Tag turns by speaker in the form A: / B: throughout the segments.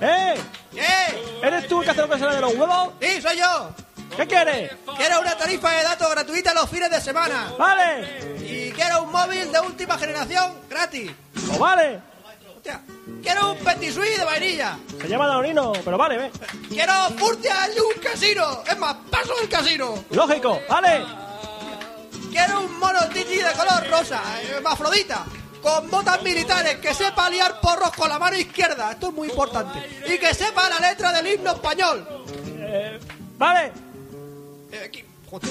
A: Eh, tú el que hace lo que se le de los huevos?
B: ¡Eh! Sí, soy yo.
A: ¿Qué quieres?
B: Quiero una tarifa de datos gratuita los fines de semana.
A: Vale,
B: Y quiero un móvil de última generación gratis.
A: o vale.
B: Hostia. Quiero un petit suisse de vainilla.
A: Se llama Danonino, pero vale, ve.
B: Quiero Furtia y un casino. Es más, paso del casino.
A: Lógico, vale.
B: Quiero un mono Digi de color rosa, hermafrodita, con botas militares, que sepa liar porros con la mano izquierda, esto es muy importante, y que sepa la letra del himno español.
A: Eh, vale,
B: Eh, aquí, joder.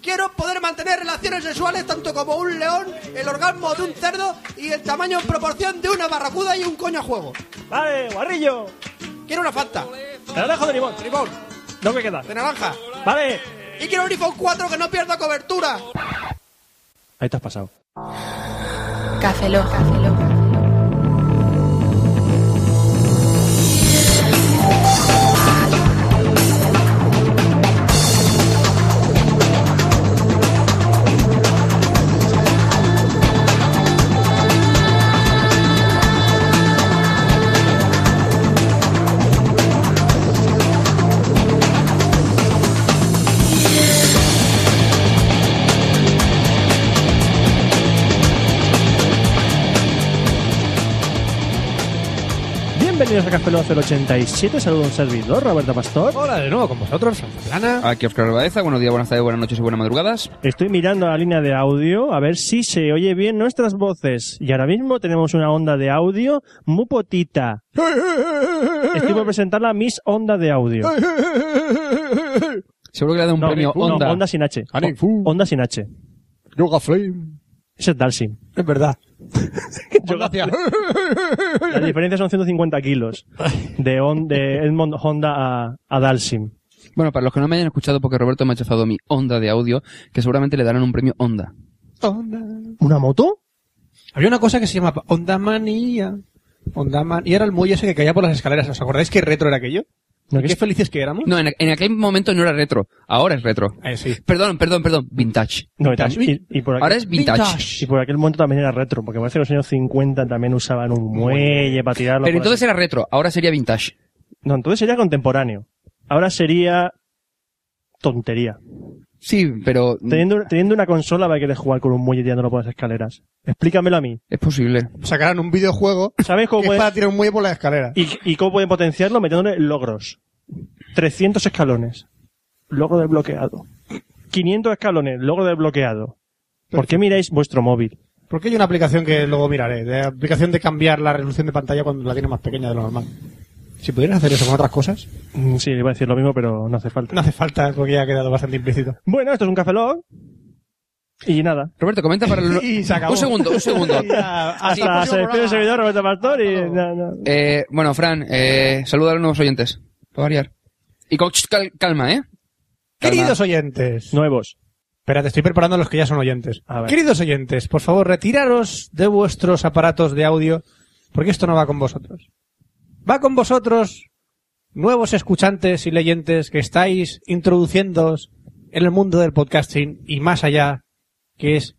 B: Quiero poder mantener relaciones sexuales tanto como un león, el orgasmo de un cerdo y el tamaño en proporción de una barracuda y un coño a juego.
A: vale, guarrillo.
B: Quiero una Fanta,
A: Te lo dejo de limón.
B: limón,
A: No que queda.
B: de naranja.
A: Vale.
B: Y quiero un iPhone 4 que no pierda cobertura.
A: Ahí te has pasado.
C: Café Lock.
A: Bienvenidos a Café Lock 087. Saludo a un servidor, Roberto Pastor.
D: Hola de nuevo con vosotros, Sanz Plana.
E: Aquí Oscar Baeza, buenos días, buenas tardes, buenas noches y buenas madrugadas.
A: Estoy mirando la línea de audio a ver si se oye bien nuestras voces. Y ahora mismo tenemos una onda de audio muy potita. Estoy por presentarla a mis onda de audio.
E: Seguro que le da un
A: No,
E: premio
A: no,
E: Onda.
A: onda sin H.
D: Ani,
A: O-
D: fu.
A: Onda sin H.
D: Yoga Flame.
A: Ese es Dalsim.
D: Es verdad. Yoga
A: La diferencia son 150 kilos de, on- de Edmond Honda a, a Dalsim.
E: Bueno, para los que no me hayan escuchado, porque Roberto me ha chafado mi Onda de audio, que seguramente le darán un premio Onda.
A: ¿Una moto?
D: Había una cosa que se llamaba Onda Manía. Onda Man... Y era el muelle ese que caía por las escaleras. ¿Os acordáis qué retro era aquello?
A: No,
D: ¿Y
A: que
D: qué
A: es-
D: felices que éramos?
E: No, en, aqu- en aquel momento no era retro, ahora es retro.
D: Eh, sí.
E: Perdón, perdón, perdón, vintage.
A: no, y, tam- y- y por aquel,
E: Ahora es vintage.
A: y por aquel momento también era retro, porque parece que los años 50 también usaban un muelle para tirarlo.
E: Pero
A: por
E: entonces era retro, ahora sería vintage.
A: así. No, entonces sería contemporáneo. Ahora sería tontería.
E: Sí, pero mm,
A: Teniendo, teniendo una consola para que quieres jugar con un muelle tirándolo por las escaleras. Explícamelo a mí.
E: es posible.
D: Sacaron un videojuego
A: ¿Sabes cómo
D: que es
A: pueden,
D: para tirar un muelle por las escaleras.
A: y, y cómo pueden potenciarlo metiéndole logros? 300 escalones. Logro desbloqueado. 500 escalones. Logro desbloqueado. ¿Por qué miráis vuestro móvil?
D: ¿Por qué hay una aplicación que luego miraré? De aplicación de cambiar la resolución de pantalla cuando la tiene más pequeña de lo normal. Si pudieras hacer eso con otras cosas,
A: Mm, Sí, le iba a decir lo mismo, pero no hace falta.
D: no hace falta porque ya ha quedado bastante implícito.
A: Bueno, esto es un café Lock. Y nada.
E: Roberto, comenta para los...
D: Y se acabó.
E: Un segundo, un segundo. el
A: Hasta se despide el servidor Roberto Pastor y... no, no.
E: Eh, bueno, Fran, eh, saluda a los nuevos oyentes. Para variar. Y con ch- cal- calma, ¿eh? Calma.
D: Queridos oyentes.
A: Nuevos.
D: Espera, te estoy preparando a los que ya son oyentes.
A: A ver.
D: Queridos oyentes, por favor, retiraros de vuestros aparatos de audio, porque esto no va con vosotros. Va con vosotros, nuevos escuchantes y leyentes que estáis introduciéndoos en el mundo del podcasting y más allá, que es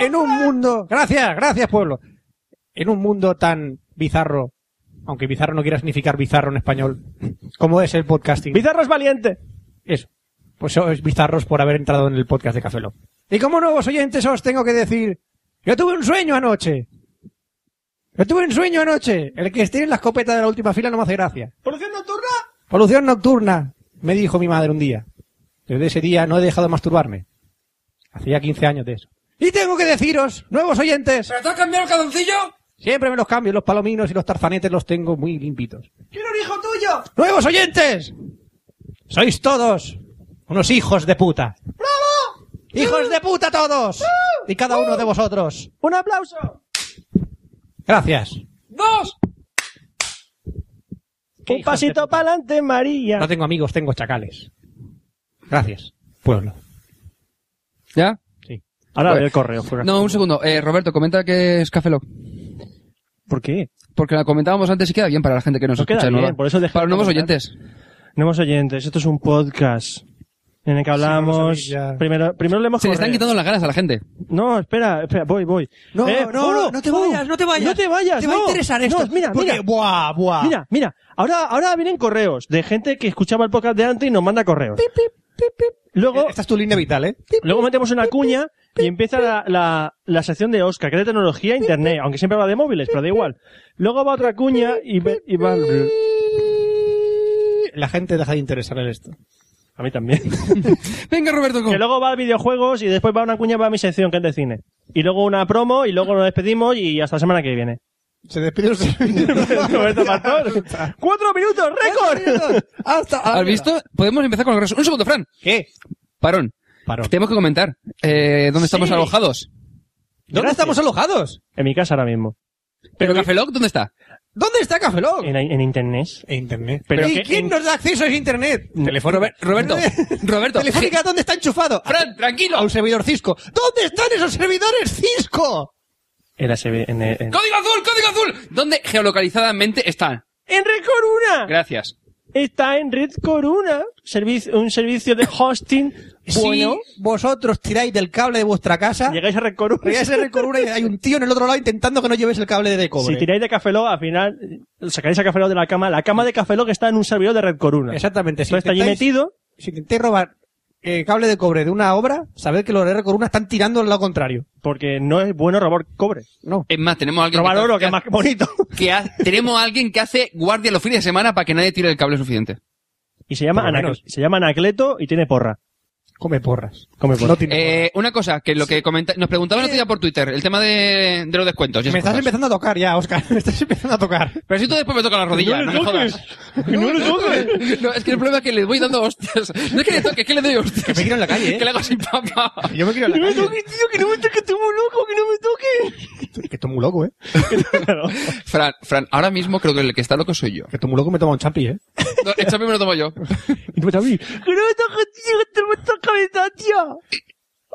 D: en un mundo... Gracias, gracias pueblo. En un mundo tan bizarro, aunque bizarro no quiera significar bizarro en español, como es el podcasting.
A: Bizarro es valiente.
D: Eso. Pues sois bizarros por haber entrado en el podcast de Café Lock. Y como nuevos oyentes os tengo que decir, yo tuve un sueño anoche. Yo tuve un sueño anoche. El que esté en la escopeta de la última fila no me hace gracia.
B: ¿Producción nocturna?
D: Polución nocturna, me dijo mi madre un día. Desde ese día no he dejado de masturbarme. Hacía 15 años de eso. Y tengo que deciros, nuevos oyentes,
B: ¿Pero te has cambiado el cadoncillo?
D: siempre me los cambio, los palominos y los tarzanetes los tengo muy limpitos.
B: ¡Quiero un hijo tuyo!
D: ¡Nuevos oyentes! Sois todos unos hijos de puta. ¡Hijos de puta todos! Y cada uno de vosotros.
A: Un aplauso.
D: Gracias.
B: ¡Dos!
D: Qué hijos
A: Un
D: de
A: pasito
D: puta.
A: para adelante, María.
D: No tengo amigos, tengo chacales. Gracias, pueblo.
E: ¿Ya?
D: Sí.
A: Ahora
E: Bueno.
A: el correo. fuera.
E: No, un segundo. Eh, Roberto, comenta que es Café Lock.
A: ¿Por qué?
E: Porque la comentábamos antes y queda bien para la gente que nos
A: No queda
E: escucha
A: bien,
E: nueva.
A: por eso deja
E: para los nuevos
A: de comentar.
E: oyentes.
A: Nuevos oyentes, esto es un podcast. en el que hablábamos.
D: Sí, vamos a ver ya.
A: primero, primero le hemos
E: Se le están
A: corre-
E: quitando las ganas a la gente.
A: No, espera, espera, voy, voy.
D: No,
A: Eh,
D: no, no, no te vayas,
A: oh,
D: no te vayas.
A: No te vayas,
D: Te va a
A: no.
D: interesar esto.
A: No, mira,
D: porque,
A: mira.
D: Buah, buah.
A: Mira, mira, ahora, ahora vienen correos de gente que escuchaba el podcast de antes y nos manda correos. Luego,
D: Esta es tu línea vital, ¿eh?
A: luego metemos una cuña y empieza la, la, la sección de Oscar, que es de tecnología e internet, aunque siempre habla de móviles, pero da igual. Luego va otra cuña y, ve- y va...
D: La gente deja de interesar en esto.
A: A mí también.
E: Venga, Roberto.
A: que luego va a videojuegos y después va una cuña para mi sección, que es de cine. Y luego una promo y luego nos despedimos y hasta la semana que viene.
D: Se despide un
A: Roberto Pastor. ¡Cuatro minutos, récord!
D: Hasta
E: ¿Has visto? Podemos empezar con los resumen. Un segundo, Fran.
D: ¿Qué?
E: Parón.
D: Parón.
E: Tenemos que comentar eh, dónde estamos
A: Sí.
E: alojados.
D: ¿Dónde
A: Gracias.
D: estamos alojados?
A: En mi casa ahora mismo.
E: Pero Café Lock, ¿dónde está?
D: ¿Dónde está Cafelog?
A: En, en internet.
D: En internet.
A: Pero
D: ¿Y
A: que
D: quién
A: en-
D: nos da acceso a ese internet? Teléfono.
E: Robert- Roberto. Roberto.
D: Telefónica, ¿dónde está enchufado?
A: Ah,
E: Fran, tranquilo.
D: A un servidor Cisco. ¿Dónde están esos servidores Cisco?
A: En la serie- en, en, en...
E: ¡Código azul! ¡Código azul! ¿Dónde geolocalizadamente están?
A: ¡En Red Corona!
E: Gracias.
A: Está en Red Corona. Servicio, un servicio de hosting bueno.
D: Si vosotros tiráis del cable de vuestra casa,
A: Llegáis a Red Corona.
D: llegáis a Recoruna y hay un tío en el otro lado intentando que no lleves el cable de cobre.
A: Si tiráis de Cafelog, al final eh, sacaréis a Cafelog de la cama. La cama de Cafelog está en un servidor de Red Corona.
D: Exactamente. Si
A: Entonces está allí
D: intentáis-
A: metido.
D: si intentáis robar eh, cable de cobre de una obra, sabed que los de Recoruna están tirando al lado contrario.
A: Porque no es bueno robar cobre.
D: No.
E: Es más, tenemos a alguien
A: Robar
E: que-
A: oro, que es más bonito.
E: que ha- tenemos a alguien que hace guardia los fines de semana para que nadie tire el cable suficiente.
A: Y se llama,
D: Por lo
A: Anac-
D: menos.
A: se llama Anacleto y tiene porra.
D: Come porras.
A: Come porra.
D: No tiene
E: Eh, una cosa, que lo que comenta, nos preguntaban otro día por Twitter, el tema de, de los descuentos. y
D: porras.
A: Eh,
E: esas
D: Me estás
E: cosas.
D: empezando a tocar ya, Oscar. Me estás empezando a tocar.
E: Pero si tú después me tocas la rodilla, no, me jodas.
A: ¡No lo toques!
E: No, es que el problema es que le voy dando hostias. No es que le toque, es que le doy hostias.
D: Que me quiero en la calle, ¿eh?
E: Que le hago así, papá.
D: Yo me quiero en la calle.
A: tío! ¡Que no me toques! ¡Estoy muy loco! ¡Que no me toques!
D: Que estoy muy loco, ¿eh?
E: Fran, Fran, ahora mismo creo que el que está loco soy yo.
D: Que estoy muy loco me toma un champi, ¿eh?
E: No, el chapi me lo tomo yo.
A: Y tú también. ¡Que no me toques, tío! ¡Que te meto en la cabeza, tío!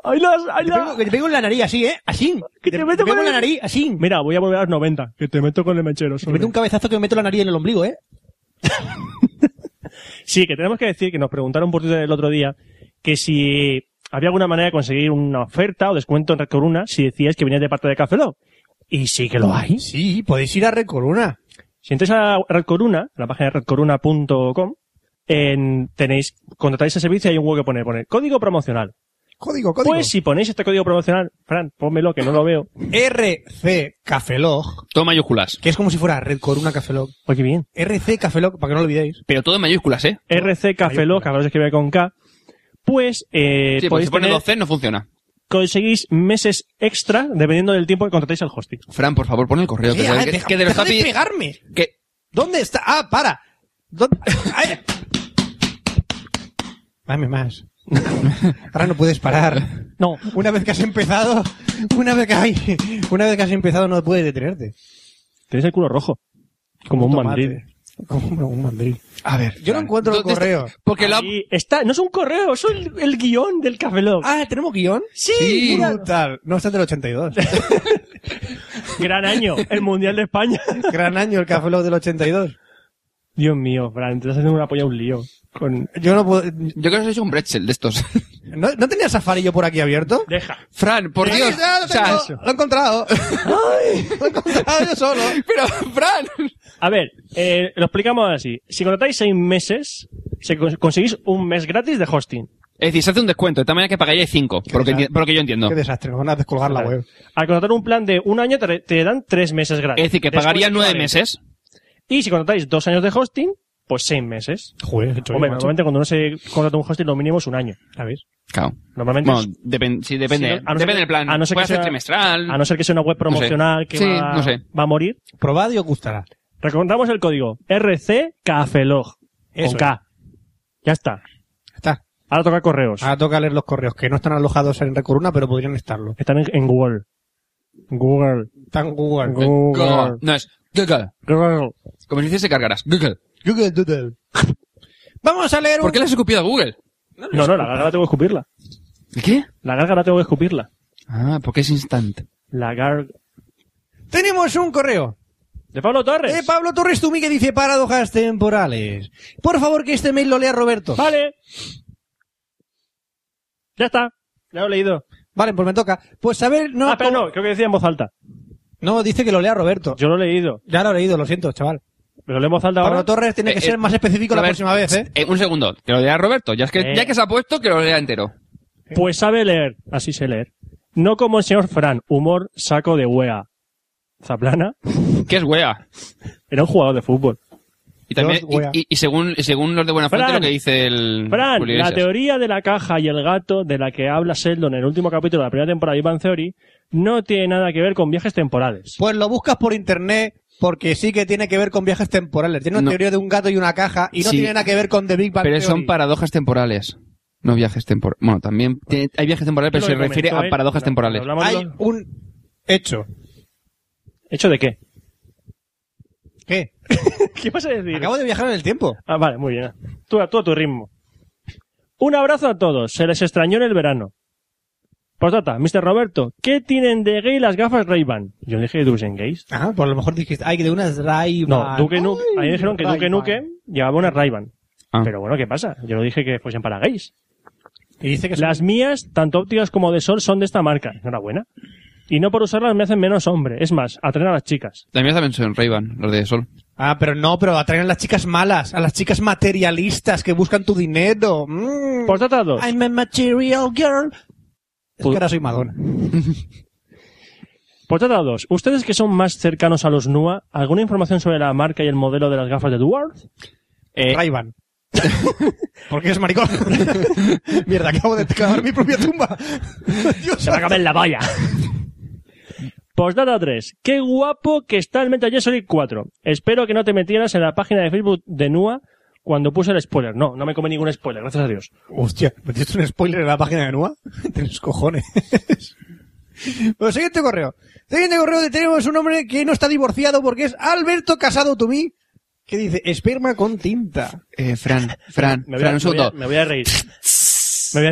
A: ¡Ay, las, ay,
D: Que te pego-
A: las!
D: que te pego en la nariz así, ¿eh? Así.
A: Que te meto
D: pego
A: con
D: en la
A: el-
D: nariz así. Me
A: Mira, voy a volver a los 90. Que te meto con el mechero.
D: te meto un cabezazo que me meto la nariz en el ombligo, ¿eh?
A: Sí, que tenemos que decir que nos preguntaron por Twitter el otro día que si había alguna manera de conseguir una oferta o descuento en Red Corona si decías que venías de parte de Café Lock. Y sí que lo hay.
D: Sí, podéis ir a Recoruna.
A: Si entráis a Red Corona, a la página redcoruna.com, en, tenéis, contratáis el servicio y hay un hueco que pone, pone código promocional.
D: Código, código.
A: Pues si ponéis este código promocional, Fran, pónmelo que no lo veo.
D: RC Cafelog,
E: Todo en mayúsculas.
D: que es como si fuera Red Coruna Cafelog.
A: Oye, bien.
D: RC Cafelog, para que no lo olvidéis.
E: Pero todo en mayúsculas, ¿eh?
A: RC Café Lock, ahora se escribe con K. Pues, eh,
E: Sí, porque
A: podéis
E: si pone
A: tener-
E: 12 no funciona.
A: conseguís meses extra dependiendo del tiempo que contratéis al hosting.
E: Fran, por favor, pon el correo.
D: Eh,
E: Que, que,
D: deja-
E: que de los
D: deja de
E: tapi-
D: pegarme.
E: que-
D: ¿Dónde está? Ah, para. ¿Dónde? Ay. Dame más. Ahora no puedes parar.
A: No.
D: Una vez que has empezado, una vez que, ay, una vez que has empezado no puedes detenerte.
A: Tenéis el culo rojo. Como un
D: Tomate.
A: mandril.
D: Como un mandril.
E: A ver.
D: Yo no encuentro el
E: ¿dónde está?
D: correo.
E: Porque lo ha-
A: Ahí está, no es un correo, es el, el guión del Café Lock.
D: Ah, ¿tenemos guión?
A: sí,
E: sí.
A: mira.
D: Brutal. No, está del 82.
A: gran año, el Mundial de España.
D: Gran año el Café Lock del 82.
A: Dios mío, Fran, te estás haciendo una polla un lío. Con...
D: Yo no puedo...
E: Yo creo que has hecho un pretzel de estos.
D: ¿No, ¿no tenía Safari yo por aquí abierto?
A: Deja.
E: Fran, por
D: Sí,
E: Dios.
D: ya lo,
E: o sea,
D: tengo. Lo he encontrado. Lo he encontrado yo solo.
E: pero, Fran.
A: A ver, eh, lo explicamos así. Si contratáis seis meses, se cons- conseguís un mes gratis de hosting.
E: Es decir, se hace un descuento, de tal manera que pagáis 5, por, lo que
D: desastre.
E: enti- por lo que yo entiendo.
D: Qué desastre, nos van a descolgar la
A: Vale.
D: web.
A: Al contratar un plan de un año, te, te dan tres meses gratis.
E: Es decir, que
A: Después
E: pagaría
A: de
E: 9
A: pagar.
E: meses.
A: Y si contratáis dos años de hosting, pues seis meses.
D: Joder,
A: Hombre, normalmente cuando uno se contrata un hosting, lo mínimo es un año.
D: ¿sabes?
E: Claro.
A: Normalmente
E: Bueno,
A: es-
E: depen- sí, depende.
A: Sí, no- a no ser
E: depende
A: que-
E: del plan.
A: a no ser
E: Puede
A: que
E: hacer
A: sea-
E: trimestral.
A: A no ser que sea una web promocional que
E: Sí,
A: va,
E: no sé.
A: va a morir.
D: Probad y os gustará.
A: Recordamos el código RCCAFELOG.
D: Eso
A: Con K. Ya está.
D: Está.
A: Ahora toca correos.
D: Ahora toca leer los correos, que no están alojados en Recoruna, pero podrían estarlo.
A: Están en, en Google. Google.
D: Están en Google.
A: Google.
E: No es Google.
A: Google.
E: Como si hiciese cargaras. Google.
D: Google Doodle. Vamos a leer un...
E: ¿Por qué le has escupido a Google?
A: No, no, la gárgara tengo que escupirla.
E: ¿Qué?
A: La gárgara tengo que escupirla.
E: Ah, porque es instante.
A: La gar...
D: Tenemos un correo.
A: De Pablo Torres.
D: De Pablo Torres Tumi que dice paradojas temporales. Por favor que este mail lo lea Roberto.
A: Vale. Ya está. Ya lo he leído.
D: Vale, pues me toca. Pues a ver, no.
A: ah, pero
D: ¿cómo-
A: no, creo que decía en voz alta.
D: No, dice que lo lea Roberto.
A: Yo lo he leído.
D: Ya lo he leído, lo siento, chaval.
A: Pero lo en voz alta ahora.
D: Pablo Torres tiene que
E: Eh,
D: ser
E: eh,
D: más específico la
E: Robert,
D: próxima vez, ¿eh?
E: Eh, un segundo, que lo lea Roberto. Ya, es que,
A: Eh.
E: ya que se ha puesto, que lo lea entero.
A: Pues sabe leer. Así sé leer. No como el señor Fran. Humor saco de hueá. Zaplana
E: Que es wea.
A: era un jugador de fútbol.
E: Y también,
D: Dios,
E: y-
D: wea.
E: y, y según, y según los de Buena Fuente,
A: Fran,
E: lo que dice el.
A: Fran,
E: Julio
A: la
E: Iglesias.
A: teoría de la caja y el gato de la que habla Sheldon en el último capítulo de la primera temporada de Ivan Theory no tiene nada que ver con viajes temporales.
D: Pues lo buscas por internet porque sí que tiene que ver con viajes temporales. Tiene una
E: No.
D: teoría de un gato y una caja y no
E: Sí.
D: tiene nada que ver con The Big Bang
E: Pero son
D: Theory.
E: paradojas temporales. No viajes temporales. Bueno, también tiene- hay viajes temporales, pero
A: Lo
E: se
A: que
E: refiere
A: comentó
E: a
A: él,
E: paradojas
A: lo-
E: temporales.
A: lo hablamos
D: Hay
A: lo-
D: un hecho.
A: ¿Hecho de qué?
D: ¿Qué?
A: ¿Qué vas a decir?
D: Acabo de viajar en el tiempo.
A: Ah, vale, muy bien. Tú, a- tú a tu ritmo. Un abrazo a todos. Se les extrañó en el verano. Postdata, Mr. Roberto, ¿qué tienen de gay las gafas Ray-Ban? Yo dije que en gays.
D: Ajá, por lo mejor dijiste, ay, que de unas ray
A: No, Duke Nuke. A mí me dijeron que Duke
D: Ray-Ban.
A: Nuke llevaba una Ray-Ban.
E: Ah.
A: Pero bueno, ¿qué pasa? Yo no dije que fuesen para gays.
D: Y dice que son-
A: Las mías, tanto ópticas como de sol, son de esta marca. Enhorabuena. Y no por usarlas me hacen menos hombre. Es más, atraen a las chicas.
E: También también son Ray-Ban, los de Sol.
D: Ah, pero no, pero atraen a las chicas malas, a las chicas materialistas que buscan tu dinero. Mm.
A: Por tratados.
D: I'm a material girl. Es que
A: Pues-
D: ahora soy Madonna.
A: Por tratados. Ustedes que son más cercanos a los NUA, ¿alguna información sobre la marca y el modelo de las gafas de Dwarf?
E: Eh,
D: Ray-Ban. Porque es maricón. Mierda, acabo de cavar mi propia tumba. Dios
A: Se va a caber la valla. Postdata 3. Qué guapo que está el Metal Gear Solid 4. Espero que no te metieras en la página de Facebook de NUA cuando puse el spoiler. No, no me come ningún spoiler, gracias a Dios.
D: Hostia, ¿metiste un spoiler en la página de Nua? Tienes cojones. Bueno, siguiente correo. Siguiente correo de tenemos un hombre que no está divorciado porque es Alberto Casado Tumí, que dice esperma con tinta.
E: eh, Fran, Fran,
A: Me voy, a,
E: Fran, un
A: me voy a- me
E: segundo.
A: voy a reír. Me voy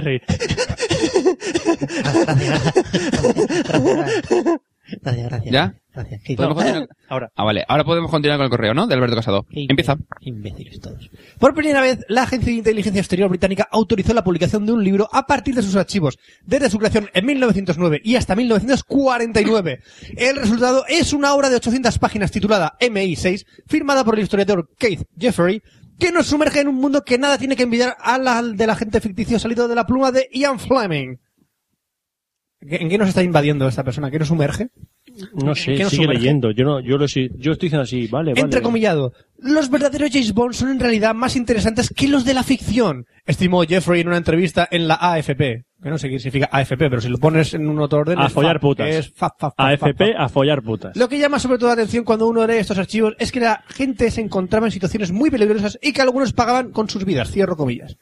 A: a reír.
F: Gracias, gracias.
E: ¿Ya?
F: Gracias. Qué
E: Podemos
F: imbéciles.
E: continuar-
A: Ahora.
E: Ah, vale. Ahora podemos continuar con el correo, ¿no? De Alberto Casado.
F: Qué
E: Empieza.
F: imbé- Imbéciles todos.
D: Por primera vez, la Agencia de Inteligencia Exterior Británica autorizó la publicación de un libro a partir de sus archivos, desde su creación en 1909 y hasta 1949. El resultado es una obra de 800 páginas titulada MI6, firmada por el historiador Keith Jeffrey, que nos sumerge en un mundo que nada tiene que envidiar a la de la gente ficticio salido de la pluma de Ian Fleming. ¿En qué nos está invadiendo esta persona? ¿Qué nos sumerge?
A: No sé,
D: ¿Qué nos
A: sigue
D: sumerge?
A: leyendo. Yo no, yo lo sí- yo estoy diciendo así, vale, vale.
D: Entrecomillado, los verdaderos James Bond son en realidad más interesantes que los de la ficción, estimó Jeffrey en una entrevista en la AFP. Que no sé qué significa AFP, pero si lo pones en un otro orden...
A: A
D: es
A: follar
D: fa-
A: putas.
D: Es fa- fa- fa- fa-
A: AFP
D: fa.
A: a follar putas.
D: Lo que llama sobre todo la atención cuando uno lee estos archivos es que la gente se encontraba en situaciones muy peligrosas y que algunos pagaban con sus vidas, cierro comillas.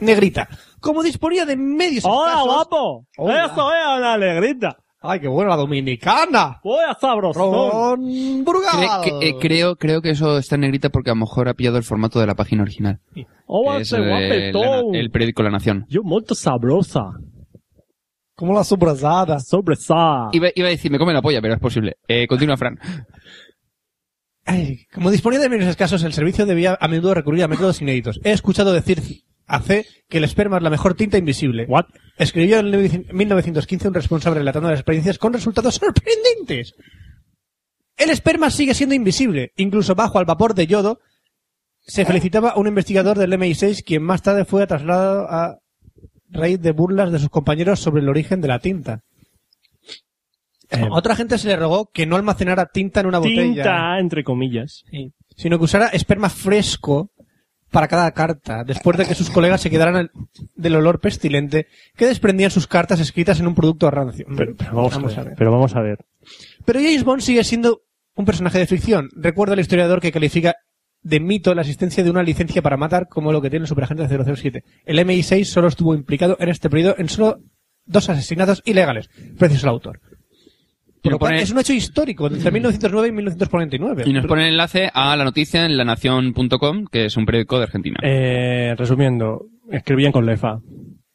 D: Negrita. Como disponía de medios
A: ¡Hola,
D: escasos-
A: guapo!
D: Hola.
A: ¡Eso es una alegrita!
D: ¡Ay, qué buena la dominicana!
A: ¡Hola, sabrosón!
D: Ron
E: Cre-
A: Oh.
D: Brugal.
E: que- eh, creo, creo que eso está en negrita porque a lo mejor ha pillado el formato de la página original.
A: ¡Hola,
E: Que es
A: ese
E: el, de la-
A: Oh, guapetón!
E: el periódico La Nación.
A: Yo molto sabrosa,
D: Como la sobrasada.
A: sobresa.
E: Iba, iba a decir, me come la polla, pero es posible. Eh, continúa, Fran.
D: Ay, como disponía de medios escasos, el servicio debía a menudo recurrir a métodos inéditos. He escuchado decir a C que el esperma es la mejor tinta invisible.
A: What?
D: Escribió en 1915 un responsable relatando las experiencias con resultados sorprendentes. El esperma sigue siendo invisible, incluso bajo al vapor de yodo. Se felicitaba a un investigador del MI6, quien más tarde fue trasladado a raíz de burlas de sus compañeros sobre el origen de la tinta.
A: Eh,
D: a otra gente se le rogó que no almacenara tinta en una botella.
A: Tinta, entre comillas.
D: sino que usara esperma fresco para cada carta, después de que sus colegas se quedaran al- del olor pestilente que desprendían sus cartas escritas en un producto rancio.
A: Pero, pero vamos,
D: Mm, Vamos
A: a
D: a
A: ver.
D: ver.
A: Pero vamos a ver.
D: Pero James Bond sigue siendo un personaje de ficción. Recuerda al historiador que califica de mito la existencia de una licencia para matar como lo que tiene el superagente 007. El MI6 solo estuvo implicado en este periodo en solo dos asesinatos ilegales, preciso el autor. Por
E: Y nos
D: lo cual,
E: pone- Mm.
D: es un hecho histórico entre 1909 y 1949.
E: Y nos pone el enlace a la noticia en lanación.com, que es un periódico de Argentina.
A: Eh, resumiendo, escribían con lefa.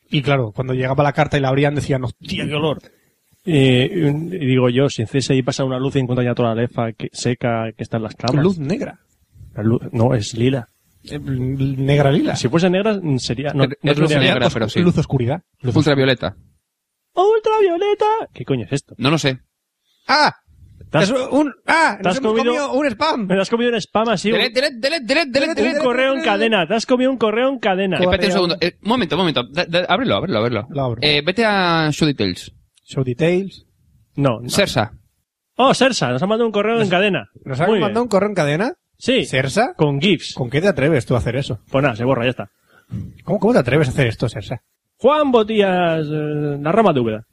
D: Y claro, cuando llegaba la carta y la abrían decían, hostia, qué olor.
A: Eh, y un- y digo yo, si en CSI pasa una luz y encuentra ya toda la lefa que- seca que está en las camas.
D: Luz negra.
A: La luz- no, es lila.
D: eh, negra lila.
A: Si fuese negra, mm, sería. No,
E: Es-
A: no
E: es luz
A: tendría-
E: negra, pero sí.
D: Luz oscuridad. Luz oscuridad.
E: Ultravioleta.
A: ¡Oh, ¡Ultravioleta! ¿Qué coño es esto?
E: No lo sé.
D: ¡Ah!
A: ¿Te has,
D: Es un, ¡Ah!
A: te
D: ¡Nos
A: has
D: hemos
A: comido- Eh.
D: comido un spam!
A: me has comido un spam así. Un,
E: Delete, delete, delete, delete, delete,
A: un
E: delete.
A: correo en cadena. Te has comido un correo en cadena.
E: Espérate un segundo. Eh, un momento, un momento. Da- da- ábrelo, ábrelo, ábrelo.
D: Lo abro.
E: Eh, vete a Show Details.
D: Show details.
A: No. no.
E: Cersa.
A: Oh, Sersa, nos ha mandado un correo en cadena.
D: ¿Nos
A: Muy
D: han
A: bien.
D: mandado un correo en cadena?
A: Sí.
D: ¿Cersa?
A: Con GIFs.
D: ¿Con qué te atreves tú a hacer eso?
A: Pues nada, se borra, ya está.
D: ¿Cómo, cómo te atreves a hacer esto, Cersa?
A: Juan Botías, eh, la rama de Úbeda.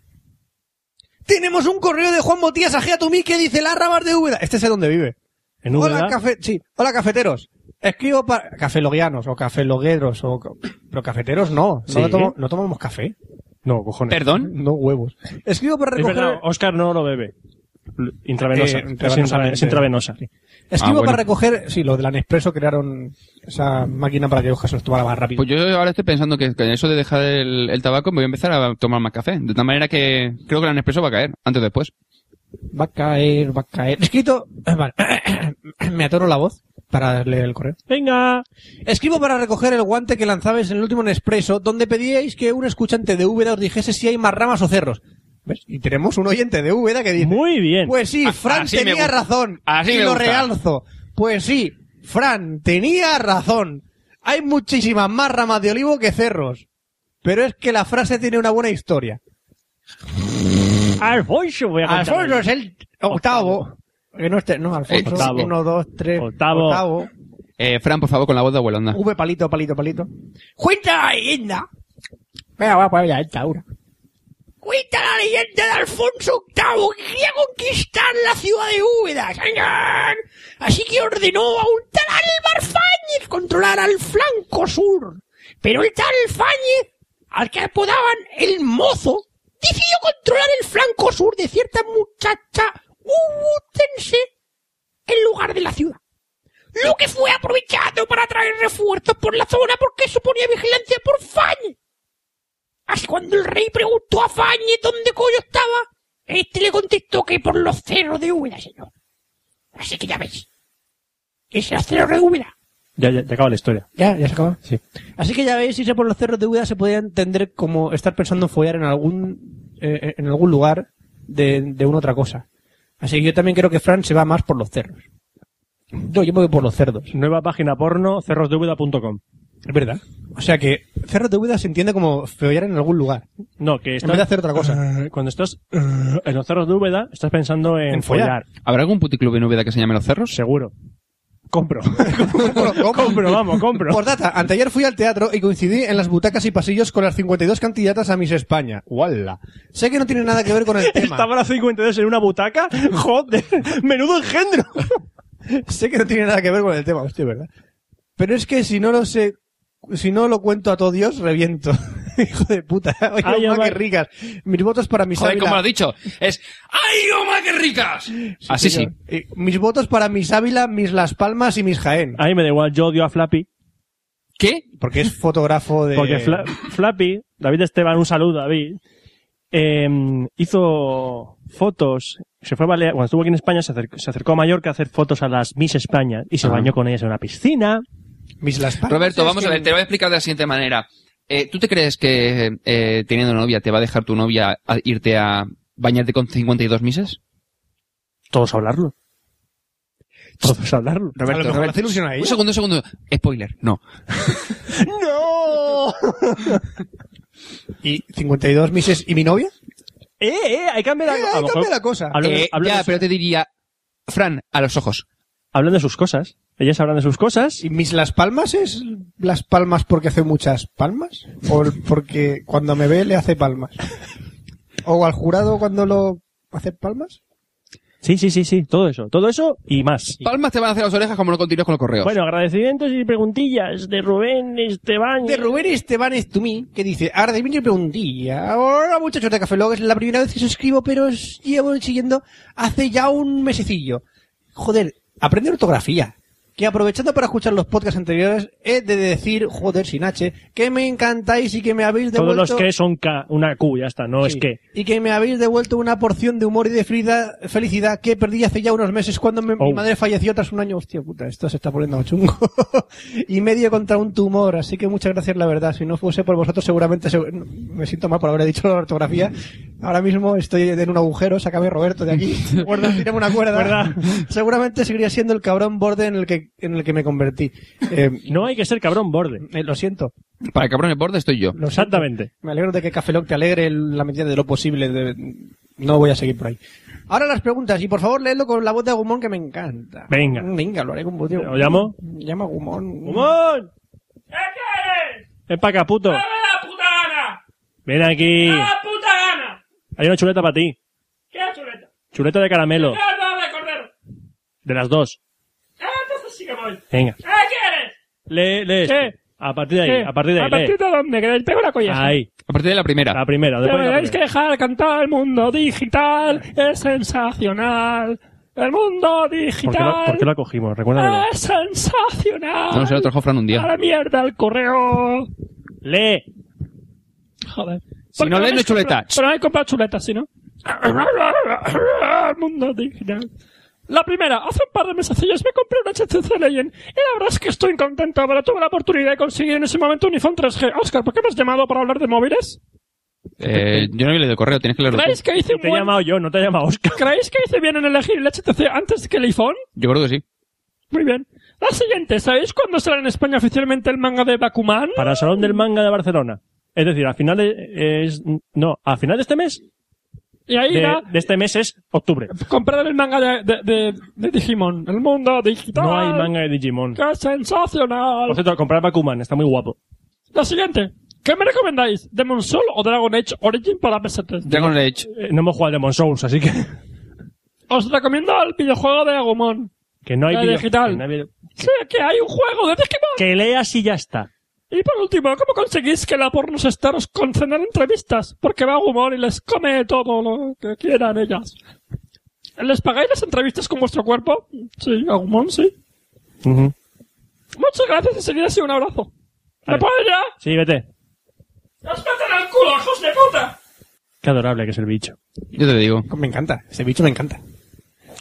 D: Tenemos un correo de Juan Botías Ajea Tumí que dice las ramas de Úbeda. Este es donde vive.
A: En
D: Hola,
A: Úbeda.
D: cafe... sí. Hola, cafeteros. Escribo para... Cafeloguianos o cafelogueros o... ca- Pero cafeteros no. No,
A: Sí.
D: lo tomo- no tomamos café.
A: No, cojones.
E: Perdón.
D: No huevos. Escribo para
A: Es
D: recoger...
A: verdad, Oscar no lo bebe. L- Intravenosa.
D: Eh,
A: Es
D: intravenosa,
A: intra- es intravenosa.
D: Escribo
E: Ah, bueno.
D: para recoger... Sí, lo de la Nespresso crearon esa máquina para que Oscar se los tomara más rápido.
E: Pues yo ahora estoy pensando que con eso de dejar el, el tabaco me voy a empezar a tomar más café. De tal manera que creo que la Nespresso va a caer, antes o después.
D: Va a caer, va a caer. Escrito... Vale. Me atoro la voz para leer el correo.
A: Venga.
D: Escribo para recoger el guante que lanzabais en el último Nespresso, donde pedíais que un escuchante de Úbeda os dijese si hay más ramas o cerros. ¿Ves? Y tenemos un oyente de Úbeda que dice...
A: Muy bien.
D: Pues sí,
E: A-
D: Fran
E: así me
D: tenía
E: gusta.
D: razón.
E: Así
D: y
E: me
D: lo
E: gusta.
D: realzo. Pues sí, Fran tenía razón. Hay muchísimas más ramas de olivo que cerros. Pero es que la frase tiene una buena historia.
A: Alfonso, voy a contar.
D: Alfonso es el octavo. Que no, esté, no, Alfonso.
E: Eh,
A: octavo.
D: Uno, dos, tres.
A: Octavo.
D: octavo.
E: Eh, Fran, por favor, con la voz de abuela, onda.
D: V palito, palito, palito. Cuenta la leyenda. Venga, voy a poner la leyenda ahora. Cuenta la leyenda de Alfonso VIII que quería conquistar la ciudad de Úbeda. ¡Señor! Así que ordenó a un tal Álvar Fáñez controlar al flanco sur. Pero el tal Fáñez, al que apodaban el mozo, decidió controlar el flanco sur de cierta muchacha ubutense en lugar de la ciudad lo que fue aprovechado para traer refuerzos por la zona porque suponía vigilancia por Fañe. Así Ah, cuando el rey preguntó a Fañe dónde coño estaba, este le contestó que por los cerros de Úbeda, señor. Así que ya veis, es el cerro de Úbeda.
A: Ya, ya, ya acaba la historia.
D: Ya, ya se acaba. Sí. Así que ya veis, irse por los cerros de Úbeda se podía entender como estar pensando en follar en algún, eh, en algún lugar de, de una otra cosa. Así que yo también creo que Fran se va más por los cerros. No, yo me voy por los cerdos.
A: Nueva página porno, cerrosdeúbeda.com.
D: Es verdad. O sea que Cerro de Úbeda se entiende como follar en algún lugar.
A: No, que
D: En vez de hacer otra cosa.
A: Eh, Cuando estás eh, en los cerros de Úbeda, estás pensando en,
D: En follar.
E: ¿Habrá algún puticlub en Úbeda que se llame Los Cerros?
A: Seguro. Compro.
D: Compro,
A: compro, vamos, compro.
D: Por data, anteayer fui al teatro y coincidí en las butacas y pasillos con las 52 candidatas a Miss España. ¡Wala! Sé que no tiene nada que ver con el tema.
A: Estaba la 52 en una butaca. Joder, menudo engendro.
D: Sé que no tiene nada que ver con el tema, hostia, ¿verdad? Pero es que si no lo sé, si no lo cuento a todo Dios, reviento. Hijo de puta. Oye,
A: Ay,
D: mamá,
A: ama-
D: qué ricas. Mis votos para mis
E: Joder,
D: Ávila.
E: como lo has dicho. Es ¡Ay, goma, qué ricas! Así sí.
D: señor. Eh, Mis votos para mis Ávila, mis Las Palmas y mis Jaén.
A: A mí me da igual, yo odio a Flappy.
E: ¿Qué?
D: Porque es fotógrafo de...
A: Porque Fla- Flappy, David Esteban, un saludo, David, eh, hizo fotos. Se fue a Balea- cuando estuvo aquí en España, se acercó, se acercó a Mallorca a hacer fotos a las Miss España y se
E: Ajá.
A: bañó con ellas en una piscina.
D: Mis Las Palmas.
E: Roberto,
D: es
E: vamos a
D: que-
E: ver, te lo voy a explicar de la siguiente manera. Eh, ¿Tú te crees que eh, teniendo novia te va a dejar tu novia a irte a bañarte con 52 mises?
A: Todos a hablarlo. Todos a hablarlo.
E: Roberto,
D: A lo mejor
E: Roberto.
D: hace ilusión a ella.
E: Un segundo, un segundo. Spoiler, no.
A: ¡No!
D: ¿Y 52 mises y mi novia?
A: ¡Eh, eh! Hay que cambiar la,
D: Eh,
A: a
D: ahí
A: lo mejor
D: cambia la cosa.
A: hablan,
E: Eh,
A: hablan
E: ya,
A: de,
E: pero te diría, Fran, a los ojos.
A: hablan de sus cosas. Ellas hablan de sus cosas.
D: ¿Y mis Las Palmas es Las Palmas porque hace muchas palmas? ¿O el- porque cuando me ve le hace palmas? ¿O al jurado cuando lo hace palmas?
A: Sí, sí, sí, sí. Todo eso. Todo eso y más.
E: Palmas te van a hacer las orejas como no continúes con los correos.
A: Bueno, agradecimientos y preguntillas de Rubén Esteban.
D: De Rubén Esteban Estumí, que dice, Arde, mire preguntilla. Hola muchachos de Café Log, es la primera vez que os escribo, pero os llevo siguiendo hace ya un mesecillo. Joder, aprende ortografía. que aprovechando para escuchar los podcasts anteriores, he de decir, joder, sin H, que me encantáis y que me habéis
A: Todos
D: devuelto...
A: los que son K, una Q, ya está, no es
D: Sí.
A: que.
D: Y que me habéis devuelto una porción de humor y de felida- felicidad que perdí hace ya unos meses cuando me-
A: Oh.
D: mi madre falleció tras un año. Hostia puta, esto se está poniendo chungo. y medio contra un tumor, así que muchas gracias, la verdad. Si no fuese por vosotros, seguramente se- no, me siento mal por haber dicho la ortografía. Ahora mismo estoy en un agujero, sácame Roberto de aquí. Guarda, tírame una cuerda.
A: Cuerda.
D: Seguramente seguiría siendo el cabrón borde en el que, en el que me convertí. Eh,
A: No hay que ser cabrón borde.
D: eh, lo siento.
E: Para cabrones borde estoy yo.
D: Lo siento.
A: Exactamente.
D: Me alegro de que Cafeloc te alegre en la medida de lo posible. de- No voy a seguir por ahí. Ahora las preguntas, y por favor léelo con la voz de Agumón que me encanta.
A: Venga.
D: Venga, lo haré con voz de
A: ¿Lo llamo?
D: Llama a Agumón.
A: ¡Humón!
G: ¿Qué quieres?
A: ¡Ven pa' acá, puto!
G: ¡Dame la puta gana!
A: Ven aquí.
G: ¡Dame la puta gana!
A: Hay una chuleta para ti.
G: ¿Qué chuleta?
A: Chuleta de caramelo.
G: ¿Qué va de cordero?
A: De las dos.
G: Ah, Entonces sí que voy.
A: Venga.
G: ¿Qué quieres?
A: Lee, lee. esto.
H: ¿Qué?
A: A partir de ahí,
H: ¿Qué?
A: Eh, a partir de ahí. Ah,
H: ¿A partir
A: lee.
H: de dónde? Que les pego la colleja.
A: Ahí,
E: A partir de la primera.
A: la primera.
H: Que
A: después de
H: me
A: la
H: tenéis que
A: primera.
H: dejar cantar el mundo digital. Es sensacional. El mundo
A: ¿Por qué, lo,
H: digital.
A: por qué lo cogimos?
G: Ah,
A: Recuérdamelo.
H: es sensacional.
E: No, se lo trajo Fran un
H: A
E: día.
H: la mierda el correo.
A: ¡Lee!
H: Joder.
E: Si no lees, no
H: habéis
E: es chuleta.
H: comprado- Pero no hay comprado chuleta, si no. El mundo digital. La primera, hace un par de mesecillos me compré una HTC Legend y la verdad es que estoy contento, pero tuve la oportunidad de conseguir en ese momento un iPhone 3G. Oscar, ¿por qué me has llamado para hablar de móviles?
E: Eh, yo no he leído el correo, tienes que leerlo. tú.
H: ¿Creéis que hice un
A: Te he
H: buen...
A: llamado yo, no te he llamado Oscar.
H: ¿Creéis que hice bien en elegir el HTC antes que el iPhone?
E: Yo creo que sí.
H: Muy bien. La siguiente, ¿sabéis cuándo sale en España oficialmente el manga de Bakuman?
A: Para el Salón del Manga de Barcelona. Es decir, a final de, es, no, a final de este mes,
H: Y ahí
A: de,
H: da,
A: de este mes es octubre.
H: comprar el manga de, de, de- de Digimon. El mundo digital.
A: No hay manga de Digimon.
H: ¡Qué sensacional!
A: Por cierto, comprar Bakuman, está muy guapo.
H: La siguiente, ¿qué me recomendáis? ¿Demon Soul o Dragon Age Origin para PS3?
E: Dragon Age.
A: Eh, no hemos jugado a Demon Souls, así que,
H: Os recomiendo el videojuego de Agumon.
A: que no hay
H: La
A: video-
H: digital.
A: que no hay video-
H: Sí, que hay un juego de Digimon.
A: Que leas y ya está.
H: Y por último, ¿cómo conseguís que la pornostar os conceda entrevistas? Porque va humor y les come todo lo que quieran ellas. ¿Les pagáis las entrevistas con vuestro cuerpo? Sí, a humor, sí.
A: Ujú.
H: Muchas gracias y seguid así, un abrazo.
A: Vale.
H: ¿Me puedo ir ya?
A: Sí, vete.
H: ¡Os meten al culo, hijos de puta!
A: Qué adorable que es el bicho.
E: Yo te digo.
D: Me encanta, ese bicho me encanta.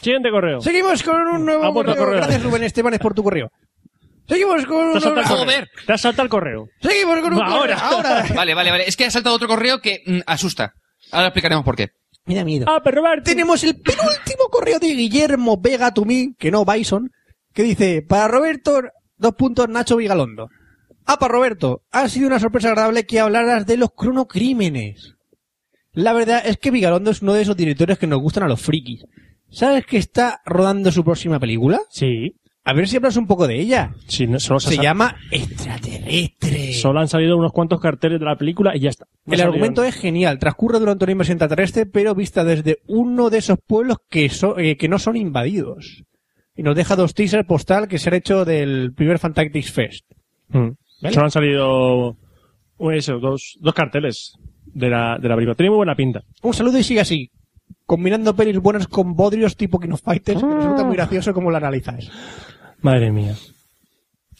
A: Siguiente correo.
D: Seguimos con un nuevo
A: Ah, por tu
D: correo.
A: correo.
D: Gracias, Rubén Estebanes, por tu correo. Seguimos con
A: Te
D: un...
A: has saltado el correo.
E: Joder.
A: Te has saltado el correo.
D: Seguimos con un... correo.
A: Ahora.
D: Ahora.
E: Vale, vale, vale. Es que ha saltado otro correo que mm, asusta. Ahora explicaremos por qué.
F: Me da miedo.
H: Ah, pero Roberto.
D: Tenemos el penúltimo correo de Guillermo Vega Tumí, que no Bison, que dice, para Roberto, dos puntos, Nacho Vigalondo. Ah, para Roberto, ha sido una sorpresa agradable que hablaras de los cronocrímenes. La verdad es que Vigalondo es uno de esos directores que nos gustan a los frikis. ¿Sabes que está rodando su próxima película?
A: Sí.
D: A ver si hablas un poco de ella.
A: Sí, no- solo, se
D: Se
A: ha-
D: llama Extraterrestre.
A: solo han salido unos cuantos carteles de la película y ya está. No
D: El
A: Pues salió
D: argumento
A: nada.
D: es genial. Transcurre durante una invasión extraterrestre, pero vista desde uno de esos pueblos que, so- eh, que no son invadidos. Y nos deja dos teasers postal que se han hecho del primer Fantastic Fest.
A: Mm.
D: ¿Vale?
A: Solo han salido bueno, eso, dos, dos carteles de la, de la película. Tiene muy buena pinta.
D: Un saludo y sigue así. Combinando pelis buenas con bodrios tipo King of Fighters, que resulta
A: Ah.
D: muy gracioso como lo analizas.
A: Madre mía.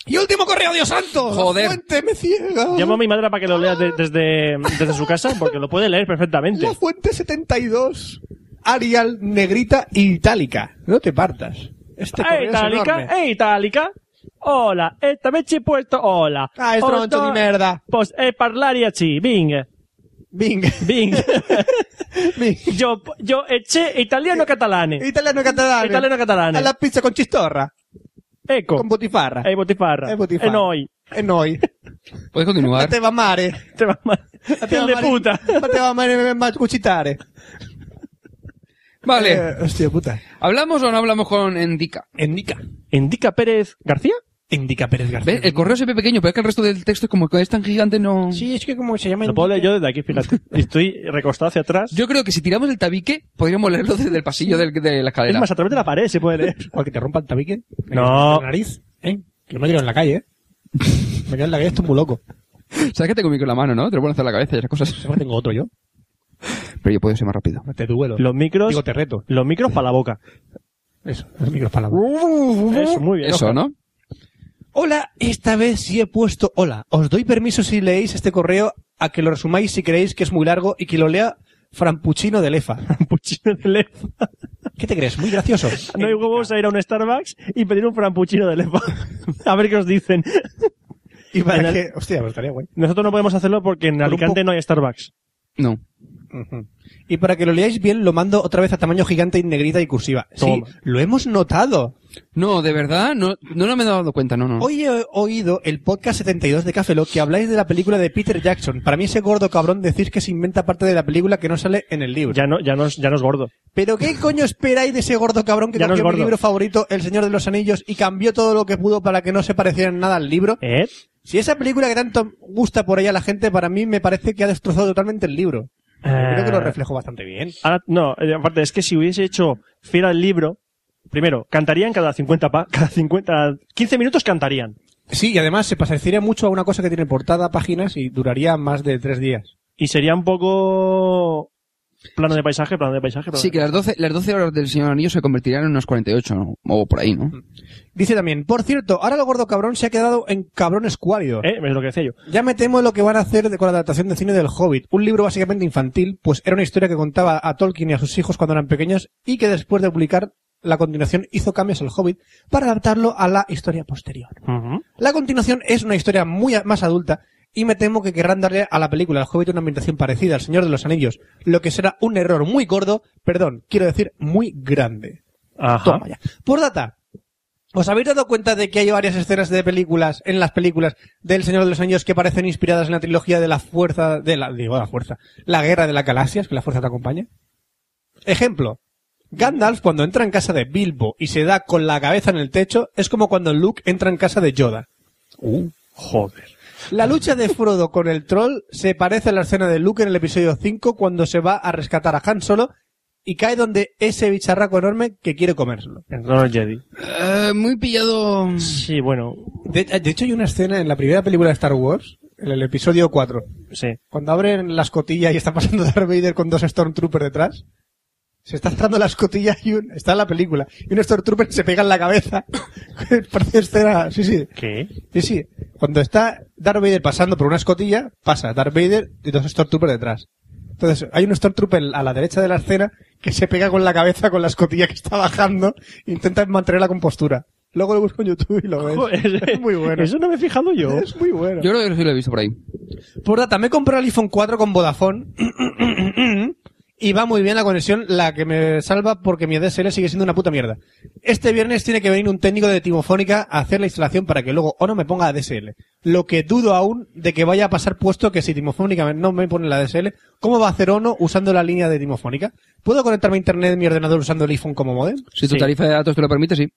D: Y último correo, Dios santo.
E: Joder.
D: La fuente me ciega.
A: Llamo a mi madre para que lo lea de- desde, desde su casa porque lo puede leer perfectamente.
D: La fuente 72. Arial, negrita, itálica. No te partas. Este
A: ¡Eh,
D: correo es
A: Itálica!
D: enorme.
A: ¡Eh, Itálica! Hola, esta vez ci he puesto hola.
D: Ah, es troncho
A: Otto-
D: di merda.
A: Pues eh, parlare a ci, bing,
D: Bing.
A: bing.
D: Bing.
A: yo, yo eché italiano catalane.
D: Italiano catalano.
A: Italiano catalano.
D: A la pizza con chistorra.
A: Ecco.
D: Con botifarra.
A: E botifarra.
D: E botifarra.
A: E noi.
D: E noi.
E: ¿Puedes continuar?
D: Te va a mare.
A: Te va mal. Fiel de puta.
D: Ma te va a mare ma cucitare.
A: Eh,
E: Vale.
D: hostia puta.
E: ¿Hablamos o no hablamos con Endica?
D: Indica.
A: Indica Pérez García.
D: Indica Pérez García.
E: ¿Ves? El correo se ve pequeño, pero es que el resto del texto es como que es tan gigante, no...
D: Sí, es que como se llama
A: Lo puedo leer yo desde aquí, fíjate. Estoy recostado hacia atrás.
E: Yo creo que si tiramos el tabique, podríamos leerlo desde el pasillo del- de la
A: es
E: escalera.
A: más, a través de la pared se puede leer.
D: Igual que te rompa el tabique. Me
A: No.
D: quedo en La nariz. ¿Eh? Que me quedo en la calle, ¿eh? Me quedo en la calle, estoy muy loco.
E: Sabes que tengo micro en la mano, ¿no? Te lo pueden hacer en la cabeza y esas cosas.
D: Ahora tengo otro yo.
E: Pero yo puedo ser más rápido.
D: Te duelo.
A: Los micros.
D: Digo, te reto.
A: Los micros para la boca.
D: Eso, los micros palabras. ¿Eh?
A: Eso, muy bien.
E: Eso,
A: Oscar.
E: ¿no?
D: Hola, esta vez sí he puesto hola. Os doy permiso si leéis este correo a que lo resumáis si creéis que es muy largo y que lo lea Frampuccino de Lefa.
A: Frampuccino de lefa.
D: ¿Qué te crees? Muy gracioso.
A: No hay huevos a ir a un Starbucks y pedir un frampuccino de lefa. A ver qué os dicen.
D: Y
A: En
D: para
A: el-
D: que... Hostia, pues estaría guay.
A: Nosotros no podemos hacerlo porque en
D: Por un
A: Alicante
D: po-
A: no hay Starbucks.
E: No.
D: Ujú. Y para que lo leáis bien, lo mando otra vez a tamaño gigante y negrita y cursiva.
A: Toma.
D: Sí, lo hemos notado.
E: No, de verdad, no, no, no me he dado cuenta, no, no.
D: Hoy he oído el podcast 72 de Café Lock que habláis de la película de Peter Jackson. Para mí ese gordo cabrón decís que se inventa parte de la película que no sale en el libro.
A: Ya no, ya no, es- ya no es gordo.
D: ¿Pero qué coño esperáis de ese gordo cabrón que
A: Ya no es
D: cogió mi
A: gordo.
D: libro favorito, El Señor de los Anillos, y cambió todo lo que pudo para que no se pareciera en nada al libro?
A: ¿Eh?
D: Si esa película que tanto gusta por ahí a la gente, para mí me parece que ha destrozado totalmente el libro. Creo que lo
A: Eh,
D: reflejó bastante bien.
A: Ahora, no, eh, aparte es que si hubiese hecho fiel al libro, primero, cantarían cada 50, pa- cada 50, 15 minutos cantarían.
D: Sí, y además se parecería mucho a una cosa que tiene portada, páginas y duraría más de tres días.
A: Y sería un poco plano de paisaje, plano de paisaje, plano
E: Sí,
A: de-
E: que las 12, las 12 horas del Señor Anillo se convertirán en unas 48 ¿no? o por ahí, ¿no?
D: Dice también, por cierto, ahora el gordo cabrón se ha quedado en cabrón escuálido.
A: Eh, es lo que decía yo.
D: Ya me temo lo que van a hacer de- con la adaptación de cine del Hobbit, un libro básicamente infantil, pues era una historia que contaba a Tolkien y a sus hijos cuando eran pequeños y que después de publicar la continuación hizo cambios al Hobbit para adaptarlo a la historia posterior. La continuación es una historia muy a- más adulta y me temo que querrán darle a la película El Hobbit una ambientación parecida al Señor de los Anillos, lo que será un error muy gordo, perdón, quiero decir muy grande.
A: Ajá.
D: Toma ya. Por data, ¿os habéis dado cuenta de que hay varias escenas de películas, en las películas del Señor de los Anillos que parecen inspiradas en la trilogía de la fuerza, de la, digo la fuerza, la guerra de las galaxias, que la fuerza te acompaña? Ejemplo. Gandalf cuando entra en casa de Bilbo y se da con la cabeza en el techo es como cuando Luke entra en casa de Yoda.
A: Uh, Joder.
D: La lucha de Frodo con el troll se parece a la escena de Luke en el episodio 5 cuando se va a rescatar a Han Solo y cae donde ese bicharraco enorme que quiere comérselo.
A: Ronald Jedi.
E: Eh, muy pillado.
A: Sí, bueno,
D: De, de hecho, hay una escena en la primera película de Star Wars, en el episodio 4,
A: sí.
D: cuando abren la escotilla y está pasando Darth Vader con dos Stormtroopers detrás. Se está cerrando la escotilla y un, está en la película. Y un Stormtrooper se pega en la cabeza. Parece escena, sí, sí.
A: ¿Qué?
D: Sí, sí. Cuando está Darth Vader pasando por una escotilla, pasa Darth Vader y dos Stormtroopers detrás. Entonces, hay un Stormtrooper a la derecha de la escena que se pega con la cabeza con la escotilla que está bajando e intenta mantener la compostura. Luego lo busco en YouTube y lo ves.
A: Joder,
D: es muy bueno.
A: Eso no me he fijado yo.
D: Es muy bueno.
E: Yo creo que sí lo he visto por ahí.
D: Por data, me compré el iPhone 4 con Vodafone y va muy bien la conexión, la que me salva porque mi DSL sigue siendo una puta mierda. Este viernes tiene que venir un técnico de Timofónica a hacer la instalación para que luego o no me ponga la DSL. Lo que dudo aún de que vaya a pasar puesto que si Timofónica no me pone la DSL, ¿cómo va a hacer Ono usando la línea de Timofónica? ¿Puedo conectarme a internet en mi ordenador usando el iPhone como modem?
E: Si tu
A: Sí.
E: tarifa de datos te lo permite, sí.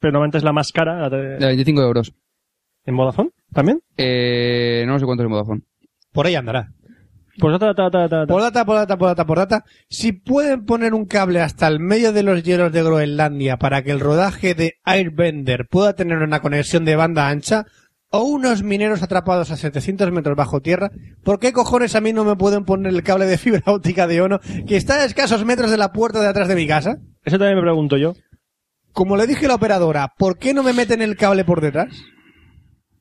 A: Pero normalmente es la más cara. la de-
E: De 25 euros.
A: ¿En Vodafone? ¿También?
E: Eh, no sé cuánto es en Vodafone.
D: Por ahí andará.
A: Pues ta, ta, ta, ta, ta.
D: Por data, por data, por data, por data. Si pueden poner un cable hasta el medio de los hielos de Groenlandia para que el rodaje de Airbender pueda tener una conexión de banda ancha, o unos mineros atrapados a 700 metros bajo tierra, ¿por qué cojones a mí no me pueden poner el cable de fibra óptica de Ono que está a escasos metros de la puerta de atrás de mi casa?
A: Eso también me pregunto yo.
D: Como le dije a la operadora, ¿por qué no me meten el cable por detrás?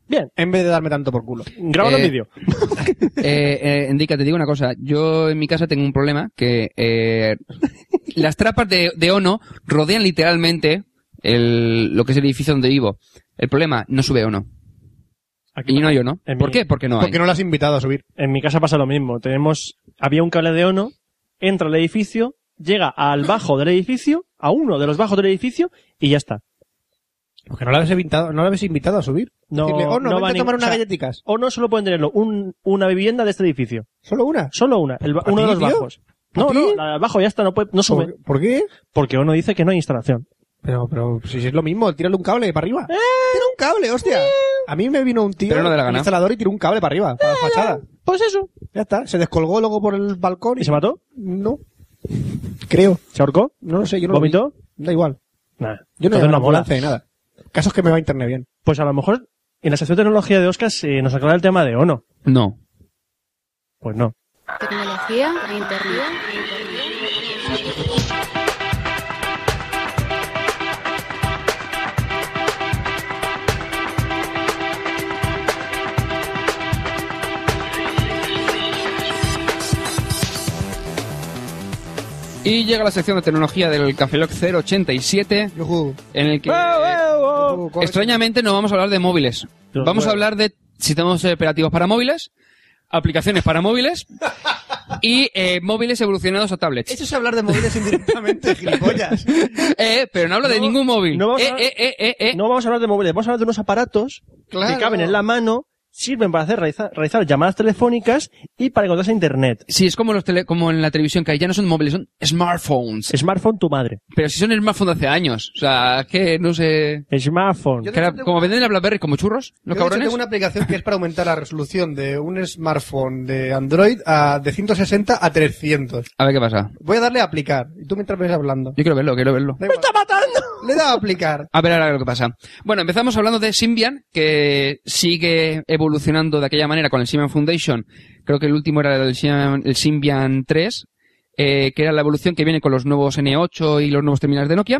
A: Bien.
D: En vez de darme tanto por culo.
A: Grabando
E: Eh,
A: el vídeo.
E: Eh, eh, Enrica, te digo una cosa. Yo en mi casa tengo un problema que eh, las trampas de, de Ono rodean literalmente el, lo que es el edificio donde vivo. El problema, no sube Ono.
A: Aquí
E: Y no hay Ono.
A: En
E: ¿Por
A: mi-
E: qué? Porque no hay.
D: Porque no lo has invitado a subir.
A: En mi casa pasa lo mismo. Tenemos, había un cable de ONO, entra al edificio, llega al bajo del edificio, a uno de los bajos del edificio, y ya está.
D: Porque no lo habéis invitado, no lo habéis invitado a subir.
A: No,
D: Decirle, Ono,
A: no
D: vente
A: va
D: a
A: ning-
D: tomar unas
A: o sea,
D: galletitas.
A: ONO solo pueden tenerlo un- una vivienda de este edificio.
D: Solo una.
A: Solo una, el ba-
D: ¿A
A: uno de
D: ti,
A: los
D: tío?
A: bajos. No,
D: ti?
A: no, la del bajo ya está, no, puede, no sube.
D: ¿Por, por qué?
A: Porque ONO dice que no hay instalación.
D: Pero, pero si es lo mismo, tírale un cable para arriba. Eh. ¡Tira un cable, hostia! A mí me vino un tío,
E: Pero no de la
D: un
E: gana.
D: instalador, y tiró un cable para arriba, para la fachada.
A: Pues eso.
D: Ya está, se descolgó luego por el balcón eh. y...
A: ¿Y se mató?
D: No. Creo.
A: ¿Se ahorcó?
D: No lo sé, yo no lo vi.
A: ¿Vomitó?
D: Da igual.
A: Nada.
D: Yo no
A: Entonces
D: una
A: no mola.
D: ambulancia ni nada. Casos que me va internet bien.
A: Pues a lo mejor en la sección de tecnología de Oscar se nos aclara el tema de ONO.
E: No.
A: Pues no.
C: Tecnología e internet.
E: Y llega la sección de tecnología del Café Lock 087,
D: Yujú.
E: en el que eh,
D: Yujú, corre.
E: extrañamente no vamos a hablar de móviles.
A: Los
E: Vamos
A: huevos.
E: a hablar de sistemas operativos para móviles, aplicaciones para móviles y eh, móviles evolucionados a tablets.
F: Eso es hablar de móviles indirectamente, gilipollas.
E: Eh, pero no hablo de ningún móvil.
A: no vamos
E: eh,
A: a-
E: eh, eh, eh, eh.
A: No vamos a hablar de móviles, vamos a hablar de unos aparatos
E: Claro.
A: que caben en la mano, sirven para hacer realiza- realizar llamadas telefónicas y para encontrarse a internet.
E: Sí, es como, los tele- como en la televisión, que ahí ya no son móviles, son smartphones.
A: Smartphone tu madre.
E: Pero si son smartphones de hace años. O sea, que no sé...
A: Smartphone.
E: Que ahora,
F: tengo
E: como venden la BlackBerry como churros,
D: Yo,
E: los
D: de hecho,
E: cabrones.
D: tengo una aplicación que es para aumentar la resolución de un smartphone de Android a, de 160 a 300.
E: A ver qué pasa.
D: Voy a darle a aplicar. Y tú mientras ves hablando.
E: Yo quiero verlo, quiero verlo.
D: ¡Me está matando! Le he dado a aplicar.
E: A ver ahora lo que pasa. Bueno, empezamos hablando de Symbian, que sigue evolucionando de aquella manera con el Symbian Foundation. Creo que el último era el Symbian, el Symbian 3, eh, que era la evolución que viene con los nuevos N8 y los nuevos terminales de Nokia.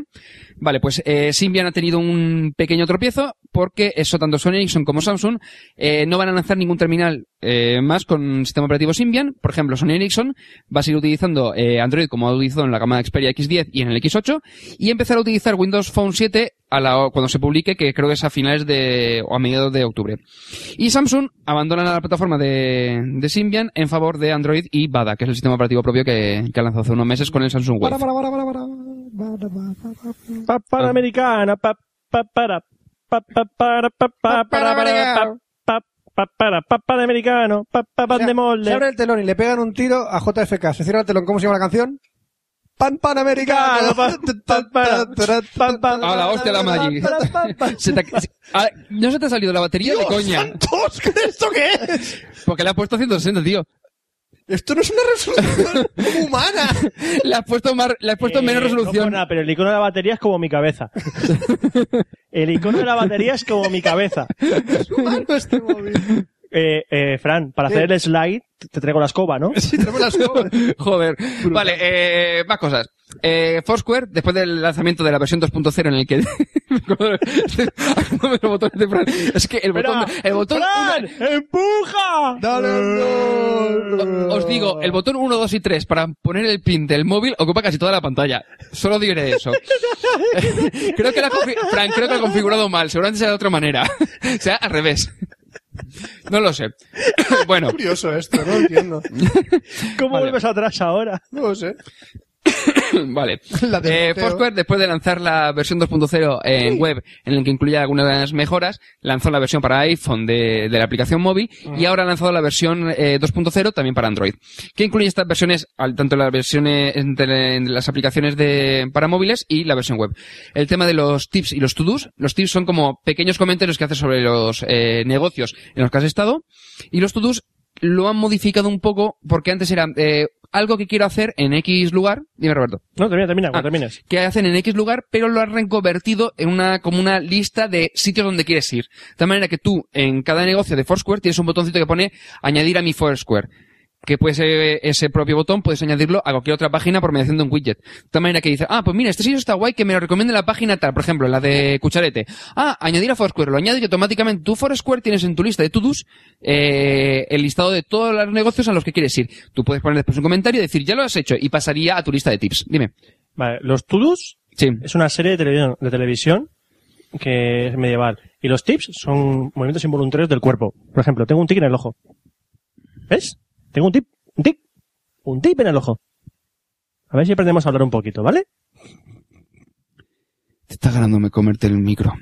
E: Vale, pues eh, Symbian ha tenido un pequeño tropiezo porque eso tanto Sony Ericsson como Samsung eh, no van a lanzar ningún terminal eh, más con sistema operativo Symbian. Por ejemplo, Sony Ericsson va a seguir utilizando eh, Android como ha utilizado en la gama Xperia X10 y en el X8 y empezar a utilizar Windows Phone 7 a la, cuando se publique, que creo que es a finales de o a mediados de octubre. Y Samsung abandona la plataforma de, de Symbian en favor de Android y Bada, que es el sistema operativo propio que, que ha lanzado hace unos meses con el Samsung Wave.
D: Para, para, para, para, para, para, para, para.
A: Pa- para
D: Ah.
A: americana, pa- pa- para, pa- pa- para, pa- pa-
D: Pa- para
A: para, para,
D: americano.
A: pa- pa- pa- para, pa- para americano, pa- pa- pan
D: O sea,
A: de
D: Se
A: molde.
D: abre el telón y le pegan un tiro a JFK. Se cierra el telón. ¿Cómo se llama la canción? Pan Panamericano.
A: Pan, pan, pan, pan, pan.
E: A la hostia la Magic.
A: Pa- pa- pa- pa-
E: Se te ha- se- ah, no se te ha salido la batería de coña.
D: ¡Santos! ¿qué- ¿Esto qué es?
E: Porque le has puesto 160, tío.
D: Esto no es una resolución humana.
E: Le has puesto, más, le has puesto
A: Eh,
E: menos
A: no
E: resolución.
A: por nada, pero el icono de la batería es como mi cabeza. el icono de la batería es como mi cabeza.
D: Es humano este móvil.
A: Eh, eh, Fran, para hacer el slide te- te traigo la escoba, ¿no?
D: Sí, tenemos las cosas.
E: Joder. Vale, eh, más cosas. Eh, Foursquare, después del lanzamiento de la versión 2.0 en el que... Los botones de Fran. Es que el botón...
A: Espera.
E: El botón
A: ¡Fran! ¡Empuja!
D: Dale.
E: os digo, el botón 1, 2 y 3 para poner el pin del móvil ocupa casi toda la pantalla. Solo diré eso. creo que lo ha confi- Fran, creo que lo ha configurado mal. Seguramente sea de otra manera. o sea, al revés. No lo sé. bueno.
D: curioso esto, no entiendo.
A: ¿Cómo
E: Vale.
A: vuelves atrás ahora?
D: No lo sé.
E: vale.
D: La de
E: Eh,
D: Mateo.
E: Foursquare, después de lanzar la versión 2.0 en web, en el que incluía algunas mejoras, lanzó la versión para iPhone de, de la aplicación móvil y ahora ha lanzado la versión eh, 2.0 también para Android. ¿Qué incluye estas versiones? Al- Tanto las versiones entre las aplicaciones de, para móviles y la versión web. El tema de los tips y los to-dos. Los tips son como pequeños comentarios que haces sobre los eh, negocios en los que has estado. Y los to-dos lo han modificado un poco porque antes era eh, algo que quiero hacer en X lugar. Dime, Roberto
A: No, termina, termina, cuando
E: Ah.
A: termines.
E: que hacen en X lugar, pero lo han reconvertido en una, como una lista de sitios donde quieres ir. De tal manera que tú, en cada negocio de Foursquare, tienes un botoncito que pone añadir a mi Foursquare. Que puede ser ese propio botón, puedes añadirlo a cualquier otra página por mediación de un widget. De tal manera que dices, ah, pues mira, este sitio está guay que me lo recomienda la página tal, por ejemplo, la de Cucharete. Ah, añadir a Foursquare, lo añado y automáticamente tú Foursquare tienes en tu lista de to-dos eh, el listado de todos los negocios a los que quieres ir. Tú puedes poner después un comentario y decir, ya lo has hecho, y pasaría a tu lista de tips. Dime.
A: Vale, los Tudus
E: Sí.
A: es una serie de televisión, de televisión que es medieval. Y los tips son movimientos involuntarios del cuerpo. Por ejemplo, tengo un tic en el ojo. ¿Ves? Tengo un tip, un tic, un tip en el ojo. A ver si aprendemos a hablar un poquito, ¿vale?
E: Te está ganándome comerte el micro.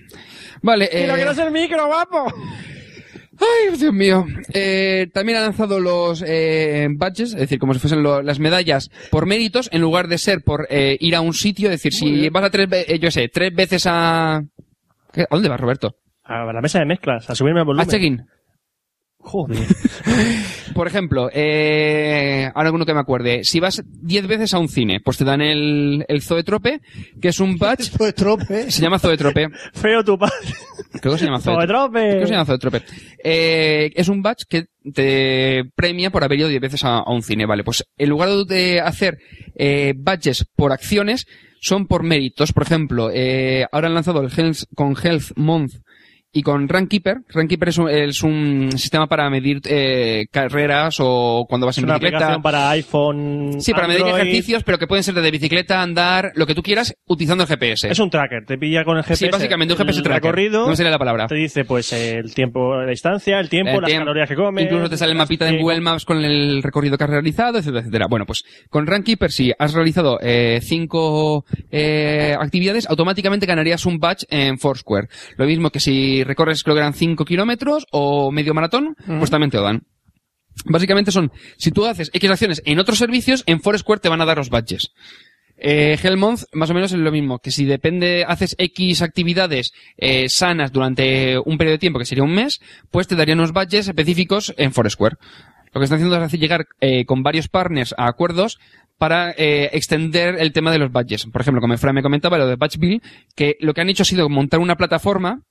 E: Vale, eh...
A: el micro, guapo!
E: Ay, Dios mío. Eh, también ha lanzado los eh, badges, es decir, como si fuesen lo- las medallas por méritos, en lugar de ser por eh, ir a un sitio, es decir, si vas a tres, ve- eh, yo qué sé, tres veces a... ¿Qué? ¿A dónde vas, Roberto?
A: A la mesa de mezclas, a subirme el
E: A
A: volumen.
E: check-in.
A: Joder.
E: Por ejemplo, eh, ahora alguno que me acuerde, si vas diez veces a un cine, pues te dan el, el zoetrope, que es un badge,
D: Esto es trope.
E: se llama zoetrope.
A: Feo tu padre.
E: Creo que se llama zoetrope.
A: Zoetrope.
E: ¿Qué se llama Zoetrope? Eh, es un badge que te premia por haber ido 10 veces a, a un cine, ¿vale? Pues en lugar de hacer eh, badges por acciones, son por méritos. Por ejemplo, eh, ahora han lanzado el Health, con Health Month y con Runkeeper. Runkeeper es un, es un sistema para medir eh, carreras o cuando vas
A: Es
E: en
A: una
E: bicicleta.
A: aplicación para iPhone.
E: Sí, para medir
A: Android.
E: ejercicios, pero que pueden ser de bicicleta, andar, lo que tú quieras, utilizando el GPS.
A: Es un tracker, te pilla con el GPS.
E: sí, básicamente un GPS
A: el
E: tracker.
A: recorrido,
E: No sería la palabra.
A: te dice pues el tiempo, la distancia, el tiempo,
E: Eh,
A: las
E: tiene-
A: calorías que eh, comes.
E: Incluso te sale el
A: las
E: mapita de
A: que-
E: Google Maps con el recorrido que has realizado, etcétera, etcétera. Bueno, pues con Runkeeper, si has realizado eh, cinco eh, actividades, automáticamente ganarías un badge en Foursquare. Lo mismo que si recorres, creo que eran cinco kilómetros o medio maratón, pues también te lo dan. Básicamente son, si tú haces X acciones en otros servicios, en Foursquare te van a dar los badges. Eh, Hellmonth, más o menos es lo mismo, que si depende, haces X actividades eh, sanas durante un periodo de tiempo, que sería un mes, pues te darían unos badges específicos en Foursquare. Lo que están haciendo es hacer llegar eh, con varios partners a acuerdos para eh, extender el tema de los badges. Por ejemplo, como Efraín me comentaba, lo de Badge Bill, que lo que han hecho ha sido montar una plataforma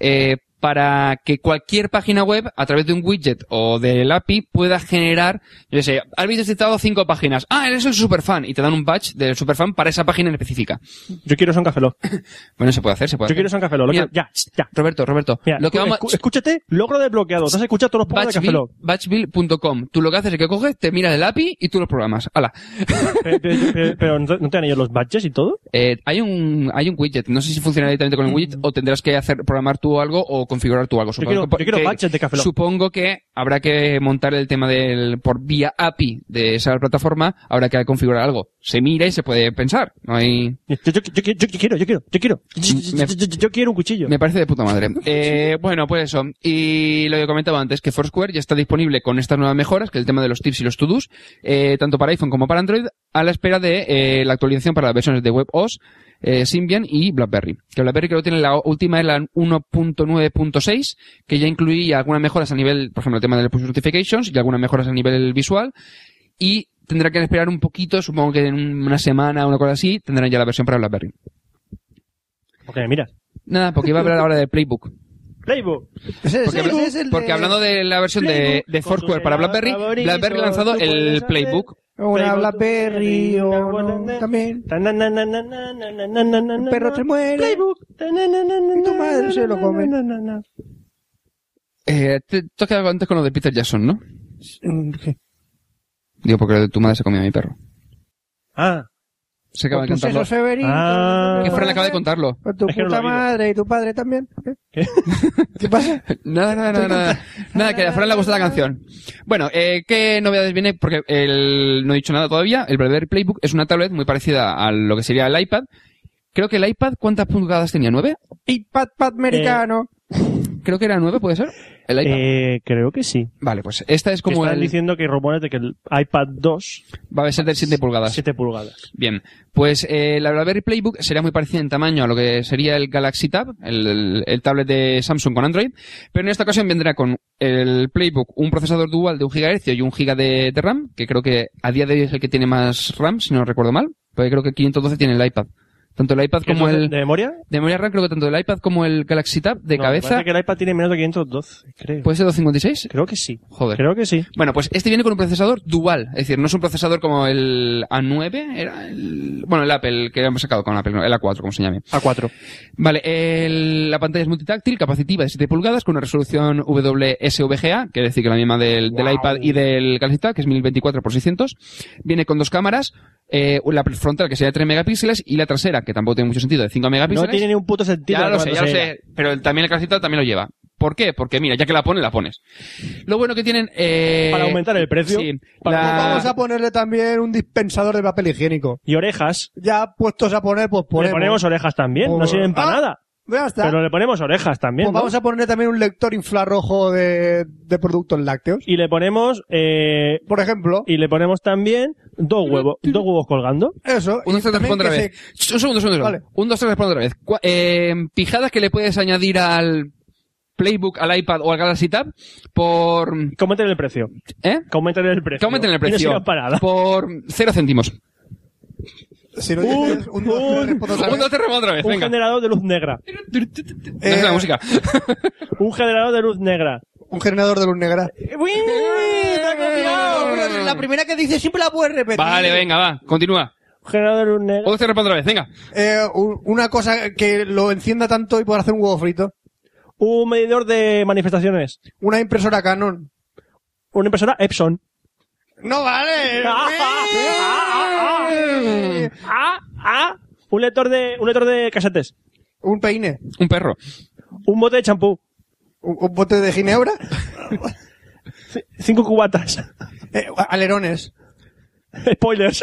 E: eh, para que cualquier página web, a través de un widget o del API, pueda generar, yo qué sé, has visitado cinco páginas. Ah, eres el superfan. Y te dan un badge del superfan para esa página en específica.
A: Yo quiero San Cafeló.
E: Bueno, se puede hacer, se puede
A: Yo quiero
E: hacer.
A: San Cafeló. lo
E: Mira,
A: que- Ya, ya.
E: Roberto, Roberto.
A: Mira,
E: lo que
A: escu-
E: vamos,
A: escu- escúchate, logro desbloqueado. Te has escuchado todos los programas de Cafeló.
E: Batchbill- Batchbill.com. Tú lo que haces es que coges, te miras el API y tú lo programas. Hala.
A: Pero, pero- pero- pero ¿no te- ¿no te dan ellos los badges y todo?
E: Eh, hay un hay un widget. No sé si funcionará directamente con el widget o tendrás que hacer programar tú algo o configurar tú algo.
A: quiero- Mm. yo quiero
E: que-
A: badges de Café Lock.
E: Supongo que habrá que montar el tema del por vía API de esa plataforma. Habrá que configurar algo. Se mira y se puede pensar. No hay.
A: Yo, yo- yo- yo- yo quiero, yo quiero, yo quiero. Yo,
E: Me-
A: yo- yo- yo quiero un cuchillo.
E: Me parece de puta madre. Eh, bueno, pues eso. Y lo que comentaba antes, que Foursquare ya está disponible con estas nuevas mejoras, que el tema de los tips y los to-dos, eh, tanto para iPhone como para Android, a la espera de eh, la actualización para las versiones de WebOS, eh, Symbian y BlackBerry. Que BlackBerry creo que tiene la última, es la 1.9.6, que ya incluía algunas mejoras a nivel, por ejemplo, el tema del push notifications y algunas mejoras a nivel visual. Y tendrá que esperar un poquito, supongo que en una semana o una cosa así, tendrán ya la versión para BlackBerry.
A: Porque me miras.
E: Nada, porque iba a hablar ahora de Playbook.
A: Playbook.
F: Ese-
E: Porque,
F: ese
E: habla-
F: es el
E: porque
F: de-
E: hablando de la versión de,
A: Playbook,
E: de
A: con
E: Foursquare
A: tu
E: para
A: helado
E: BlackBerry,
A: favorito,
E: BlackBerry ha lanzado
A: tú puedes
E: el
A: hacer-
E: Playbook.
F: Una
A: Facebook,
F: Blackberry
A: Twitter,
F: o
A: Instagram,
F: no,
A: ¿eh?
F: también.
A: Ta- na- na- na- na- na- na- na- na- na-
F: Un
A: na-
F: perro
A: na-
F: te muere.
A: Playbook. Ta- na- na- na- na-
F: Y tu
A: na-
F: madre
A: na-
F: se lo
A: na-
F: come.
A: na- na- na- na.
E: Eh, te, tú has quedado antes con lo de Peter Jackson, ¿no?
F: Mm, sí.
E: Digo, porque lo de tu madre se comió a mi perro.
A: Ah,
E: Se acaba de
F: Con tu
E: contarlo.
F: seso severino.
A: Ah.
E: Que
A: ¿Qué
E: Fran acaba de contarlo.
F: Con tu
A: Es que no lo
F: puta
A: ha oído.
F: madre y tu padre también. ¿Qué, ¿Qué pasa?
E: Nada, nada, nada, nada. Nada, que a Fran le gusta la canción. Bueno, eh, ¿qué novedades viene? Porque el, no he dicho nada todavía. El BlackBerry Playbook es una tablet muy parecida a lo que sería el iPad. Creo que el iPad, ¿cuántas pulgadas tenía? ¿Nueve?
F: Y pat pat americano.
B: Eh,
E: Creo que era nueve, ¿puede ser? El iPad.
A: eh, creo que sí.
E: vale, pues esta es
A: Que
E: como
A: están
E: el...
A: diciendo que hay rumores de que el iPad 2
E: Va a ser de siete pulgadas.
A: 7 pulgadas.
E: Bien, pues eh, la BlackBerry Playbook será muy parecida en tamaño a lo que sería el Galaxy Tab, el, el- el tablet de Samsung con Android, pero en esta ocasión vendrá con el Playbook un procesador dual de 1 GHz y 1 GB de, de RAM, que creo que a día de hoy es el que tiene más RAM, si no recuerdo mal, porque creo que 512 tiene el iPad. Tanto el iPad como
A: ¿Eso de-
E: el...
A: ¿De memoria?
E: De memoria RAM creo que tanto el iPad como el Galaxy Tab de
A: No, me
E: cabeza...
A: parece
E: Pues-
A: que el iPad tiene menos de 512, creo.
E: ¿Puede ser 256?
A: creo que sí.
E: Joder.
A: Creo que sí.
E: Bueno, pues este viene con un procesador dual, es decir, no es un procesador como el A9, era el, bueno, el Apple que hemos sacado con Apple, no, el A4, como se llame.
A: A4.
E: Vale, el- la pantalla es multitáctil, capacitiva de 7 pulgadas, con una resolución WSVGA, que es decir, que la misma del, del iPad y del Galaxy Tab, que es 1024x600. Viene con dos cámaras, eh, la frontal, que sería de 3 megapíxeles, y la trasera, que tampoco tiene mucho sentido, de 5 megapíxeles.
A: No tiene ni un puto sentido.
E: Ya lo sé,
A: cuando
E: ya lo
A: se-
E: sé. Pero el- también el calcita también lo lleva. ¿Por qué? Porque mira, ya que la pones, la pones. Lo bueno que tienen... eh,
A: Para aumentar el precio.
E: Sí.
A: Para-
E: la-
F: Vamos a ponerle también un dispensador de papel higiénico.
A: Y orejas.
F: Ya puestos a poner, pues ponemos.
A: Le ponemos orejas también. No
F: Por-
A: sirven para
F: Ah,
A: nada.
D: Pues
F: Ya está.
A: Pero le ponemos orejas también.
F: Pues
A: ¿no?
F: vamos a ponerle también un lector infrarrojo de, de productos lácteos.
A: Y le ponemos, eh,
F: Por ejemplo,
A: y le ponemos también dos huevos, dos huevos colgando.
F: eso.
E: Un,
F: y
E: dos, tres,
F: también
E: responde otra
F: que
E: vez. Un segundo, un segundo.
F: Vale.
E: Un, dos, tres, responde otra vez. Cua- eh, pijadas que le puedes añadir al Playbook, al iPad o al Galaxy Tab por...
A: Que aumenten el precio.
E: ¿Eh?
A: Que aumenten el precio.
E: Que aumenten el
A: Y no
E: precio. Pues,
A: sigan para nada.
E: Por cero céntimos.
F: se- Si no dices un, dos, tres, responde otra
E: Un, dos,
F: vez.
E: tres, responde otra vez.
A: Un
E: Venga.
A: generador de luz negra.
E: No es la
F: Eh,
E: música.
A: Un generador de luz negra.
F: un generador de luz negra.
B: La primera que dice siempre la puedes repetir.
E: Vale, venga, va. Continúa.
A: Un generador de luz
E: Un,
A: negra.
E: dos, tres, responde otra vez. Venga.
F: Eh, un- una cosa que lo encienda tanto y poder hacer un huevo frito.
A: Un medidor de manifestaciones.
D: Una impresora Canon.
A: Una impresora Epson.
D: No vale.
A: Ah, ah, ah,
D: Eh.
A: ¡Ah! ¡Ah! Un lector de, un lector de casetes.
D: Un peine.
E: Un perro.
A: Un bote de champú.
D: Un, un bote de ginebra.
A: C- Cinco cubatas.
D: Eh, alerones.
A: Spoilers.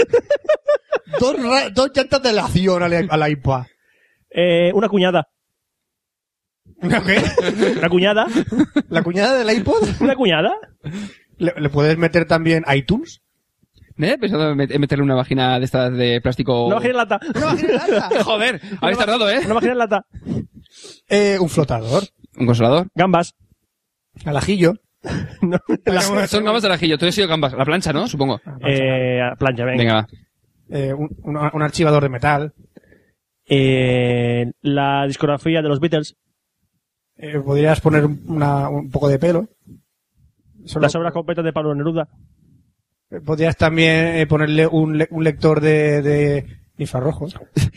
D: Dos, ra- dos llantas de lación a la, a la IPA.
A: Eh, una cuñada.
D: ¿Una qué?
A: Una cuñada.
D: ¿La cuñada del iPod?
A: Una cuñada.
D: ¿Le, le puedes meter también iTunes?
E: ¿Eh? Pensado en met- en meterle una vagina de estas de plástico.
A: Una vagina en lata.
D: Una vagina larga.
E: Joder, habéis tardado, ¿eh?
A: Una vagina en lata.
D: Eh, un flotador.
E: Un consolador.
A: Gambas.
D: Al ajillo.
A: No.
E: Son gambas de ajillo. Tú has sido gambas. La plancha, ¿no? Supongo.
A: Eh, plancha, venga.
E: Venga, va.
D: Eh, un, un- un archivador de metal.
A: Eh, la discografía de los Beatles.
D: Eh, podrías poner un- una- un poco de pelo. Solo-
A: Las obras completas de Pablo Neruda.
D: eh, podrías también eh, ponerle un, le- un lector de, de infrarrojos.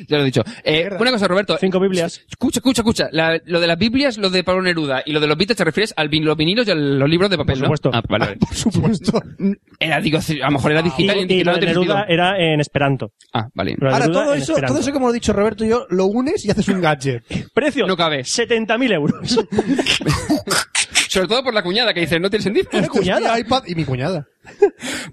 E: Ya lo he dicho. Eh,
D: Mierda.
E: una cosa, Roberto.
A: Cinco Biblias.
E: Escucha, escucha, escucha. La- lo de las Biblias, lo de Pablo Neruda y lo de los Beatles, ¿te refieres a los vinilos y a los libros de papel,
A: Por supuesto.
E: ¿no? Ah, vale, vale.
D: Por supuesto.
E: Era, digo, a lo mejor era
A: Y,
E: digital y,
A: y
E: no
A: lo de
E: tiene
A: Neruda
E: sentido.
A: era en Esperanto.
E: Ah, vale.
A: Lo de
D: Ahora,
A: Neruda
D: todo
A: en
D: eso,
A: Esperanto.
D: todo eso que hemos dicho Roberto y yo, lo unes y haces un gadget.
A: Precio.
E: No cabe.
A: 70.000 euros.
E: Sobre todo por la cuñada que dice, no tiene sentido.
A: Una cuñada.
D: Mi iPad y mi cuñada.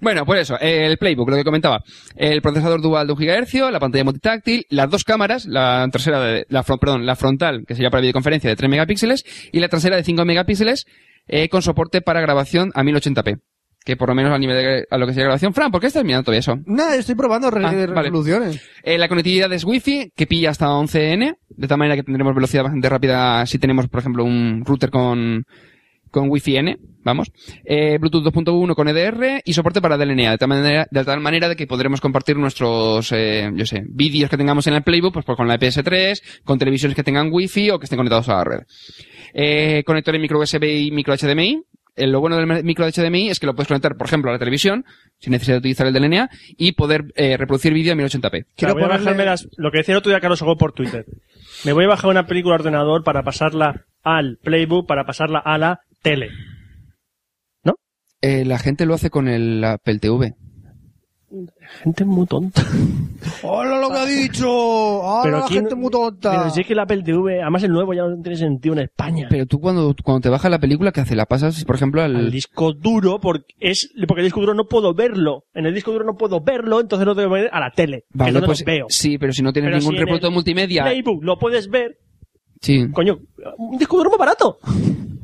E: Bueno, pues eso, eh, el Playbook, lo que comentaba. El procesador dual de 1 GHz, la pantalla multitáctil, las dos cámaras, la trasera de, la, fron- perdón, la frontal, que sería para videoconferencia, de 3 megapíxeles, y la trasera de 5 megapíxeles, eh, con soporte para grabación a 1080p. Que por lo menos a nivel de, a lo que sería grabación. Fran, ¿por qué estás mirando todavía eso?
D: Nada, estoy probando re-
E: Ah, vale.
D: resoluciones.
E: Eh, la conectividad es Wi-Fi, que pilla hasta 11N, de tal manera que tendremos velocidad bastante rápida si tenemos, por ejemplo, un router con, con Wi-Fi N, vamos. Eh, Bluetooth 2.1 con EDR y soporte para DLNA, de tal manera, de tal manera de que podremos compartir nuestros, eh, yo sé, vídeos que tengamos en el Playbook, pues, pues, con la PS3, con televisiones que tengan Wi-Fi o que estén conectados a la red. Eh, conectores micro USB y micro HDMI. Eh, Lo bueno del micro HDMI es que lo puedes conectar, por ejemplo, a la televisión, sin necesidad de utilizar el DLNA, y poder eh, reproducir vídeo a 1080p.
A: Claro, voy a bajarme las- lo que decía el otro día Carlos Ogo por Twitter. Me voy a bajar una película al ordenador para pasarla al Playbook, para pasarla a la tele.
E: Eh, la gente lo hace con el Apple TV.
A: Gente muy tonta.
D: ¡Hola lo que ha dicho! ¡Hola la
A: quién-
D: gente muy tonta!
A: Pero si es que el Apple TV, además el nuevo ya no tiene sentido en España.
E: Pero tú cuando, cuando te baja la película, ¿qué hace? ¿La pasas, por ejemplo, al...
A: al disco duro, porque es porque el disco duro no puedo verlo. En el disco duro no puedo verlo, entonces lo tengo que ver a la tele. que
E: Vale,
A: es donde
E: pues,
A: los veo.
E: Sí, pero si no tienes
A: Pero
E: ningún
A: si en
E: reproductor
A: el
E: multimedia...
A: Playbook lo puedes ver.
E: Sí,
A: Coño, un disco duro más barato.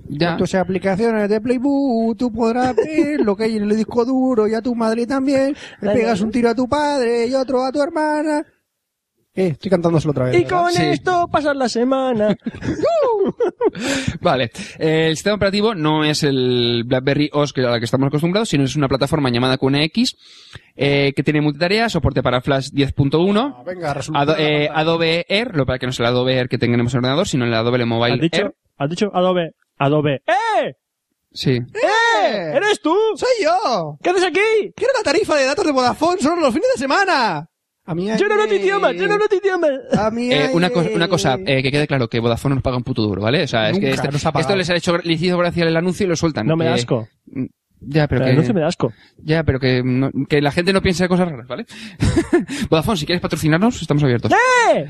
E: ya.
D: Tus aplicaciones de Playbook, tú podrás ver lo que hay en el disco duro y a tu madre también. Le pegas un tiro a tu padre y otro a tu hermana. Eh, estoy cantándoselo otra vez.
A: Y
D: ¿verdad?
A: con
E: Sí.
A: esto pasas la semana.
E: Vale. Eh, el sistema operativo no es el BlackBerry OS que- a la que estamos acostumbrados, sino es una plataforma llamada QNX, eh, que tiene multitarea, soporte para Flash 10.1,
D: Ah, venga, resulta.
E: Ado- eh, Adobe Air, lo para que no es el Adobe Air que tenemos en el ordenador, sino el Adobe Mobile
A: ¿Has dicho?
E: Air.
A: ¿Has dicho Adobe? Adobe. ¡Eh!
E: Sí.
D: ¡Eh!
A: ¿Eres tú?
D: ¡Soy yo!
A: ¿Qué haces aquí?
D: ¡Quiero la tarifa de datos de Vodafone solo los fines de semana! A mí
A: Yo no hablo tu idioma, yo no hablo tu idioma.
D: A mí
E: Eh,
D: hay-
E: una, cosa, una cosa eh, que quede claro, que Vodafone nos paga un puto duro, ¿vale? O sea, es
D: Nunca
E: que este-
D: nos ha pagado.
E: esto les ha hecho, les hizo gracia el anuncio y lo sueltan.
A: No me da
E: Eh,
A: asco.
E: Ya, pero
A: El
E: que,
A: anuncio me da asco.
E: ya, pero que, no- que la gente no piense cosas raras, ¿vale? Vodafone, si quieres patrocinarnos, estamos abiertos.
A: ¡Eh!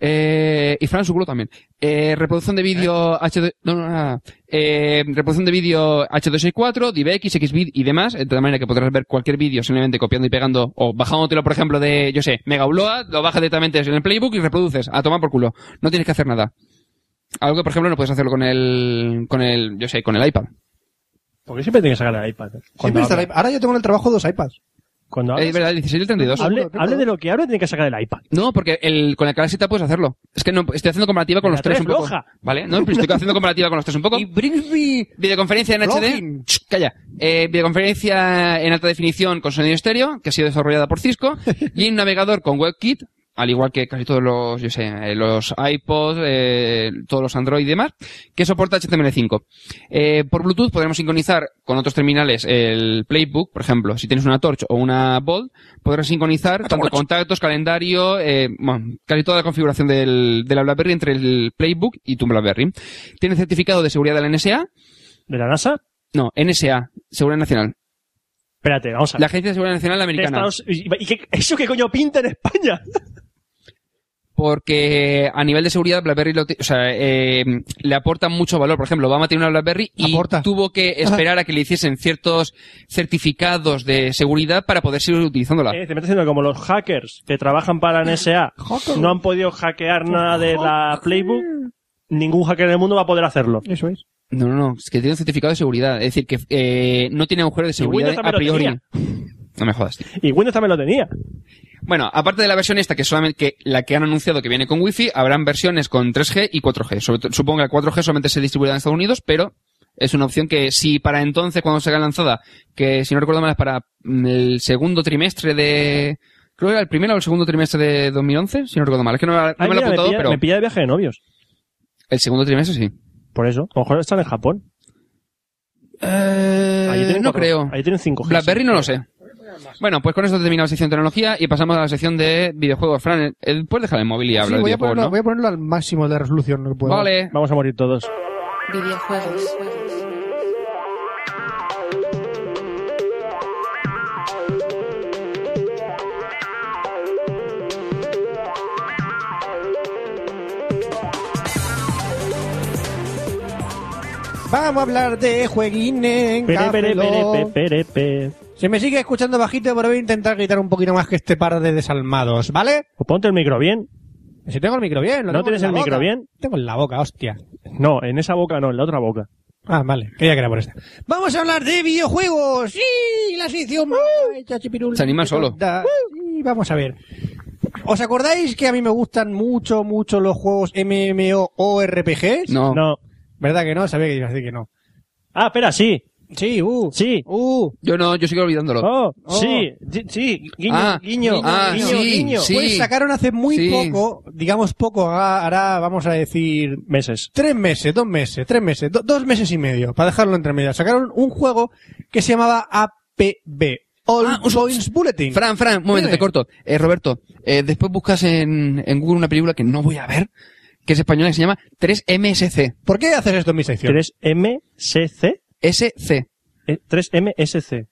E: Eh, y Fran, su culo también. Eh, reproducción de vídeo H2... No, no, nada. Eh, reproducción de vídeo H264, DivX, Xvid y demás, eh, de tal manera que podrás ver cualquier vídeo simplemente copiando y pegando o bajándotelo, por ejemplo, de, yo sé, Mega Upload, lo bajas directamente en el Playbook y reproduces. A tomar por culo. No tienes que hacer nada. Algo que, por ejemplo, no puedes hacerlo con el... con el... yo sé, con el iPad.
A: Porque siempre tienes que sacar el iPad. ¿eh? Cuando
D: Siempre está
A: habla.
D: el iPad. Ahora yo tengo en el trabajo dos iPads.
A: Cuando
E: Eh, Es
A: hablas,
E: verdad, el 16 y el 32.
A: hable,
D: seguro,
A: hable
D: perdón.
A: de lo que hable, tiene que sacar el iPad.
E: No, porque el, con la calacita puedes hacerlo. Es que no, estoy haciendo comparativa con
A: La
E: los tres un
A: tres
E: poco.
A: floja.
E: Vale, no, pero estoy haciendo comparativa con los tres un poco.
D: Bringsby.
E: Videoconferencia en
D: Flogging.
E: HD. Ch, Calla. Eh, videoconferencia en alta definición con sonido estéreo, que ha sido desarrollada por Cisco. y un navegador con WebKit, al igual que casi todos los, yo sé, eh, los iPod, eh, todos los Android y demás, que soporta HTML5. Eh, por Bluetooth podremos sincronizar con otros terminales el Playbook, por ejemplo, si tienes una Torch o una Bolt, podrás sincronizar tanto contactos, calendario, eh, bueno, casi toda la configuración del, de la BlackBerry entre el Playbook y tu BlackBerry. Tiene certificado de seguridad de la NSA,
A: ¿De la NASA?
E: no, NSA, Seguridad Nacional,
A: Espérate, vamos a ver.
E: la Agencia de Seguridad Nacional
A: De
E: Americana.
A: Estados- ¿Y, y qué- eso qué coño pinta en España?
E: porque a nivel de seguridad BlackBerry lo ti- o sea, eh, le aporta mucho valor. Por ejemplo, Obama tenía una BlackBerry y
D: Aporta.
E: tuvo que esperar a que le hiciesen ciertos certificados de seguridad para poder seguir utilizándola.
A: Eh, te metes diciendo que como los hackers que trabajan para la NSA no han podido hackear nada de la Playbook, ningún hacker del mundo va a poder hacerlo.
F: Eso es.
E: No, no, no, es que tiene un certificado de seguridad. Es decir, que eh, no tiene agujero de seguridad
A: Windows
E: a
A: también lo
E: priori. No me jodas. tío.
A: Y Windows también lo tenía.
E: Bueno, aparte de la versión esta, que solamente que la que han anunciado que viene con Wi-Fi, habrán versiones con 3G y 4G. Sobre to- supongo que la 4G solamente se distribuirá en Estados Unidos, pero es una opción que si para entonces, cuando se haga lanzada, que si no recuerdo mal es para mm, el segundo trimestre de... Creo que era el primero o el segundo trimestre de 2011, si no recuerdo mal. Es que no, me la- no
A: Ay,
E: me lo he
A: mira, me,
E: apuntado,
A: pilla,
E: pero
A: me pilla de viaje de novios.
E: el segundo trimestre sí.
A: Por eso. A lo mejor están en Japón. Allí
E: Eh,
A: tienen
E: no
A: Ah, cuatro-
E: creo.
A: Allí tienen 5G.
E: BlackBerry no lo sé. Bueno, pues con esto terminamos la sección de tecnología y pasamos a la sección de videojuegos. Fran, eh, eh, puedes dejar el móvil y
F: Sí,
E: hablar de
F: voy, a
E: videojuegos,
F: ponerlo,
E: ¿no?
F: voy a ponerlo al máximo de resolución que puedo.
E: Vale.
A: Vamos a morir todos.
C: videojuegos,
D: Vamos a hablar de jueguines.
A: Pere, pere,
D: Cafelo.
A: pere, pere, pere. Pues
D: Se me sigue escuchando bajito, pero voy a intentar gritar un poquito más que este par de desalmados, ¿vale?
A: Pues ponte el micro bien.
D: Si tengo el micro bien. lo
A: ¿No
D: tengo
A: tienes
D: en
A: el
D: la
A: micro
D: boca.
A: bien?
D: Tengo en la boca, hostia.
A: No, en esa boca no, en la otra boca.
D: Ah, vale. Creía que era por esta. Vamos a hablar de videojuegos. Sí, la sección más hecha, chipirul.
E: Se animan solo.
D: Da- Sí, vamos a ver. ¿Os acordáis que a mí me gustan mucho, mucho los juegos MMORPGs?
E: No.
A: No.
D: ¿Verdad que no? Sabía que ibas a decir que no.
A: Ah, espera, sí.
D: Sí, uh.
A: Sí.
D: Uh.
E: Yo no, yo sigo olvidándolo.
A: Oh,
D: Oh.
A: sí, sí, sí, guiño,
E: Ah,
A: guiño,
E: ah,
A: guiño,
E: sí,
A: guiño.
E: sí.
D: Pues sacaron hace muy
E: Sí.
D: poco, digamos poco, hará, hará, vamos a decir,
A: Meses.
D: tres meses, dos meses, tres meses, do- dos meses y medio, para dejarlo entre medias. Sacaron un juego que se llamaba APB, All
E: Ah, un-
D: Points Bulletin.
E: Fran, Fran, un momento,
D: Dime.
E: te corto. Eh, Roberto, eh, después buscas en, en Google una película que no voy a ver, que es española, que se llama 3MSC.
D: ¿Por qué haces esto en mi sección?
A: 3MSC.
E: SC.
A: eh, 3MSC.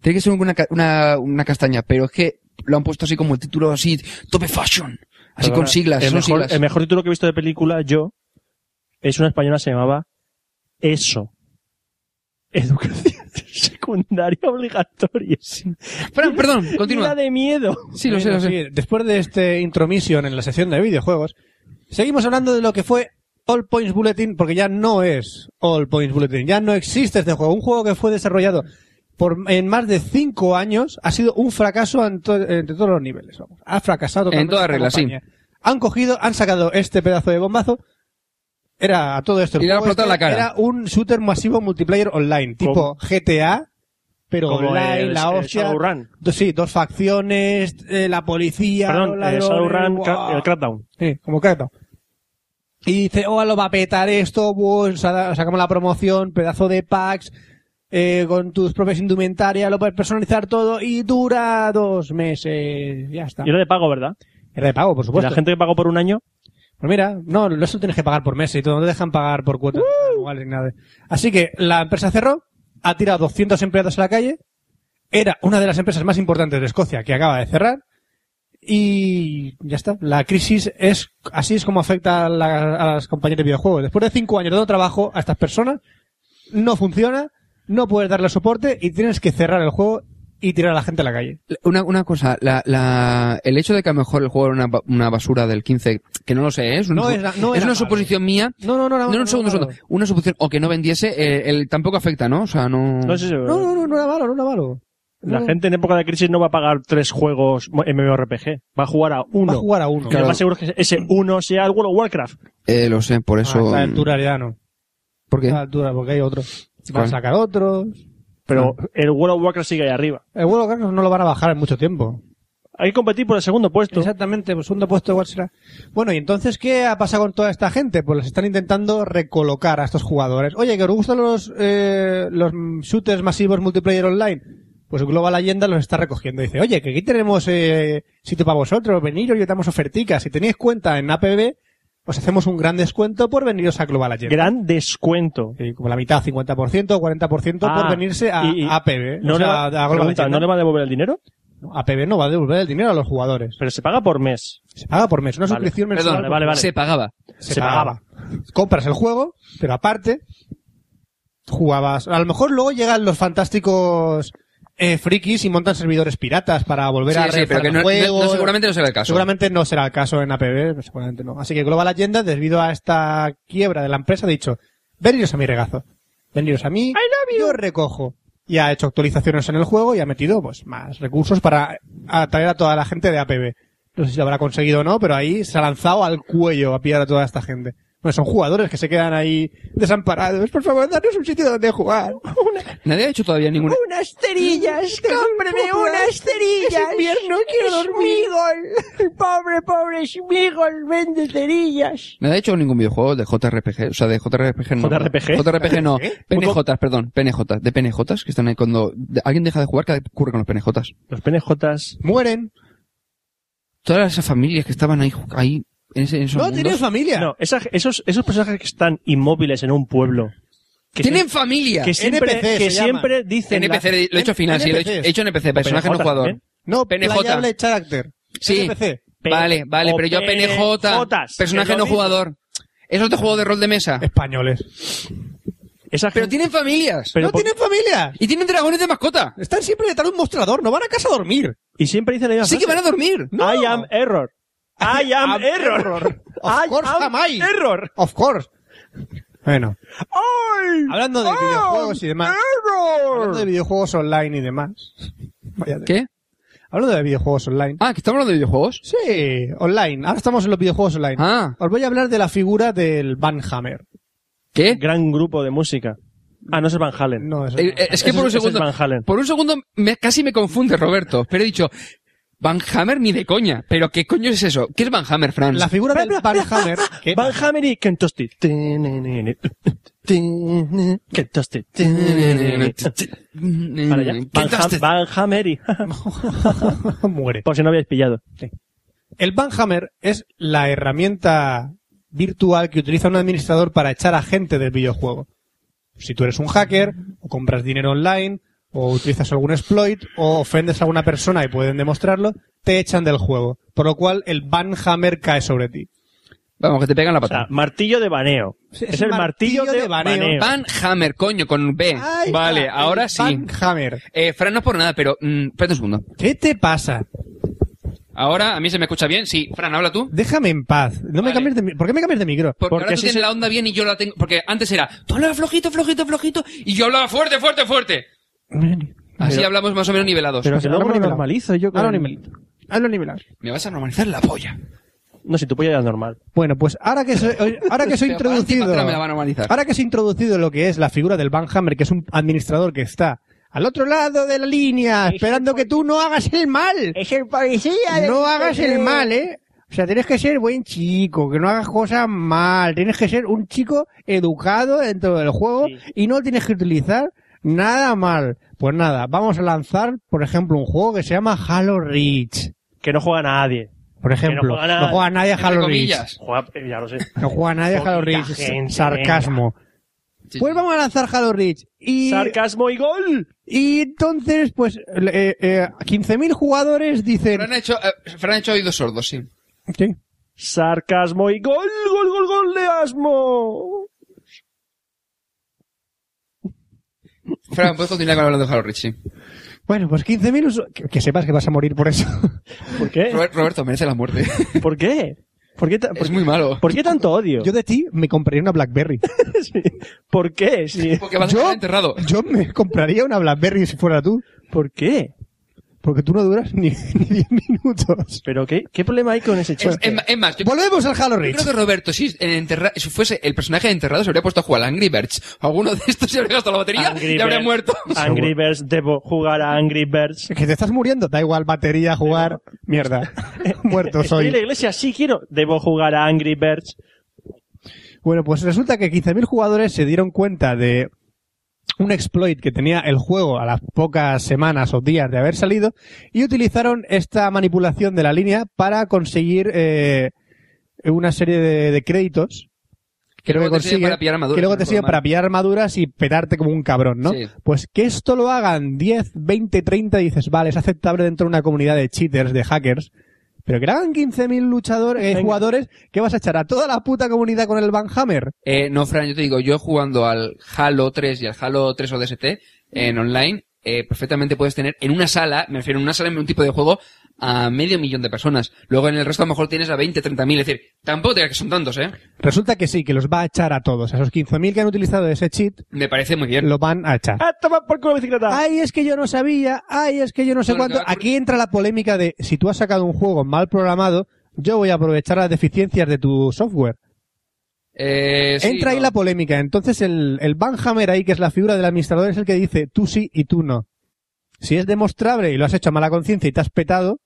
E: Tiene que ser una, ca- una, una castaña, pero es que lo han puesto así como el título así, Tope Fashion. Así
A: Perdona,
E: con siglas,
A: el
E: son
A: mejor,
E: siglas.
A: el mejor título que he visto de película, yo, es una española se llamaba Eso. Educación secundaria obligatoria.
E: Fran, perdón,
A: Era
E: continúa.
A: de miedo.
E: Sí, lo sé, lo
D: Bueno,
E: sé.
D: sí, Después de este intromisión en la sección de videojuegos, seguimos hablando de lo que fue All Points Bulletin, porque ya no es All Points Bulletin, ya no existe este juego. Un juego que fue desarrollado por, en más de cinco años ha sido un fracaso en to- entre todos los niveles. vamos. Ha fracasado
E: En
D: totalmente
E: todas
D: esta
E: reglas, sí.
D: compañía. Han cogido, han sacado este pedazo de bombazo. Era a todo esto. el
E: Y le han
D: juego
E: explotado
D: este
E: la cara.
D: Era un shooter masivo multiplayer online, tipo GTA, pero
A: Como
D: online,
A: el-
D: la
A: el
D: hostia.
A: Shadowrun.
D: Do- Sí, dos facciones, eh, la policía, los
A: Perdón, eh,
D: ladrones,
A: Shadowrun,
D: ¡buah!
A: Cra- el Crackdown.
D: Sí, como Crackdown. Y dice, oh, lo va a petar esto, buh, sa- sacamos la promoción, pedazo de packs, eh, con tus propias indumentarias, lo puedes personalizar todo y dura dos meses. Ya está.
A: Y era de pago, ¿verdad?
D: Era de pago, por
A: Y
D: supuesto.
A: la gente que pagó por un año,
D: Pues mira, no, lo- eso tienes que pagar por meses y todo, no te dejan pagar por cuotas anuales ni nada. de- Así que la empresa cerró, ha tirado 200 empleados a la calle, era una de las empresas más importantes de Escocia que acaba de cerrar y ya está. La crisis es así es como afecta a, la- a las compañías de videojuegos. Después de cinco años dando trabajo a estas personas, no funciona, no puedes darle soporte y tienes que cerrar el juego y tirar a la gente a la calle.
E: Una, una cosa, la, la, el hecho de que a lo mejor el juego era una, ba- una basura del 15, que no lo sé, ¿eh? es, una-
D: No era- no
E: es
D: era
E: una
D: malo.
E: suposición mía.
D: No, no, no, no.
E: No, no, un segundo, un segundo. Una suposición, o que no vendiese, eh, el, tampoco afecta, ¿no? O sea, no...
A: no sé si...
D: No, no, no, no era malo, no era malo.
A: La
D: No.
A: gente en época de crisis no va a pagar tres juegos MMORPG. Va a jugar a uno.
D: Va a jugar a uno.
A: Que lo más seguro es que ese uno sea el World of Warcraft.
E: Eh, lo sé, por
D: Ah,
E: eso... mm,
D: a esta altura ya no.
E: ¿Por
D: A
E: qué?
D: esta altura, porque hay otros. Van a
E: ¿Cuál?
D: sacar otros. Mm. Eh,
A: Pero el World of Warcraft sigue ahí arriba.
D: El vuelo Carlos no lo van a bajar en mucho tiempo.
A: Hay que competir por el segundo puesto.
D: Exactamente, pues segundo puesto igual será. Bueno, y entonces, ¿qué ha pasado con toda esta gente? Pues les están intentando recolocar a estos jugadores. Oye, que os gustan los, eh, los shooters masivos multiplayer online. Pues Global Agenda los está recogiendo. Dice, oye, que aquí tenemos eh, sitio para vosotros, veniros y os damos oferticas. Si tenéis cuenta en APB, os hacemos un gran descuento por veniros a Global Agenda.
A: Gran descuento.
D: Sí, Eh, como la mitad, 50% o 40%
A: Ah,
D: por venirse a
A: y- y-
D: APB.
A: No,
D: o
A: le
D: sea,
A: va,
D: a Global
A: pregunta,
D: Agenda.
A: ¿No le va a devolver el dinero?
D: No, APB no va a devolver el dinero a los jugadores.
A: Pero se paga por mes.
D: Se paga por mes, una
A: Vale.
D: suscripción mensual.
E: Perdón,
A: Vale, vale, vale.
E: se pagaba.
D: se,
A: Se
D: pagaba. Compras el juego, pero aparte jugabas. A lo mejor luego llegan los fantásticos eh, frikis y montan servidores piratas para volver a
E: Sí, sí, pero
D: realizar
E: que no,
D: el juego.
E: no- no- seguramente no será el caso.
D: Seguramente no será el caso en APB, seguramente no. Así que Global Agenda, debido a esta quiebra de la empresa, ha dicho, veniros a mi regazo. Veniros a mí, yo os recojo. Y ha hecho actualizaciones en el juego y ha metido pues más recursos para atraer a toda la gente de APB. No sé si lo habrá conseguido o no, pero ahí se ha lanzado al cuello a pillar a toda esta gente. Bueno, son jugadores que se quedan ahí desamparados. Por favor, danos un sitio donde jugar.
E: Nadie ha hecho todavía ninguna.
F: Unas cerillas, cómprame unas cerillas. Es invierno, quiero dormir. Pobre, pobre Smigol, vende cerillas.
E: Nadie ha hecho ningún videojuego de JRPG. O sea, de JRPG no.
A: JRPG?
E: JRPG no.
D: ¿Eh?
E: PNJ, perdón. PNJ. De PNJ que están ahí cuando de- alguien deja de jugar, ¿qué ocurre con los PNJ?
A: Los PNJs.
D: Mueren.
E: Todas esas familias que estaban ahí, ju- ahí en, ese- en esos
D: No
E: mundos.
D: tienen familia.
A: No, esa- esos, esos personajes que están inmóviles en un pueblo. Que sie-
E: ¡Tienen familia!
A: que siempre,
D: NPC
A: que
D: se llaman.
A: siempre dicen. la-
E: NPC, lo he hecho final, sí, lo he hecho,
D: NPCs.
E: he hecho NPC, personaje no
A: PNJ
E: jugador.
A: también.
D: No,
E: PNJ.
D: Playable Character.
E: Sí.
D: NPC.
A: P-
E: vale, vale,
A: o
E: pero yo a PNJ,
A: PNJs,
E: personaje
A: que
E: no
A: lo mismo.
E: jugador. Es otro juego de rol de mesa.
D: Españoles.
A: Esa
E: Pero
A: gente-
E: tienen familias.
A: pero
D: no
A: por-
D: tienen familia.
E: Y tienen dragones de mascota.
D: Están siempre detrás de un mostrador, no van a casa a dormir.
A: Y siempre dicen la misma
E: Sí que van a dormir.
A: frase. I am error. I am, error.
D: Of
A: I
D: course
A: am
D: am I.
A: error.
D: Of course. Bueno,
A: ¡Ay!
D: hablando de
A: am
D: videojuegos y demás, hablando de
A: Error.
D: videojuegos online y demás. Vaya de-
E: ¿Qué?
D: Hablando de videojuegos online.
E: Ah, que estamos hablando de videojuegos.
D: Sí, online. Ahora estamos en los videojuegos online.
E: Ah.
D: Os voy a hablar de la figura del Banhammer.
E: ¿Qué?
A: Gran grupo de música. Ah, no es Van Halen.
D: No, eso
E: Eh, eh, es que
A: Ese
E: por un
A: es- ese
E: segundo,
A: es Van Halen.
E: por un segundo me- casi me confunde Roberto, pero he dicho Van Hammer ni de coña. Pero qué coño es eso? ¿Qué es Van Hammer, Franz?
D: La figura del Banhammer. que-
A: Van Hammer y Kentosti. Kentosti. Para allá. Van, Ham- Van Hammer y...
D: muere.
A: Por si no habíais pillado.
D: El Banhammer es la herramienta virtual que utiliza un administrador para echar a gente del videojuego. Si tú eres un hacker, o compras dinero online, o utilizas algún exploit, o ofendes a alguna persona y pueden demostrarlo, te echan del juego. Por lo cual el Banhammer cae sobre ti.
E: Vamos, que te pegan la
A: O sea,
E: patada.
A: martillo de baneo.
D: Sí,
A: es el martillo, de, baneo.
E: Van Hammer, coño, con B.
D: Ahí
E: vale,
D: está,
E: ahora
D: el
E: sí.
D: Banhammer.
E: Eh, Fran, no es por nada, pero... mm, espérate un segundo.
D: ¿Qué te pasa?
E: Ahora, ¿a mí se me escucha bien? Sí. Fran, habla tú.
D: Déjame en paz. No
E: Vale.
D: me cambies de mi- ¿Por qué me cambias de micro?
E: Porque,
A: Porque
E: ahora tú
A: así
E: tienes
A: se-
E: la onda bien y yo la tengo... Porque antes era... Tú hablabas flojito, flojito, flojito. Y yo hablaba fuerte, fuerte, fuerte. Así hablamos más o menos nivelados.
A: Pero que luego
D: Ahora me
A: me lo
D: lo-
A: normalizo yo con...
D: Ahora nivelito. Hazlo nivelar.
E: Me vas a normalizar la polla.
A: No, si tu polla era normal.
D: Bueno, pues ahora que soy, ahora que soy
E: Pero para ti, para
D: introducido,
E: Este atrás me la va a normalizar.
D: ahora que soy introducido lo que es la figura del Van Hammer, que es un administrador que está al otro lado de la línea, esperando que tú no hagas el mal.
F: Es el policía.
D: No hagas el mal, ¿eh? O sea, tienes que ser buen chico, que no hagas cosas mal. Tienes que ser un chico educado dentro del juego
A: Sí.
D: y no tienes que utilizar nada mal. Pues nada, vamos a lanzar, por ejemplo, un juego que se llama Halo Reach.
A: Que no juega nadie.
D: Por ejemplo,
A: juega nada.
D: no juega nadie a
E: Entre
D: Halo Reach.
E: comillas.
A: Juega... eh, Ya lo sé.
D: No juega nadie a Halo
A: Poquita
D: Reach.
A: gente,
D: Sarcasmo.
E: Sí,
D: Pues
E: sí.
D: vamos a lanzar Halo Reach. Y,
A: Sarcasmo y gol.
D: y entonces, pues, eh, eh, 15.000 jugadores dicen...
E: Fran ha hecho, eh, Fran ha hecho oídos sordos, sí.
D: Sí.
A: Sarcasmo y gol. Gol, gol, gol de asmo.
E: Fran, puedes continuar con hablando de Halo Reach, sí.
D: Bueno, pues 15.000... usu- Que, que sepas que vas a morir por eso.
A: ¿Por qué?
E: Robert- Roberto merece la muerte.
A: ¿Por qué? ¿Por qué, ta- por-
E: es muy malo.
A: ¿por qué tanto odio?
D: Yo de ti me compraría una BlackBerry.
A: Sí. ¿Por qué? Sí.
E: Porque vas a
D: Yo-
E: estar enterrado.
D: Yo me compraría una BlackBerry si fuera tú.
A: ¿Por qué?
D: Porque tú no duras ni, ni 10 minutos.
A: Pero ¿qué, ¿qué problema hay con ese
E: Es,
A: chiste?
E: es ma- es más, yo,
D: Volvemos al Halo
E: yo
D: Reach.
E: creo que Roberto, si, en enterra- si fuese el personaje de enterrado, se habría puesto a jugar al Angry Birds. Alguno de estos se habría gastado la batería
A: Angry
E: y habría
A: Birds.
E: muerto.
A: Angry Birds, debo jugar a Angry Birds.
D: Es que te estás muriendo. Da igual, batería, jugar. Mierda. Muerto
A: Estoy en la
D: soy.
A: iglesia, sí quiero. Debo jugar a Angry Birds.
D: Bueno, pues resulta que 15.000 jugadores se dieron cuenta de un exploit que tenía el juego a las pocas semanas o días de haber salido y utilizaron esta manipulación de la línea para conseguir eh, una serie de, de créditos
E: Que luego te sirve
D: consiguen-
E: para pillar armaduras,
D: que luego
E: no
D: te
E: recuerdo
D: sirve
E: mal.
D: para pillar armaduras y petarte como un cabrón, ¿no?
E: Sí.
D: Pues que esto lo hagan 10, 20, 30, dices, vale, es aceptable dentro de una comunidad de cheaters, de hackers. Pero que lo hagan 15.000 luchadores, eh,
A: Venga.
D: jugadores, ¿qué vas a echar a toda la puta comunidad con el Van Hammer?
E: Eh, no, Fran, yo te digo, yo jugando al Halo 3 y al Halo 3 ODST en online, eh, perfectamente puedes tener en una sala, me refiero en una sala en un tipo de juego, a medio millón de personas. Luego en el resto a lo mejor tienes a 20, 30 mil. Es decir, tampoco te digas que son tantos, ¿eh?
D: Resulta que sí, que los va a echar a todos. A esos 15.000 que han utilizado ese cheat,
E: Me parece muy bien.
D: lo van a echar.
A: ¡Ah, toma por culo bicicleta!
D: Ay, es que yo no sabía, ay, es que yo no sé
E: Bueno,
D: cuánto.
E: te va a
D: Aquí entra la polémica de si tú has sacado un juego mal programado, yo voy a aprovechar las deficiencias de tu software.
E: Eh, sí,
D: Entra ahí
E: no.
D: la polémica. Entonces el, el Banhammer ahí, que es la figura del administrador, es el que dice tú sí y tú no. Si es demostrable y lo has hecho a mala conciencia y te has petado,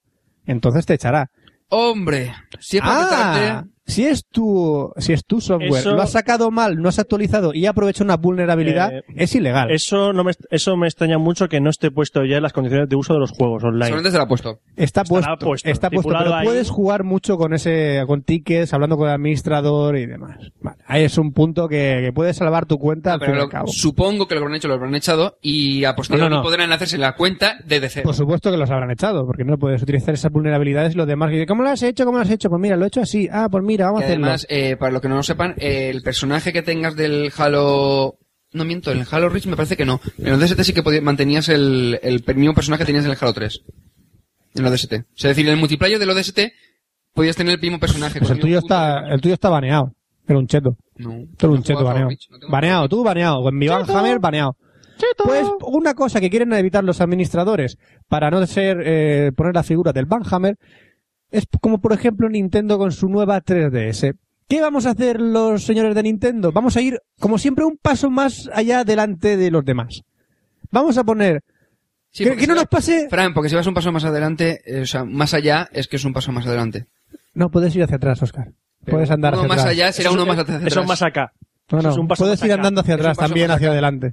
D: entonces te echará.
E: Hombre, si es para
D: Ah,
E: petarte,
D: si es tu, si es tu software,
A: Eso-
D: lo has sacado mal, no has actualizado y aprovecha una vulnerabilidad,
A: Eh,
D: es ilegal.
A: Eso, no me, eso me extraña mucho que no esté puesto ya en las condiciones de uso de los juegos online.
E: solamente se lo ha puesto.
D: Está
A: estará
D: puesto,
A: puesto,
D: está puesto,
A: estipulado
D: pero
A: ahí.
D: puedes jugar mucho con ese, con tickets, hablando con el administrador y demás. Vale, ahí es un punto que, que puede salvar tu cuenta al
E: Pero
D: fin y
E: lo-
D: al cabo.
E: supongo que lo habrán hecho, lo habrán echado y a posteriori
D: No, no, no.
E: podrán hacerse la cuenta de DC.
D: Por supuesto que los habrán echado, porque no puedes utilizar esas vulnerabilidades y los demás. que dicen, ¿Cómo lo has hecho? ¿Cómo lo has hecho? Pues mira, lo he hecho así. Ah, pues mira, vamos
E: Que
D: a hacerlo.
E: además, eh, para los que no lo sepan, eh, el personaje que tengas del Halo... No miento, en el Halo Reach me parece que no. En el DST sí que podías- mantenías el, el per- mismo personaje que tenías en el Halo 3. En el ODST. Es decir, en el multiplayer del ODST podías tener el mismo personaje.
D: Pues
E: con
D: el tuyo
E: mismo punto
D: está,
E: de-
D: el tuyo está baneado. Era un cheto.
E: No.
D: Tú eres
E: no
D: un cheto
E: jugaba Halo
D: baneado.
E: Reach, no tengo-
D: Baneado, tú baneado. Con mi Van Hammer, baneado. Pues una cosa que quieren evitar los administradores para no ser eh, poner la figura del Banhammer es como por ejemplo Nintendo con su nueva 3DS. ¿Qué vamos a hacer los señores de Nintendo? Vamos a ir como siempre un paso más allá delante de los demás. Vamos a poner
E: Sí,
D: que,
E: porque
D: que no
E: si
D: nos
E: vas-
D: pase.
E: Fran, porque si vas un paso más adelante, eh, o sea, más allá es que es un paso más adelante.
D: No puedes ir hacia atrás, Oscar. Puedes andar
E: uno
D: hacia
E: más
D: atrás.
E: allá será
A: Eso-
E: uno más hacia atrás.
A: Eso más acá.
D: No,
A: eso
D: no,
A: es un paso
D: puedes
A: más
D: ir
A: acá.
D: andando hacia
E: Es un
D: atrás
E: paso
D: también,
E: más
D: hacia
E: acá.
D: adelante.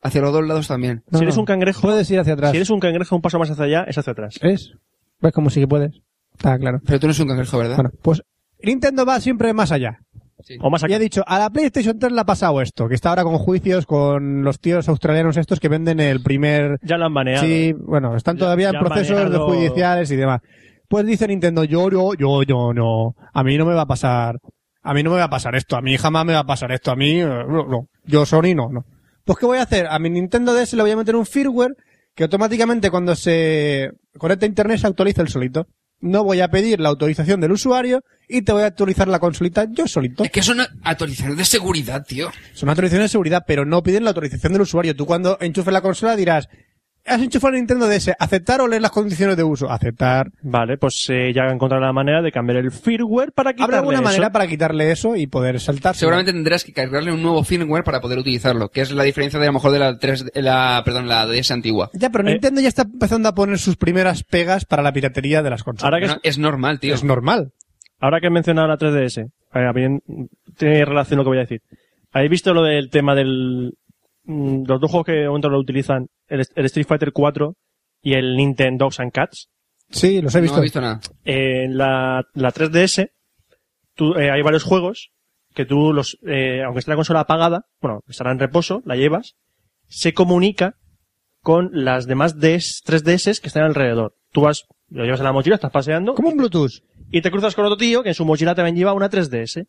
E: Hacia los dos lados también.
D: No,
A: si eres
D: no.
A: un cangrejo,
D: Puedes ir hacia atrás.
A: si eres un cangrejo un paso más hacia allá, es hacia atrás.
D: ¿Ves? ¿Ves como sí que puedes? Está claro.
E: Pero tú no eres un cangrejo, ¿verdad?
D: Bueno, pues Nintendo va siempre más allá.
E: Sí.
A: O más
D: Y ha
A: acá.
D: dicho, a la PlayStation 3 le ha pasado esto, que está ahora con juicios con los tíos australianos estos que venden el primer...
A: Ya lo han baneado.
D: Sí, bueno, están
A: Ya-
D: todavía
A: ya
D: en procesos de
A: manejado-
D: judiciales y demás. Pues dice Nintendo, yo, yo, yo, yo, no, a mí no me va a pasar, a mí no me va a pasar esto, a mí jamás me va a pasar esto, a mí, eh, no, no. yo Sony no, no. Pues ¿qué voy a hacer? A mi Nintendo DS le voy a meter un firmware que automáticamente cuando se conecta a internet se actualiza el solito. No voy a pedir la autorización del usuario y te voy a actualizar la consolita yo solito.
E: Es que son actualizaciones de seguridad, tío.
D: Son autorizaciones de seguridad, pero no piden la autorización del usuario. Tú cuando enchufes la consola dirás, has enchufado el Nintendo DS, aceptar o leer las condiciones de uso. Aceptar.
A: Vale, pues eh, ya han encontrado la manera de cambiar el firmware para quitarle
D: Habrá alguna
A: eso.
D: manera para quitarle eso y poder saltar.
E: Seguramente tendrás que cargarle un nuevo firmware para poder utilizarlo, que es la diferencia de a lo mejor de la 3, la, perdón, la DS antigua.
D: Ya, pero
A: Eh.
D: Nintendo ya está empezando a poner sus primeras pegas para la piratería de las consolas.
A: Ahora que,
E: No, es normal, tío.
D: es normal.
A: ahora que he mencionado la 3DS, a ver, bien, tiene relación lo que voy a decir. ¿Habéis visto lo del tema del mm, los dos juegos que de momento lo utilizan, el, el Street Fighter 4 y el Nintendo Dogs and Cats?
D: Sí, los he visto.
E: No he visto nada.
A: Eh, En la, la 3DS tú- eh, hay varios juegos que tú los, eh, aunque esté la consola apagada, bueno, estará en reposo, la llevas, se comunica con las demás DS, 3DS que están alrededor. Tú vas, lo llevas en la mochila, estás paseando,
D: Como un Bluetooth.
A: y te cruzas con otro tío que en su mochila también lleva una 3DS.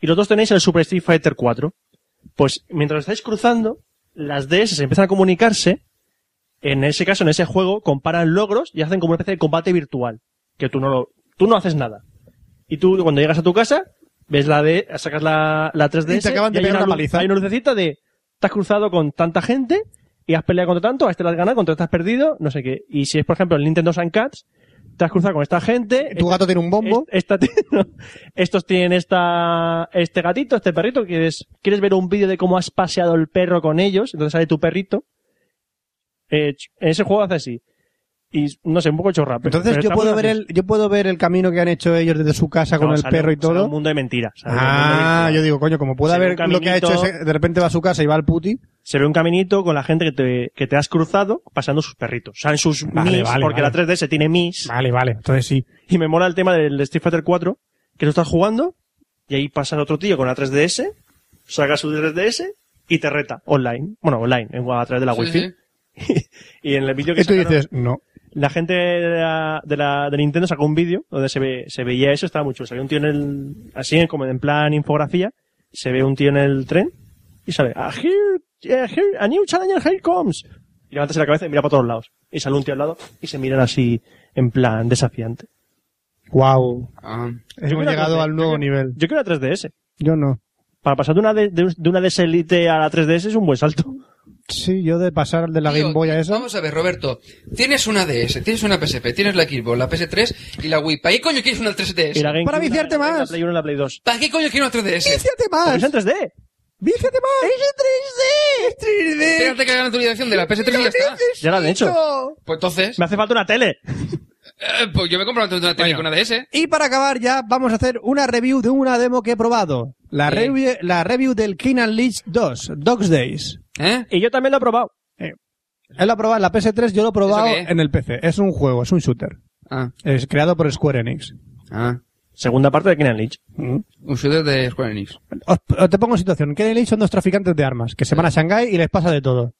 A: Y los dos tenéis el Super Street Fighter 4. Pues mientras estáis cruzando, las DS empiezan a comunicarse. En ese caso, en ese juego, comparan logros y hacen como una especie de combate virtual. Que tú no lo, tú no haces nada. Y tú, cuando llegas a tu casa, ves la de, sacas la, la 3DS.
D: Y te acaban de
A: hay
D: pegar
A: una
D: una
A: lu-
D: paliza.
A: Hay una lucecita de, te has cruzado con tanta gente y has peleado contra tanto, a este las ganas, contra este has perdido, no sé qué. Y si es, por ejemplo, el Nintendo Sun Cats, te has cruzado con esta gente.
D: Tu gato tiene un bombo.
A: es- esta ti- no. estos tienen esta, este gatito, este perrito, quieres, quieres ver un vídeo de cómo has paseado el perro con ellos, entonces sale tu perrito. Eh, ch- en ese juego hace así. Y no sé, un poco chorra. pero-
D: Entonces
A: pero
D: yo
A: está
D: puedo
A: muy
D: ver
A: gracioso.
D: el, yo puedo ver el camino que han hecho ellos desde su casa con
A: No,
D: el
A: sale-
D: perro y
A: sale
D: todo.
A: un mundo de mentiras. sale un mundo de
D: Ah,
A: mentiras.
D: yo digo, coño, como pueda
A: Sí,
D: ver
A: un
D: lo que ha hecho
A: caminito.
D: ese, de repente va a su casa y va al puti.
A: se ve un caminito con la gente que te, que te has cruzado pasando sus perritos. Salen sus
D: Vale,
A: mis,
D: vale,
A: porque
D: vale.
A: la 3DS tiene mis.
D: Vale, vale, entonces sí.
A: Y me mola el tema del Street Fighter 4, que lo estás jugando, y ahí pasa otro tío con la 3DS, saca su 3DS y te reta online. Bueno, online, en- a través de la
E: Sí,
A: wifi.
E: sí.
A: Y en el vídeo que
D: Y tú
A: sacaron-
D: dices, no.
A: la gente de, la, de, la- de Nintendo sacó un vídeo donde se, ve, se veía eso, estaba mucho. Salió un tío en el, así en- como en plan infografía, se ve un tío en el tren y sale, a, here, eh, here- a new challenger here comes. Y levantas la cabeza y mira para todos lados. Y sale un tío al lado y se miran así en plan desafiante.
D: Wow.
E: Ah.
A: Yo
D: Hemos
A: quiero
D: llegado
A: hacer-
D: al nuevo
A: yo quiero-
D: nivel.
A: Yo quiero la 3DS.
D: Yo no.
A: Para pasar de una, de, de un- de una DS Elite a la 3DS es un buen salto.
D: Sí, yo de pasar de la
E: Tío,
D: Game Boy a esa.
E: Vamos a ver, Roberto. Tienes una DS, tienes una PSP, tienes la Xbox, la PS3 y la Wii. ¿Para qué coño quieres una 3DS?
A: Y la GameCube,
D: Para viciarte
A: la- La
D: más.
A: Play 1 y la Play 2.
E: ¿Para qué coño quiero una 3DS?
D: ¡Víciate
A: Porque es
D: más!
A: en 3D.
D: ¡Víciate más! ¡Es 3D! ¡Es 3D!
E: Espérate que hagan la actualización de la PS3 y ya está.
A: Ya lo han hecho.
E: Pues entonces,
A: Me hace falta una tele.
E: eh, pues yo me compro una, una tele con una DS.
D: Y para acabar ya vamos a hacer una review de una demo que he probado. La,
E: Sí.
D: review, la review del King and Leech 2, Dogs Days.
E: ¿Eh?
A: Y yo también lo he probado.
D: Él lo ha probado en la PS3, yo lo he probado
E: qué es?
D: en el PC. Es un juego, es un shooter.
E: Ah,
D: Es creado por Square Enix.
E: ah.
A: Segunda parte de King and Lynch.
D: Mm.
E: Un shooter de Square Enix.
D: Os, os te pongo en situación. King and Leech son dos traficantes de armas que se van a Shanghái y les pasa de todo.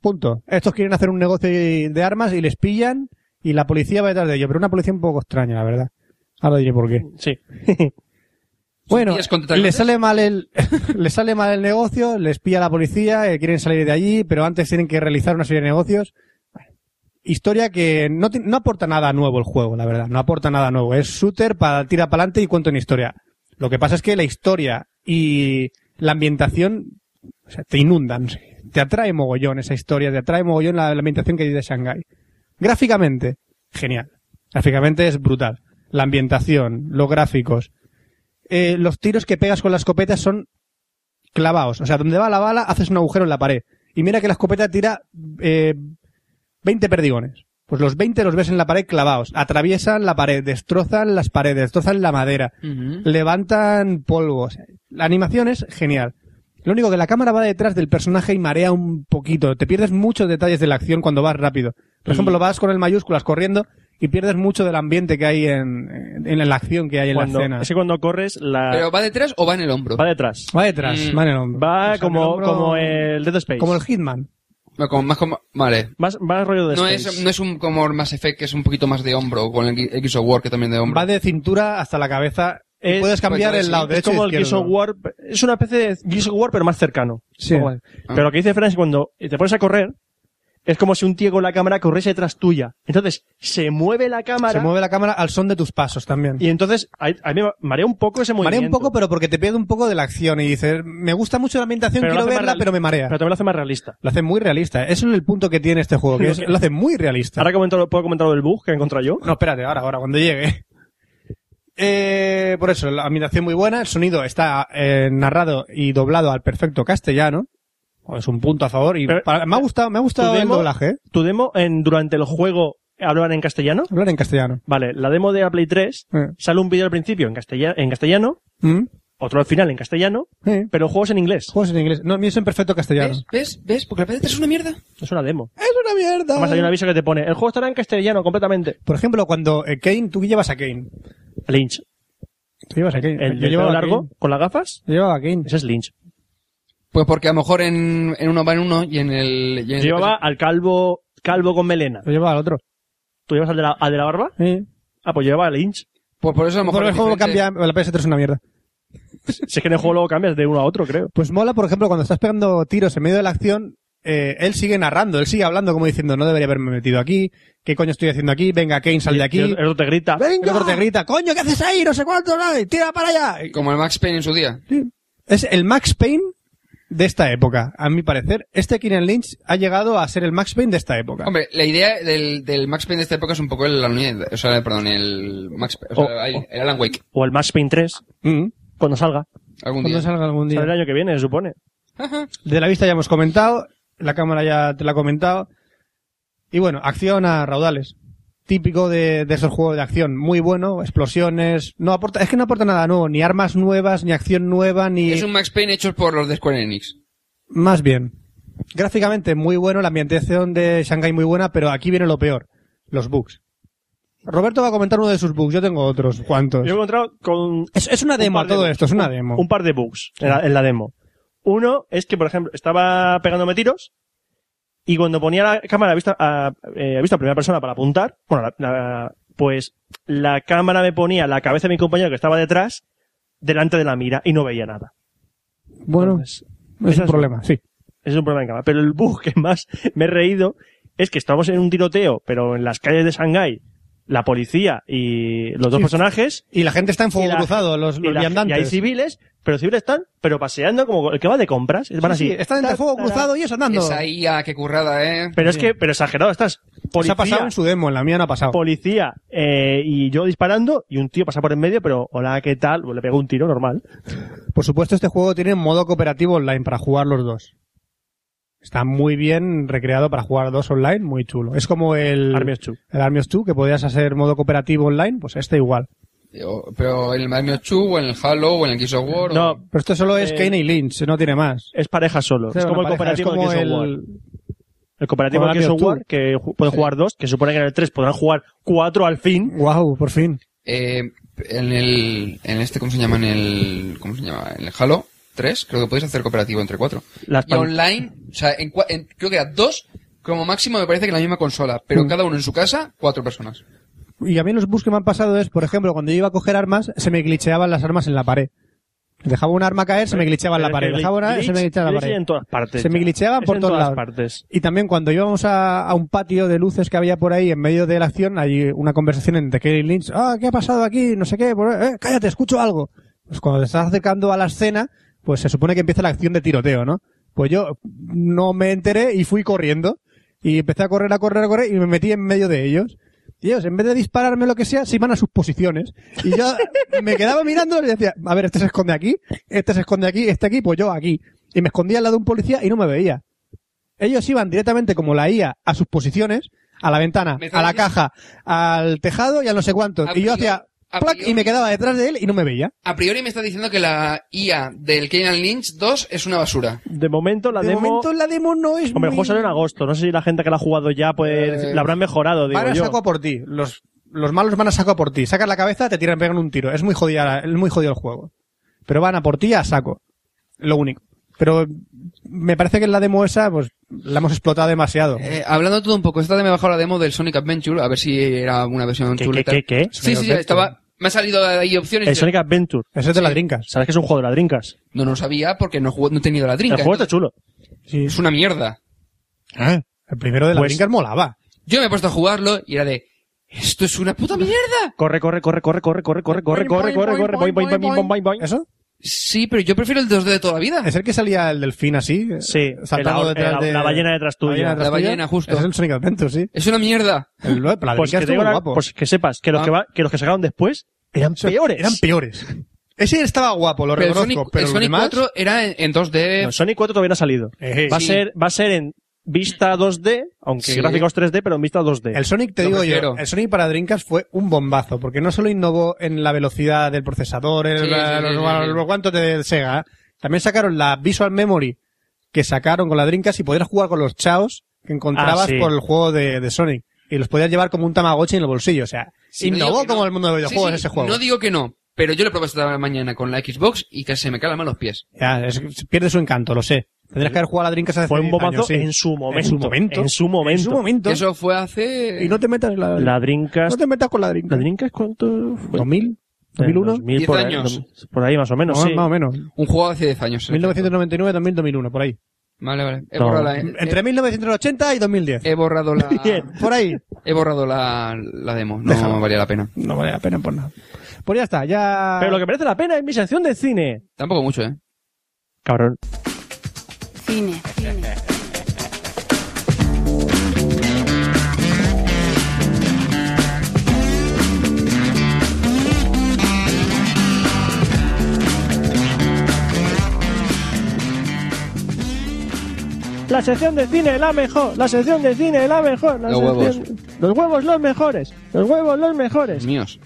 D: Punto. Estos quieren hacer un negocio de armas y les pillan y la policía va detrás de ellos. Pero una policía un poco extraña, la verdad. Ahora diré por qué.
A: Sí.
D: Bueno,
E: tías con tetas
D: le
E: grandes?
D: sale mal el, le sale mal el negocio, les pilla la policía, eh, quieren salir de allí, pero antes tienen que realizar una serie de negocios. Historia que no, ti- no aporta nada nuevo el juego, la verdad. No aporta nada nuevo. Es shooter para tira para adelante y cuento en historia. Lo que pasa es que la historia y la ambientación o sea, te inundan. Te atrae mogollón esa historia, te atrae mogollón la, la ambientación que hay de Shanghái. Gráficamente, genial. Gráficamente es brutal. La ambientación, los gráficos, eh, los tiros que pegas con la escopeta son clavados. O sea, donde va la bala, haces un agujero en la pared. Y mira que la escopeta tira eh, 20 perdigones. Pues los 20 los ves en la pared clavados. Atraviesan la pared, destrozan las paredes, destrozan la madera, levantan polvo. O sea, la animación es genial. Lo único que la cámara va detrás del personaje y marea un poquito. Te pierdes muchos detalles de la acción cuando vas rápido. Por ejemplo, vas con el mayúsculas corriendo y pierdes mucho del ambiente que hay en, en, en la acción que hay en
A: Cuando-
D: la escena.
A: es que cuando corres, la,
E: ¿Pero va detrás o va en el hombro?
A: va detrás.
D: Va detrás,
E: Mm.
D: va en el hombro. O
A: Va
D: sea,
A: como,
D: en el hombro-
A: como el Dead Space.
D: Pues como el Hitman.
E: Va como- más como... Vale.
A: Más, más rollo de
E: No
A: Space.
E: es, no es un como Mass Effect que es un poquito más de hombro, con el X of War que también de hombro.
D: Va de cintura hasta la cabeza. y
A: Es-
D: puedes cambiar
E: pues,
D: el lado
E: es
A: Es
D: derecho
A: como
D: e
A: el Gears
D: izquierdo.
A: of War. Es una especie de Gears of War, pero más cercano.
D: Sí.
A: Algo así.
E: Ah.
A: Pero lo que dice Fran es cuando te pones a correr, es como si un tío con la cámara corriese detrás tuya. Entonces, se mueve la cámara.
D: Se mueve la cámara al son de tus pasos también.
A: Y entonces, a, a mí me marea un poco ese movimiento.
D: Marea un poco, pero porque te pierde un poco de la acción y dices, me gusta mucho la ambientación,
A: lo
D: quiero
A: hace más
D: verla,
A: real-
D: pero me marea.
A: Pero también lo hace más realista.
D: Lo hace muy realista. Eso es el punto que tiene este juego, que es- lo hace muy realista.
A: Ahora comento- puedo comentar lo del bug que he encontrado yo.
D: No, espérate, ahora, ahora, cuando llegue. Eh, por eso, la ambientación muy buena, el sonido está eh, narrado y doblado al perfecto castellano. Es un punto a favor. Y
A: Pero- eh,
D: para- me ha gustado, me ha
A: ¿Tu
D: gustado el
A: demo-
D: doblaje, ¿eh?
A: ¿Tu demo en, durante el juego hablaban en castellano?
D: Hablar en castellano.
A: Vale, la demo de la Play 3
D: Eh.
A: sale un vídeo al principio en, castella- en castellano,
D: ¿Mm?
A: otro al final en castellano,
D: Sí.
A: pero juegos en inglés.
D: Juegos en inglés. No, mío es en perfecto castellano.
E: ¿Ves? ¿Ves? ¿Ves? Porque la PS3 es una mierda.
A: Es una demo.
D: Es una mierda.
A: Además hay un aviso que te pone, el juego estará en castellano completamente.
D: Por ejemplo, cuando eh, Kane, tú llevas a Kane.
A: Lynch.
D: Tú llevas a Kane.
A: El
D: yo
A: de
D: llevaba
A: pelo
D: a
A: largo,
D: Kane.
A: con las gafas,
D: Yo llevaba a Kane.
A: ese es Lynch.
E: Pues porque a lo mejor en, en uno va en uno y en el... y en el-
A: Llevaba
D: pues-
A: al calvo, calvo con melena.
D: Yo llevaba al otro.
A: ¿Tú llevas al de la, al de la barba?
D: Sí.
A: Ah, pues llevaba a Lynch.
E: Pues por eso a lo mejor...
D: Por el
E: es
D: juego
E: diferente.
D: cambia, la PS3 es una mierda.
A: Si es que en el juego luego cambias de uno a otro, creo.
D: Pues mola, por ejemplo, cuando estás pegando tiros en medio de la acción, eh, él sigue narrando, él sigue hablando como diciendo, no debería haberme metido aquí, qué coño estoy haciendo aquí, venga Kane, sal de aquí.
A: Y El, el otro te grita.
D: eh, El otro te grita, coño, ¿qué haces ahí? No sé cuánto, nada, y tira para allá.
E: Como el Max Payne en su día.
D: Es el Max Payne de esta época. A mi parecer, este Kieran Lynch ha llegado a ser el Max Payne de esta época.
E: Hombre, la idea del, del Max Payne de esta época es un poco el, Alan Wake, o sea, perdón, el Max, o sea,
A: Oh,
E: el-
A: oh.
E: el Alan Wake,
A: O el Max Payne 3,
D: Mm.
A: cuando salga.
E: algún
I: Cuando
E: día.
I: salga algún
A: Sale el
I: día.
A: año que viene, se supone.
D: De la vista ya hemos comentado, la cámara ya te la ha comentado. Y bueno, acción a raudales. Típico de, de esos juegos de acción. Muy bueno, explosiones. No aporta, es que no aporta nada nuevo, ni armas nuevas, ni acción nueva, ni.
E: Es un Max Payne hecho por los de Square Enix.
D: Más bien. Gráficamente muy bueno, la ambientación de Shanghai muy buena, pero aquí viene lo peor. Los bugs. Roberto va a comentar uno de sus bugs, yo tengo otros
A: Yo
D: cuantos.
A: me he encontrado con
D: Es, es una
A: un
D: demo
A: par de
D: todo
A: bugs.
D: esto, es una
A: Un-
D: demo.
A: Un par de bugs en la, en la demo. Uno es que, por ejemplo, estaba pegándome tiros y cuando ponía la cámara a vista, a, eh, a vista en primera persona para apuntar, bueno, la- la- pues la cámara me ponía la cabeza de mi compañero que estaba detrás delante de la mira y no veía nada.
D: bueno,
A: Entonces,
D: es
A: esa
D: un
A: es-
D: problema, sí.
A: ese es un problema de cámara. Pero el bug que más me he reído es que estamos en un tiroteo, pero en las calles de Shanghái, la policía y los dos
D: Sí.
A: personajes
D: Y la gente está en fuego
A: la-
D: cruzado, los,
A: y,
D: los
A: la- y
D: viandantes.
A: hay civiles, pero civiles están, pero paseando como el que va de compras. Van
D: Sí,
A: así.
D: sí, están entre
A: Ta,
D: fuego
A: ta,
D: cruzado y ellos andando.
E: Esa IA, qué currada, eh.
A: Pero es que, pero exagerado, estás.
D: Se
A: Policía,
D: ha pasado en su demo, en la mía no ha pasado.
A: policía eh, y yo disparando y un tío pasa por en medio, pero hola, ¿qué tal? Pues le pegó un tiro normal.
D: Por supuesto, este juego tiene modo cooperativo online para jugar los dos. Está muy bien recreado para jugar dos online, muy chulo. Es como el
A: Armios Chu.
D: el Army of Two, que podías hacer modo cooperativo online, pues este igual.
E: O- Pero en el Mario Chu, o en el Halo, o en el Gears of War. o-
A: No,
D: Pero esto solo es
A: Eh,
D: Kane y Lynch, no tiene más.
A: es pareja solo. es
D: Era
A: como el
D: una pareja, es
A: cooperativo
D: como
A: de Gears of War.
D: el-
A: El cooperativo
D: como
A: de
D: el
A: Gears of
D: Army of
A: War, que ju- pueden
E: Sí.
A: jugar dos, que se supone que en el tres podrán jugar cuatro al fin.
D: Guau, por fin.
E: Eh, en el, en este, ¿cómo se llama? En el, ¿cómo se llama? En el Halo 3, creo que podéis hacer cooperativo entre cuatro.
A: Las
E: y
A: pan-
E: online, o sea, en, cua- en- creo que era dos, como máximo me parece que en la misma consola, pero
A: Mm.
E: cada uno en su casa, cuatro personas.
D: Y a mí los bugs que me han pasado es, por ejemplo, cuando yo iba a coger armas, se me glitcheaban las armas en la pared. Dejaba un arma caer, se me glitcheaba en la
A: Pero es
D: pared.
A: que
D: Dejaba una, se me
A: glitch-
D: glitcheaba en la
A: glitch hay
D: pared.
A: en todas partes.
D: Se me
A: ya.
D: glitcheaban
A: Es
D: por
A: en
D: todos
A: todas
D: lados.
A: partes.
D: Y también cuando íbamos a, a un patio de luces que había por ahí, en medio de la acción, hay una conversación entre Kelly y Lynch. Ah, ¿qué ha pasado aquí? No sé qué. por- eh, cállate, escucho algo. Pues cuando te estás acercando a la escena, pues se supone que empieza la acción de tiroteo, ¿no? Pues yo no me enteré y fui corriendo. Y empecé a correr, a correr, a correr y me metí en medio de ellos. Y ellos, en vez de dispararme lo que sea, se iban a sus posiciones. Y yo me quedaba mirando y decía, a ver, este se esconde aquí, este se esconde aquí, este aquí, pues yo aquí. Y me escondía al lado de un policía y no me veía. Ellos iban directamente como la IA a sus posiciones, a la ventana,
E: Me está
D: a la
E: diciendo-
D: caja, al tejado y a no sé cuántos.
E: A
D: Y yo
E: priori-
D: hacía
E: a
D: plac
E: priori-
D: y me quedaba detrás de él y no me veía.
E: A priori me está diciendo que la IA del Kane Lynch 2 es una basura.
A: De momento la
D: de
A: demo.
D: momento la demo no es
A: Hombre, el
D: muy...
A: juego salió en agosto. No sé si la gente que la ha jugado ya, pues,
E: Eh,
A: la habrán mejorado, digo
D: Van a
A: yo.
D: saco a por ti. Los, los malos van a saco a por ti. Sacas la cabeza, te tiran, pegan un tiro. Es muy jodida, la- es muy jodido el juego. Pero van a por ti a saco. Lo único. Pero me parece que la demo esa, pues, la hemos explotado demasiado.
E: Eh, hablando todo un poco, esta de me ha bajado la demo del Sonic Adventure, a ver si era una versión
A: ¿Qué,
E: chuleta.
A: qué, qué, qué?
E: Sí, sí, sí,
D: Adventure.
E: estaba, me ha salido ahí opciones.
A: El Sonic Adventure.
D: Eso te la trincas.
A: ¿Sabes que es un juego de ladrincas?
E: No, no sabía porque no, jugué- no he tenido la
A: El
E: trinca.
A: juego está chulo.
D: Sí.
E: Es una mierda.
D: Ah, el primero de las
A: Pues-
D: trincas molaba.
E: Yo me he puesto a jugarlo y era de, esto es una puta mierda.
A: Corre, corre, corre, corre, corre, corre, corre, corre, corre, corre, corre, boing, boing, boing, boing, boing, boing.
D: ¿Eso?
E: Sí, pero yo prefiero el 2D de toda la vida.
D: ¿Es el que salía el delfín así? eh,
A: Sí,
D: saltando
A: el-
D: detrás
A: el-
D: de...
A: la ballena detrás tuya.
D: ballena detrás
E: La
D: tuya.
E: ballena, justo.
D: Es el Sonic Adventure, sí.
E: Es una mierda.
D: El, la trinca
A: Pues que, te
D: estuvo
A: digo la-
D: guapo.
A: pues que sepas que los
E: Ah.
A: que, va- que los que sacaron después eran
D: Son-
A: peores.
D: Eran peores. Ese estaba guapo, lo
E: Pero el
D: reconozco,
E: Sonic,
D: pero
E: el
D: los
E: Sonic
D: demás-
E: 4 era en, en 2D.
A: No, Sonic 4 todavía no ha salido.
D: Ejé.
A: Va a
E: Eh, Sí.
A: ser, va a ser en vista 2D, aunque
E: Sí.
A: gráficos 3D, pero en vista 2D.
D: El Sonic, te
E: Lo
D: digo
E: prefiero.
D: yo, el Sonic para Dreamcast fue un bombazo, porque no solo innovó en la velocidad del procesador, el,
E: Sí, sí, sí,
D: los,
E: sí, sí.
D: los guantes de Sega, también sacaron la Visual Memory que sacaron con la Dreamcast y podías jugar con los chaos que encontrabas
A: Ah, sí.
D: por el juego de, de Sonic. Y los podías llevar como un Tamagotchi en el bolsillo, o sea,
E: Sí, no
D: innovó
E: digo que no.
D: como el mundo de los
E: Sí,
D: videojuegos
E: sí,
D: ese juego.
E: No digo que no, pero yo lo probé esta mañana con la Xbox y que se me calan mal los pies.
D: Ya, es- pierde su encanto, lo sé. Tendrías que haber jugado a la Dreamcast hace
A: Fue un
D: 10 años,
A: bombazo
D: sí.
A: en su momento.
D: En su momento.
A: En su momento.
D: En su momento.
E: Eso fue hace...
D: Y no te metas en la,
A: La Dreamcast.
D: no te metas con la
A: ¿La
D: Dreamcast.
A: Dreamcast cuánto fue?
D: 2000,
A: En
D: 2001,
A: 2000,
E: Diez
A: por, ahí,
E: años.
A: por ahí más o menos,
D: más,
A: sí. Eh.
D: más o menos.
E: Un juego hace 10 años.
D: 1999, 2000, 2001, por ahí.
E: Vale, vale. He
A: No.
E: borrado la...
D: Entre 1980 y 2010.
E: He, he borrado la...
A: Bien.
D: Por ahí.
E: He borrado la, la demo. No
D: Déjalo.
E: valía la pena.
D: No vale la pena por nada. Pues ya está, ya...
A: Pero lo que merece la pena es mi sección de cine.
E: Tampoco mucho, ¿eh?
A: Cabrón.
C: cine, cine.
A: La sección de cine la mejor. La sección de cine la mejor. La
E: Los
A: sección- Los huevos los mejores. Los huevos los mejores.
E: Míos.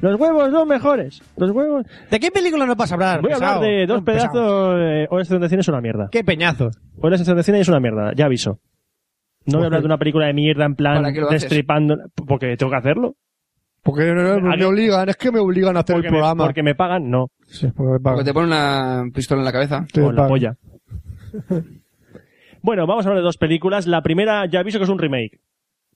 A: Los huevos los mejores. Los huevos.
D: ¿De qué película nos vas a hablar?
A: Voy a hablar
D: pesado?
A: de dos
D: Pesado.
A: pedazos. eh, hoy la sección de cine es una mierda.
D: ¿Qué peñazo?
A: Hoy la sección de cine es una mierda. Ya aviso. No voy a hablar de una película de mierda en plan
E: ¿Para qué lo haces?
A: destripando. Porque tengo que hacerlo.
F: Porque eh, me
A: ¿Alguien?
F: obligan, es que me obligan a hacer
A: Porque
F: el
A: me,
F: programa.
A: porque me pagan, no.
F: Sí,
D: pues,
F: porque me pagan.
E: Porque te ponen una pistola en la cabeza.
F: Te
A: Con
F: pagan.
A: la polla. Bueno, vamos a hablar de dos películas. La primera, ya aviso que es un remake.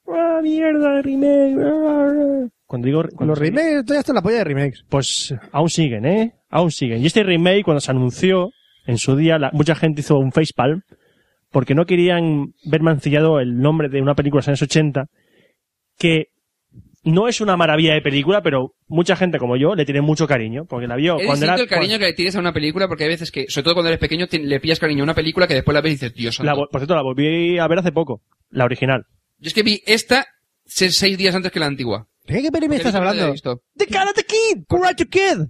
A: ¡Ah, mierda, remake! ah, ah. Cuando digo... cuando
F: Los remakes, estoy hasta en la polla de remakes.
A: Pues aún siguen, ¿eh? Aún siguen. Y este remake, cuando se anunció en su día, la- mucha gente hizo un facepalm porque no querían ver mancillado el nombre de una película de los años 80 que no es una maravilla de película, pero mucha gente como yo le tiene mucho cariño porque la vio
E: Es
A: cuando
E: distinto
A: era...
E: el cariño
A: cuando-
E: que le tienes a una película porque hay veces que, sobre todo cuando eres pequeño, te- le pillas cariño a una película que después la ves y dices, Dios
A: la
E: santo".
A: vol- por cierto, la volví a ver hace poco, la original.
E: Yo es que vi esta se- seis días antes que la antigua.
D: ¿De qué película
E: Porque
D: estás
E: yo no la había
D: hablando?
E: visto.
D: The Karate Kid, Karate Kid.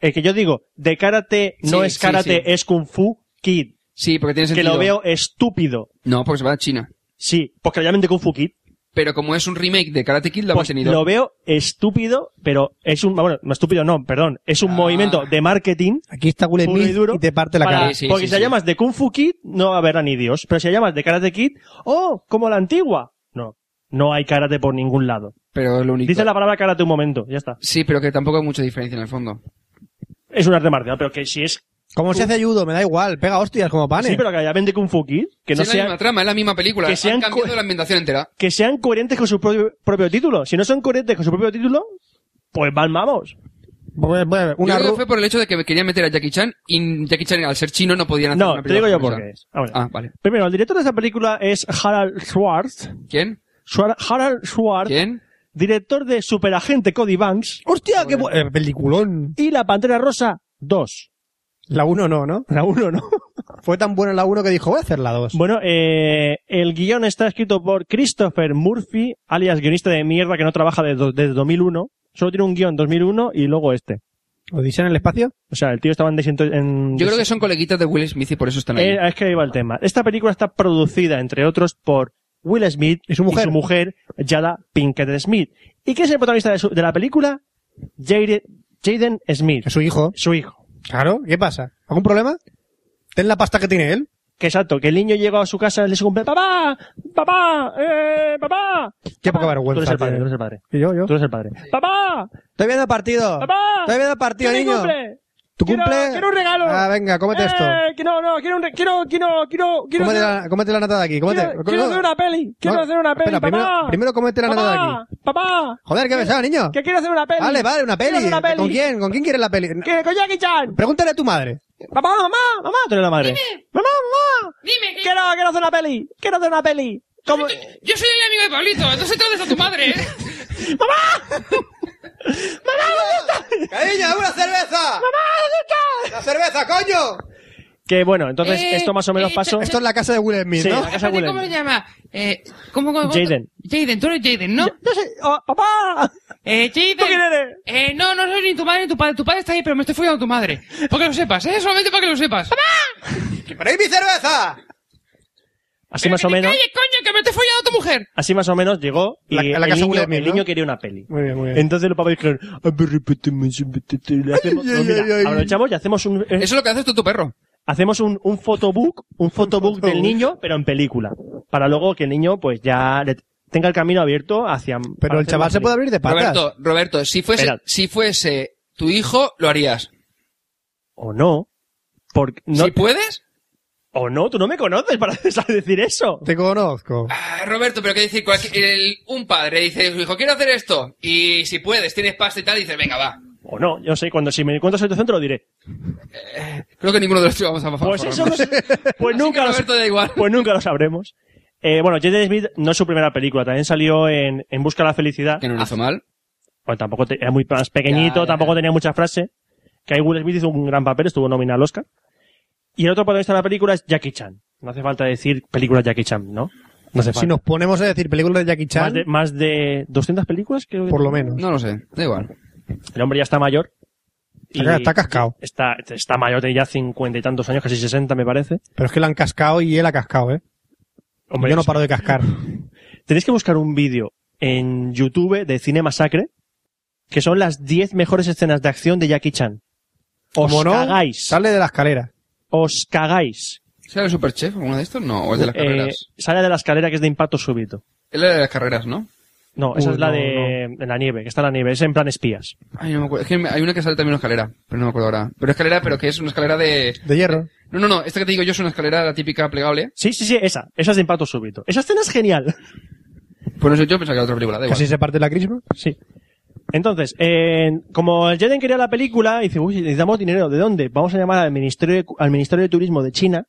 A: El que yo digo, de karate no
E: Sí,
A: es
E: sí,
A: karate,
E: sí.
A: es kung fu kid.
E: Sí, porque tiene
A: Que
E: sentido.
A: lo veo estúpido.
E: No, porque se va a China.
A: Sí, porque lo llaman de kung fu kid.
E: Pero como es un remake de Karate Kid, lo hemos
A: Pues
E: tenido.
A: lo veo estúpido, pero es un... Bueno, no estúpido no, perdón. Es un
E: Ah.
A: movimiento de marketing
D: Aquí está Will
A: puro y
D: Smith
A: duro.
D: y te parte la
A: para-
D: cara.
E: Sí, sí,
A: porque
E: sí,
A: si la
E: sí.
A: llamas de kung fu kid, no habrá ni Dios. Pero si la llamas de karate kid, ¡oh, como la antigua! No, no hay karate por ningún lado.
E: Pero es lo único.
A: Dice la palabra karate un momento, ya está.
E: Sí, pero que tampoco hay mucha diferencia en el fondo.
A: Es un arte marcial, pero que si es...
D: ¿Cómo se hace ayudo? Me da igual. Pega hostias como panes.
A: Sí, pero que la llamen de kung fu kid, que no
E: Sí, es la
A: sea...
E: misma trama, es la misma película.
A: que
E: Han
A: sean
E: cambiado
A: co-
E: la ambientación entera.
A: que sean coherentes con su propio, propio título. Si no son coherentes con su propio título, pues mal vamos.
D: Bueno, bueno,
E: Una
D: Pues, una
E: yo creo que
D: ru-
E: fue por el hecho de que querían meter a Jackie Chan y Jackie Chan al ser chino no podían hacer
A: No,
E: una
A: te digo
E: película
A: yo por
E: japonesa.
A: qué es. Vamos a ver.
E: Ah, vale.
A: Primero, el director de esta película es Harald Schwartz.
E: ¿Quién?
A: Schwar- Harald Schwartz,
E: ¿Quién?
A: director de Superagente Cody Banks
D: Hostia, qué bu- eh, peliculón.
A: y La Pantera Rosa 2.
D: La 1 no, ¿no?
A: La uno, ¿no?
D: Fue tan buena la 1 que dijo, voy a hacer la 2.
A: Bueno, eh, el guión está escrito por Christopher Murphy, alias guionista de mierda que no trabaja desde, desde 2001. Solo tiene un guión 2001 y luego este.
D: ¿Odisea en el espacio?
A: O sea, el tío estaba en... desinto- en
E: Yo creo que son coleguitas de Will Smith y por eso están ahí.
A: Eh, es que ahí va el tema. Esta película está producida, entre otros, por Will Smith y su
D: mujer.
A: mujer, Jada Pinkett Smith. ¿Y quién es el protagonista de, su- de la película? Jade- Jaden Smith,
D: Es su hijo.
A: su hijo.
D: Claro, ¿qué pasa? ¿Algún problema? ¿Ten la pasta que tiene él?
A: Que exacto, que el niño llega a su casa y le cumple, papá, papá, eh, papá.
D: Qué poca
A: Tú eres
D: vergüenza.
A: el padre, tú
D: tío.
A: eres el padre.
D: Y yo, yo.
A: Tú eres el padre.
H: ¡Papá!
D: Estoy viendo partido.
H: ¡Papá!
D: Estoy viendo partido,
H: ¿Quién
D: niño.
H: cumple?
D: ¿Tu
H: Quiero-
D: cumple?
H: quiero un regalo.
D: Ah, venga, cómete
H: Eh,
D: esto.
H: que no, no, quiero, un re- quiero, quiero, quiero, quiero,
D: Cómete
H: hacer-
D: la, cómete la nata de aquí. Cómete.
H: quiero, quiero hacer una peli, quiero
D: No,
H: hacer una peli,
D: espera,
H: papá.
D: primero- primero cómete la
H: papá,
D: nota de aquí.
H: Papá,
D: Joder, qué pesado, niño.
H: que quiero hacer una peli.
D: Vale, vale, una
H: Quiero
D: peli.
H: hacer una peli.
D: ¿Con quién? ¿Con quién quieres la peli?
H: Que con Jackie Chan.
D: Pregúntale a tu madre.
H: Papá, mamá, mamá,
A: Tú eres la madre.
H: mamá, mamá.
J: Dime, que
H: Quiero, quiero hacer una peli, quiero hacer una peli. Como-
J: yo soy el amigo de Pablito, entonces ¿dónde está tu madre?
B: ¡Cariño, una cerveza! ¡Mamá, ¡La cerveza, coño!
A: Que bueno, entonces
J: Eh,
A: esto más o menos
J: eh,
A: pasó.
D: Esto es la casa de Will Smith,
A: Sí,
D: ¿no?
A: la casa
J: ¿Cómo se
A: Gulen.
J: llama? Eh, ¿Cómo, cómo, cómo?
A: Jaden.
J: Jaden, tú eres Jaden, ¿no?
H: Yo soy- oh, papá.
J: Eh, Jaden.
H: ¿Tú quién eres?
J: Eh, no, no soy ni tu madre ni tu padre. Tu padre está ahí, pero me estoy follando a tu madre. Para que lo sepas, ¿eh? Solamente para que lo sepas. ¡Mamá!
B: ¡Pero ahí mi cerveza!
A: Así más o menos,
J: ¡Oye, coño, que me estoy follando a tu mujer!
A: así más o menos llegó y
D: La- la
A: el,
D: casa
A: niño,
D: Gulen,
A: el
D: ¿no?
A: niño quería una peli.
D: Muy bien, muy bien.
A: Entonces los papás dijeron, a ver, repíteme, repíteme, le hacemos,
D: ay,
A: no, mira,
D: ay, ay.
A: aprovechamos y hacemos un, eh,
E: Eso es lo que haces tú, tu perro.
A: hacemos un, un photobook, un photobook del niño, pero en película. Para luego que el niño, pues ya le tenga el camino abierto hacia...
D: Pero
A: para
D: el
A: hacer
D: chaval
A: más
D: se puede
A: película.
D: abrir de patas.
E: Roberto, Roberto, si fuese,
A: Espera.
E: si fuese tu hijo, lo harías.
A: O no. Porque, no
E: Si puedes.
A: O no, tú no me conoces para decir eso.
D: Te conozco.
E: Ah, Roberto, pero qué decir, cualquier- el- un padre dice, su hijo, quiero hacer esto. Y si puedes, tienes pasta y tal, dices, venga, va.
A: O no, yo sé, cuando si me encuentro en te lo diré.
E: Creo que ninguno de los tres vamos a bajar.
A: Pues eso, no sé. pues
E: Así
A: nunca
E: que
A: lo
E: Roberto da igual.
A: Pues nunca lo sabremos. Eh, bueno, Jaden Smith no es su primera película, también salió en, en Busca de la Felicidad.
E: Que no lo hizo mal.
A: Bueno, Pues tampoco te- era muy más pequeñito,
E: Ya, ya,
A: tampoco
E: ya.
A: tenía mucha frase. Que ahí Will Smith hizo un gran papel, estuvo nominado al Oscar. Y el otro protagonista de la película es Jackie Chan. No hace falta decir película Jackie Chan, ¿no? No hace falta.
D: Si nos ponemos a decir películas de Jackie
A: más,
D: Chan,
A: de, más de 200 películas, creo que.
D: por lo menos.
E: No lo sé, da igual.
A: El hombre ya está mayor. y
D: Está cascado.
A: Está, está mayor, tiene ya cincuenta y tantos años, casi 60 me parece.
D: Pero es que la han cascado y él ha cascado, ¿eh?
A: Hombre,
D: Yo no
A: sí.
D: paro de cascar.
A: Tenéis que buscar un vídeo en YouTube de Cine Masacre, que son las 10 mejores escenas de acción de Jackie Chan. Os
D: Como no,
A: cagáis.
D: sale de la escalera.
A: Os cagáis.
E: ¿Sale Superchef alguno de estos? No, o es de las
A: Eh,
E: carreras.
A: sale de la escalera que es de impacto súbito.
E: Es la de las carreras, ¿no?
A: No, esa
D: Uy,
A: es la
D: no,
A: de, de la nieve, que está en la nieve, es en plan espías.
E: Ay, no me acuerdo. Es que me- hay una que sale también una escalera, pero no me acuerdo ahora. Pero escalera, pero que es una escalera de...
D: De hierro.
E: No, no, no. Esta que te digo yo es una escalera la típica plegable.
A: Sí, sí, sí, esa, esa es de impacto súbito. Esa escena es genial.
E: Pues no sé, yo pensaba que era otra película, da igual.
D: Casi se parte la crisma.
A: Sí. Entonces, eh, como el Jeden quería la película, dice, uy, necesitamos dinero, ¿de dónde? Vamos a llamar al Ministerio de, Cu- al Ministerio de Turismo de China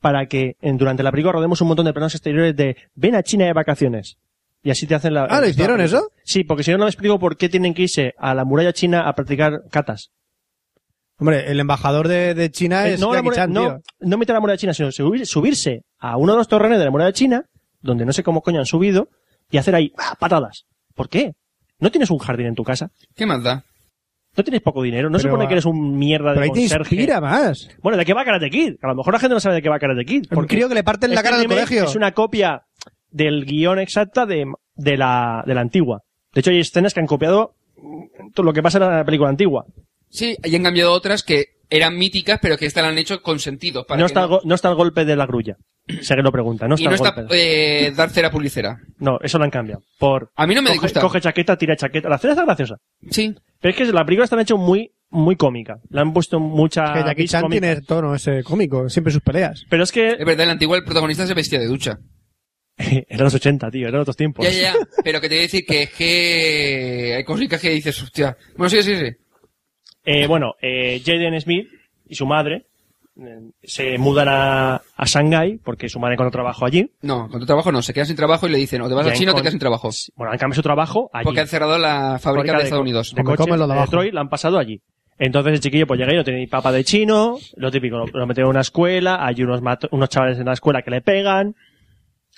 A: para que en- durante la película rodemos un montón de planos exteriores de ven a China de vacaciones. Y así te hacen la...
D: Ah, ¿lo hicieron
A: la-
D: eso?
A: Sí, porque si no, no me explico por qué tienen que irse a la muralla china a practicar catas.
D: Hombre, el embajador de, de China Ah,
A: Eh,
D: es
A: no, la
D: Jackie
A: muralla-
D: Chan,
A: no,
D: tío.
A: no meter a la muralla china, sino subir- subirse a uno de los torrenes de la muralla china, donde no sé cómo coño han subido, y hacer ahí ah, patadas. ¿Por qué? ¿No tienes un jardín en tu casa?
E: ¿Qué más da?
A: No tienes poco dinero, no se
D: Pero,
A: supone que
D: ah,
A: eres un mierda de
D: Pero ahí te
A: conserje.
D: inspira más.
A: Bueno, ¿de qué va Karate Kid? A lo mejor la gente no sabe de qué va Karate Kid.
D: Un
A: Porque
D: crío que le parten la
A: este
D: cara al
A: remake
D: colegio.
A: Es una copia del guión exacta de, de, la, de la antigua. De hecho, hay escenas que han copiado mm, todo lo que pasa en la película antigua.
E: Sí, y han cambiado otras que eran míticas, pero que esta la han hecho con sentido. Para
A: No
E: que
A: está, el go- no está el golpe de la grulla. Si alguien lo pregunta, no
E: y
A: está
E: no
A: el
E: está
A: golpe.
E: eh, dar cera pulicera.
A: No, eso lo han cambiado. Por
E: A mí no me
A: coge,
E: disgusta.
A: coge chaqueta, tira chaqueta. La escena está graciosa.
E: Sí.
A: Pero es que la película está hecho muy, muy cómica. Le han puesto mucha.
D: Que Jackie
A: vis
D: Chan
A: cómica.
D: tiene tono ese cómico, siempre sus peleas.
A: Pero es que
E: Es verdad, en la antigua el protagonista se vestía de ducha.
A: eran los 80, tío, eran otros tiempos.
E: Ya, ya, ya. Pero que te voy a decir que es que hay cositas que dices, hostia. Bueno, sí, sí, sí.
A: Eh, bueno, eh, Jaden Smith y su madre eh, se mudan a, a Shanghái porque su madre encontró trabajo allí.
E: No, con tu trabajo no. Se queda sin trabajo y le dicen, o te vas
A: Ya
E: a China o te
A: encon-
E: quedas sin trabajo.
A: Bueno, han cambiado su trabajo allí.
E: Porque han cerrado la fábrica
A: Fábrica
E: de,
A: de
E: Estados
A: co-
E: Unidos.
A: de
D: Como
A: coches
D: comen lo de
A: de
D: abajo.
A: Detroit la han pasado allí. Entonces el chiquillo pues llega y no tiene ni papa de chino, lo típico, lo, lo meten en una escuela, hay unos, mato- unos chavales en la escuela que le pegan,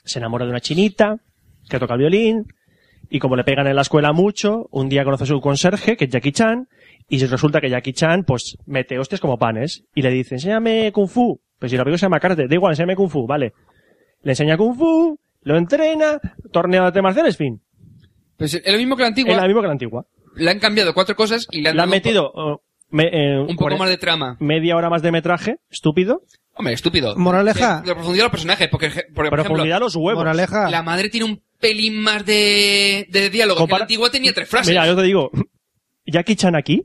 A: se enamora de una chinita que toca el violín, y como le pegan en la escuela mucho, un día conoce a su conserje, que es Jackie Chan, y resulta que Jackie Chan pues mete hostias como panes, y le dice, enséñame Kung Fu, pues si lo amigo se llama karate, da igual, enséñame Kung Fu, vale. Le enseña Kung Fu, lo entrena, torneo de artes marciales, fin.
E: Pues es lo mismo que la
A: Es
E: antigua.
A: la misma que la antigua.
E: Le han cambiado cuatro cosas y le han,
A: Le han
E: dado un po-
A: metido eh, me- eh,
E: un poco
A: cuare-
E: más de trama.
A: media hora más de metraje, estúpido.
E: Hombre, estúpido.
D: Moraleja.
E: Le, le profundidad a los personajes, porque, porque por ejemplo,
A: Profundidad a los huevos.
D: Moraleja.
E: la madre tiene un pelín más de, de diálogo. que
A: Compara-
E: la antigua tenía tres frases.
A: Mira, yo te digo, Jackie Chan aquí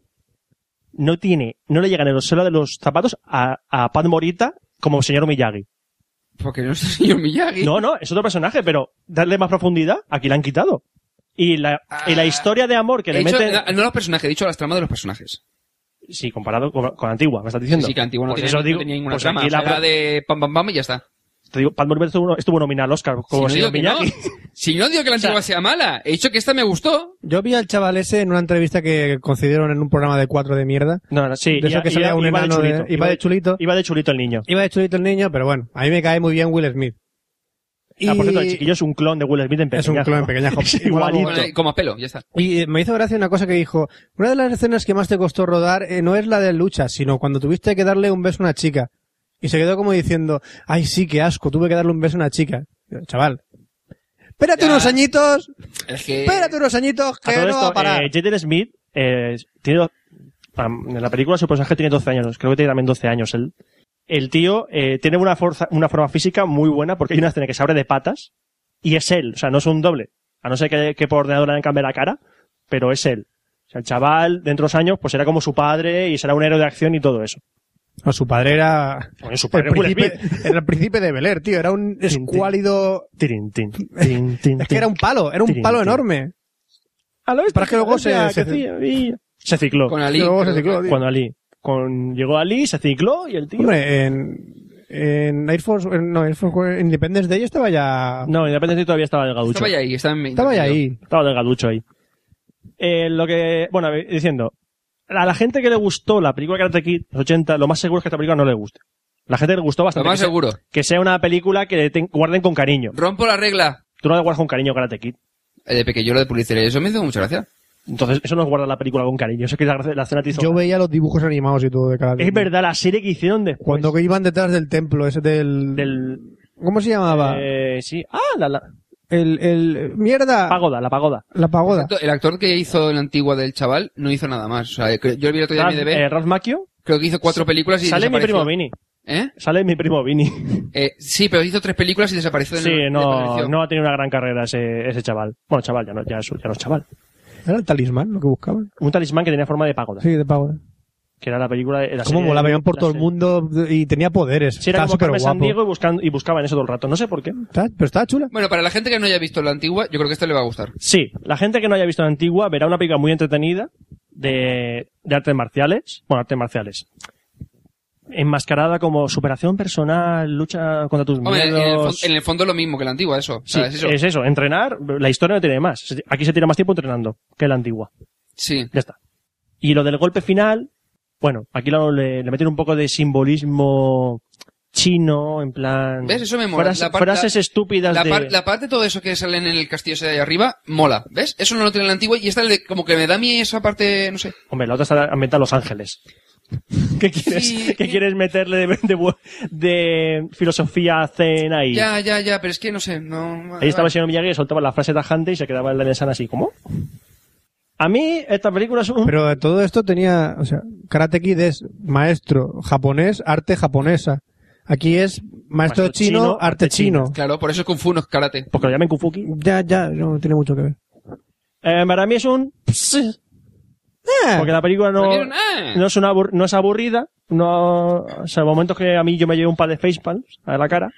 A: no tiene, no le llegan en los suelos de los zapatos a, a Pat Morita como señor Miyagi.
E: Porque no es el señor Miyagi.
A: No, no, es otro personaje, pero darle más profundidad, aquí la han quitado. Y la, y la
E: Ah.
A: historia de amor que
E: He
A: le
E: dicho-
A: meten...
E: no, no los personajes, he dicho las tramas de los personajes.
A: Sí, comparado con, con la antigua, me estás diciendo.
E: Sí, que la antigua no,
A: Pues
E: tenía,
A: eso
E: no
A: digo,
E: tenía ninguna
A: pues
E: trama.
A: aquí la
E: Era
A: pro-
E: de pam, pam, pam y ya está.
A: te digo, Pat Morita estuvo, estuvo nominado al Oscar como
E: si, no
A: señor
E: digo que
A: Miyagi.
E: no. Si no digo que la antigua sea mala, he dicho que esta me gustó.
D: Yo vi al chaval ese en una entrevista que concedieron en un programa de cuatro de mierda.
A: No, no, sí.
D: De eso
A: iba-
D: que salía
A: iba-
D: un
A: iba de
D: enano de-
A: chulito.
D: iba de chulito.
A: Iba de chulito el niño.
D: Iba de chulito el niño, pero bueno, a mí me cae muy bien Will Smith.
A: Ah, por cierto, el chiquillo es un clon de Will Smith en
D: Es un
A: pequeñajo.
D: clon en pequeñajo.
A: Es igualito.
E: Bueno, Como a pelo, ya está.
D: Y eh, me hizo gracia una cosa que dijo, una de las escenas que más te costó rodar eh, no es la de lucha, sino cuando tuviste que darle un beso a una chica. Y se quedó como diciendo, ay sí, qué asco, tuve que darle un beso a una chica. Yo, Chaval. Espérate
E: Ya.
D: unos añitos,
E: Es que...
D: espérate unos añitos,
A: Eh, A
D: que
A: todo
D: no va a
A: esto,
D: parar.
A: eh, Jaden Smith eh, tiene, do- am, en la película su personaje tiene 12 años, creo que tiene también 12 años él. El tío eh, tiene una, forza, una forma física muy buena porque hay una escena que se abre de patas y es él, o sea, no es un doble. A no ser que, que por ordenador le hayan cambiado la cara, pero es él. O sea, el chaval, dentro de los años, pues será como su padre y será un héroe de acción y todo eso.
D: O su padre era...
A: Coño, su
D: El
A: padre Will
D: príncipe,
A: Smith.
D: era el príncipe de Beler, tío, era un
A: tin.
D: escuálido...
A: Tirin, tin, tin, tin,
D: Es que era un palo, era un
A: Tirin,
D: palo
A: tin.
D: enorme.
A: A lo bestia,
D: Para que luego se-
A: bestia,
D: se-
A: que sí, y- se cicló.
E: Con Ali.
D: Luego se
E: creo que-
D: cicló, tío.
A: Cuando Ali. Con, llegó Ali, se cicló y el tío.
D: Hombre, en, en Air Force, en- no, Air Force Independence Day estaba ya...
A: No, Independiente todavía estaba delgaducho.
E: Estaba ya ahí, estaba, en-
D: estaba ya ahí.
A: Estaba delgaducho ahí. Eh, lo que. Bueno, a ver, diciendo. A la gente que le gustó la película Karate Kid, los 80, lo más seguro es que esta película no le guste. La gente le gustó bastante.
E: Lo
A: que
E: más
A: sea-
E: seguro.
A: que sea una película que le ten- guarden con cariño.
E: Rompo la regla.
A: Tú no le guardas con cariño Karate Kid.
E: Eh, De pequeño lo de Pulitzer, eso me hizo mucha gracia.
A: Entonces, eso no es guardar la película con cariño. Eso es que la, la escena te hizo-
D: Yo veía los dibujos animados y todo de cada
A: Es verdad, la serie que hicieron después.
D: Cuando que iban detrás del templo, ese del...
A: Del.
D: ¿Cómo se llamaba?
A: eh, sí. Ah, la, la
D: El, el... ¡Mierda!
A: pagoda, la pagoda.
D: La pagoda.
E: Exacto, El actor que hizo la antigua del chaval no hizo nada más. O sea, cre- yo lo vi el otro día en
A: Ralph-
E: IMDb,
A: eh, Ralph Macchio.
E: creo que hizo cuatro películas y
A: Sale mi
E: desapareció.
A: primo Vini.
E: ¿Eh?
A: Sale mi primo Vini.
E: Eh, sí, pero hizo tres películas y desapareció. de
A: Sí,
E: la-
A: no,
E: desapareció.
A: no ha tenido una gran carrera ese, ese chaval. Bueno, chaval, ya no, ya, es, ya no es chaval.
D: Era el talismán lo que buscaban.
A: Un talismán que tenía forma de pagoda.
D: Sí, de pagoda.
A: Que era la película. de- La
D: Cómo
A: serie-
D: volaba, iban por
A: la
D: todo el
A: serie.
D: mundo y tenía poderes.
A: Sí, era
D: Estaba
A: como
D: súper
A: Carmen San
D: guapo.
A: Diego y, buscan- y buscaban eso todo el rato. No sé por qué.
D: Pero estaba chula.
E: Bueno, para la gente que no haya visto la antigua, yo creo que esto le va a gustar.
A: Sí, la gente que no haya visto la antigua verá una película muy entretenida de, de artes marciales. Bueno, artes marciales. Enmascarada como superación personal, lucha contra tus
E: Hombre, en, el, fon-
A: miedos.
E: en el fondo es lo mismo que la antigua, eso. O
A: Sí,
E: sea, es eso.
A: es eso, entrenar, la historia no tiene más. Aquí se tira más tiempo entrenando que la antigua.
E: Sí.
A: Ya está. Y lo del golpe final, bueno, aquí lo- le, le meten un poco de simbolismo chino, en plan...
E: ¿Ves? Eso me mola.
A: Frases,
E: La par-
A: frases
E: la-
A: estúpidas
E: La,
A: de...
E: par- la parte de todo eso que salen en el castillo ese de ahí arriba, mola. ¿Ves? Eso no lo tiene la antigua y esta le- como que me da a mí esa parte, no sé.
A: Hombre, la otra está ambientada en Los Ángeles. ¿Qué quieres,
E: Sí.
A: qué quieres meterle de, de bu- de filosofía zen ahí?
E: Ya, ya, ya, pero es que no sé, no...
A: Ahí estaba el señor Miyagi y soltaba la frase tajante y se quedaba el de San así, ¿cómo? A mí, esta película es un...
D: Pero todo esto tenía, o sea, Karate Kid es maestro japonés, arte japonesa. Aquí es maestro,
A: Maestro
D: chino,
A: chino,
D: arte
A: arte
D: chino.
E: Claro, por eso es Kung Fu no es karate.
A: Porque lo llamen Kufuki.
D: Ya, ya, no tiene mucho que ver.
A: Eh, para mí es un... Porque la película no...
E: Pero, ah,
A: no es, una abur- no es aburrida, no, o sea, momentos que a mí yo me llevo un par de facepalms a la cara,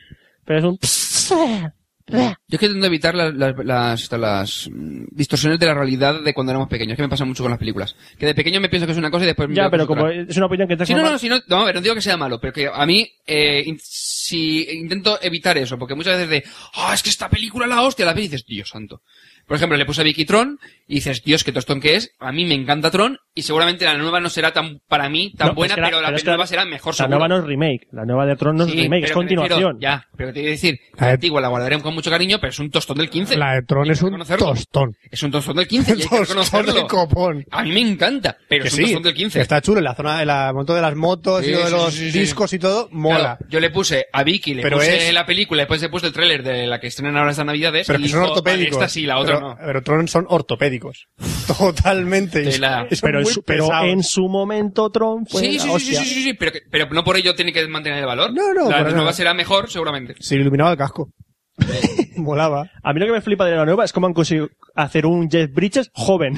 A: pero es un...
E: Yo es que intento evitar las, las, las- estas, las, mm, distorsiones de la realidad de cuando éramos pequeños, que me pasa mucho con las películas. Que de pequeño me pienso que es una cosa y después me
A: Ya,
E: veo que
A: pero
E: es otra.
A: como es una opinión que te
E: Sí, no,
A: forma-
E: no, sí, no, no, a ver, no digo que sea malo, pero que a mí, eh, in- si intento evitar eso, porque muchas veces de, ah, es que esta película la hostia, la ves y dices, Dios santo. Por ejemplo, le puse a Vicky Tron y dices, Dios, qué tostón que es, a mí me encanta Tron y seguramente la nueva no será tan, para mí, tan
A: No,
E: buena,
A: es que la-
E: pero la
A: pero es que la-
E: nueva será mejor
A: La
E: seguro.
A: nueva no es remake, la nueva de Tron no es
E: Sí,
A: remake, es
E: pero que me refiero-
A: continuación.
E: ya, pero te quiero decir, la antigua la guardaremos con mucho cariño, pero es un tostón del 15.
D: La de
E: Hay
D: Tron
E: que
D: es un
E: reconocerlo.
D: tostón.
E: Es un tostón del 15 y hay que
D: Tostón de
E: reconocerlo.
D: copón.
E: A mí me encanta, pero
D: Que
E: es un
D: sí,
E: tostón del 15.
D: está chulo, en la zona de la, el montón de las motos
E: Sí,
D: y lo de
E: sí,
D: los
E: sí, sí, sí.
D: discos y todo, mola.
E: Claro, yo le puse a Vicky, le
D: Pero
E: puse
D: es-
E: la película, después le puse el tráiler de la que estrenan ahora estas navidades.
D: Pero
E: y
D: que son
E: dijo, "Vale,
D: ortopédicos.
E: Esta sí, la otra
D: pero,
E: no.
D: Pero Tron son ortopédicos. Totalmente.
E: De la-
D: Y son
A: Pero, en
D: muy
A: su, pero
D: pesados.
A: en su momento Tron fue la
E: Sí, sí, sí, sí,
A: hostia.
E: sí, sí, sí, pero, que- pero no por ello tiene que mantener el valor.
D: No, no,
E: La
D: para
E: nueva
D: nada.
E: será mejor, seguramente.
D: Se iluminaba el casco. Molaba.
A: A mí lo que me flipa de la nueva es cómo han conseguido hacer un Jeff Bridges joven.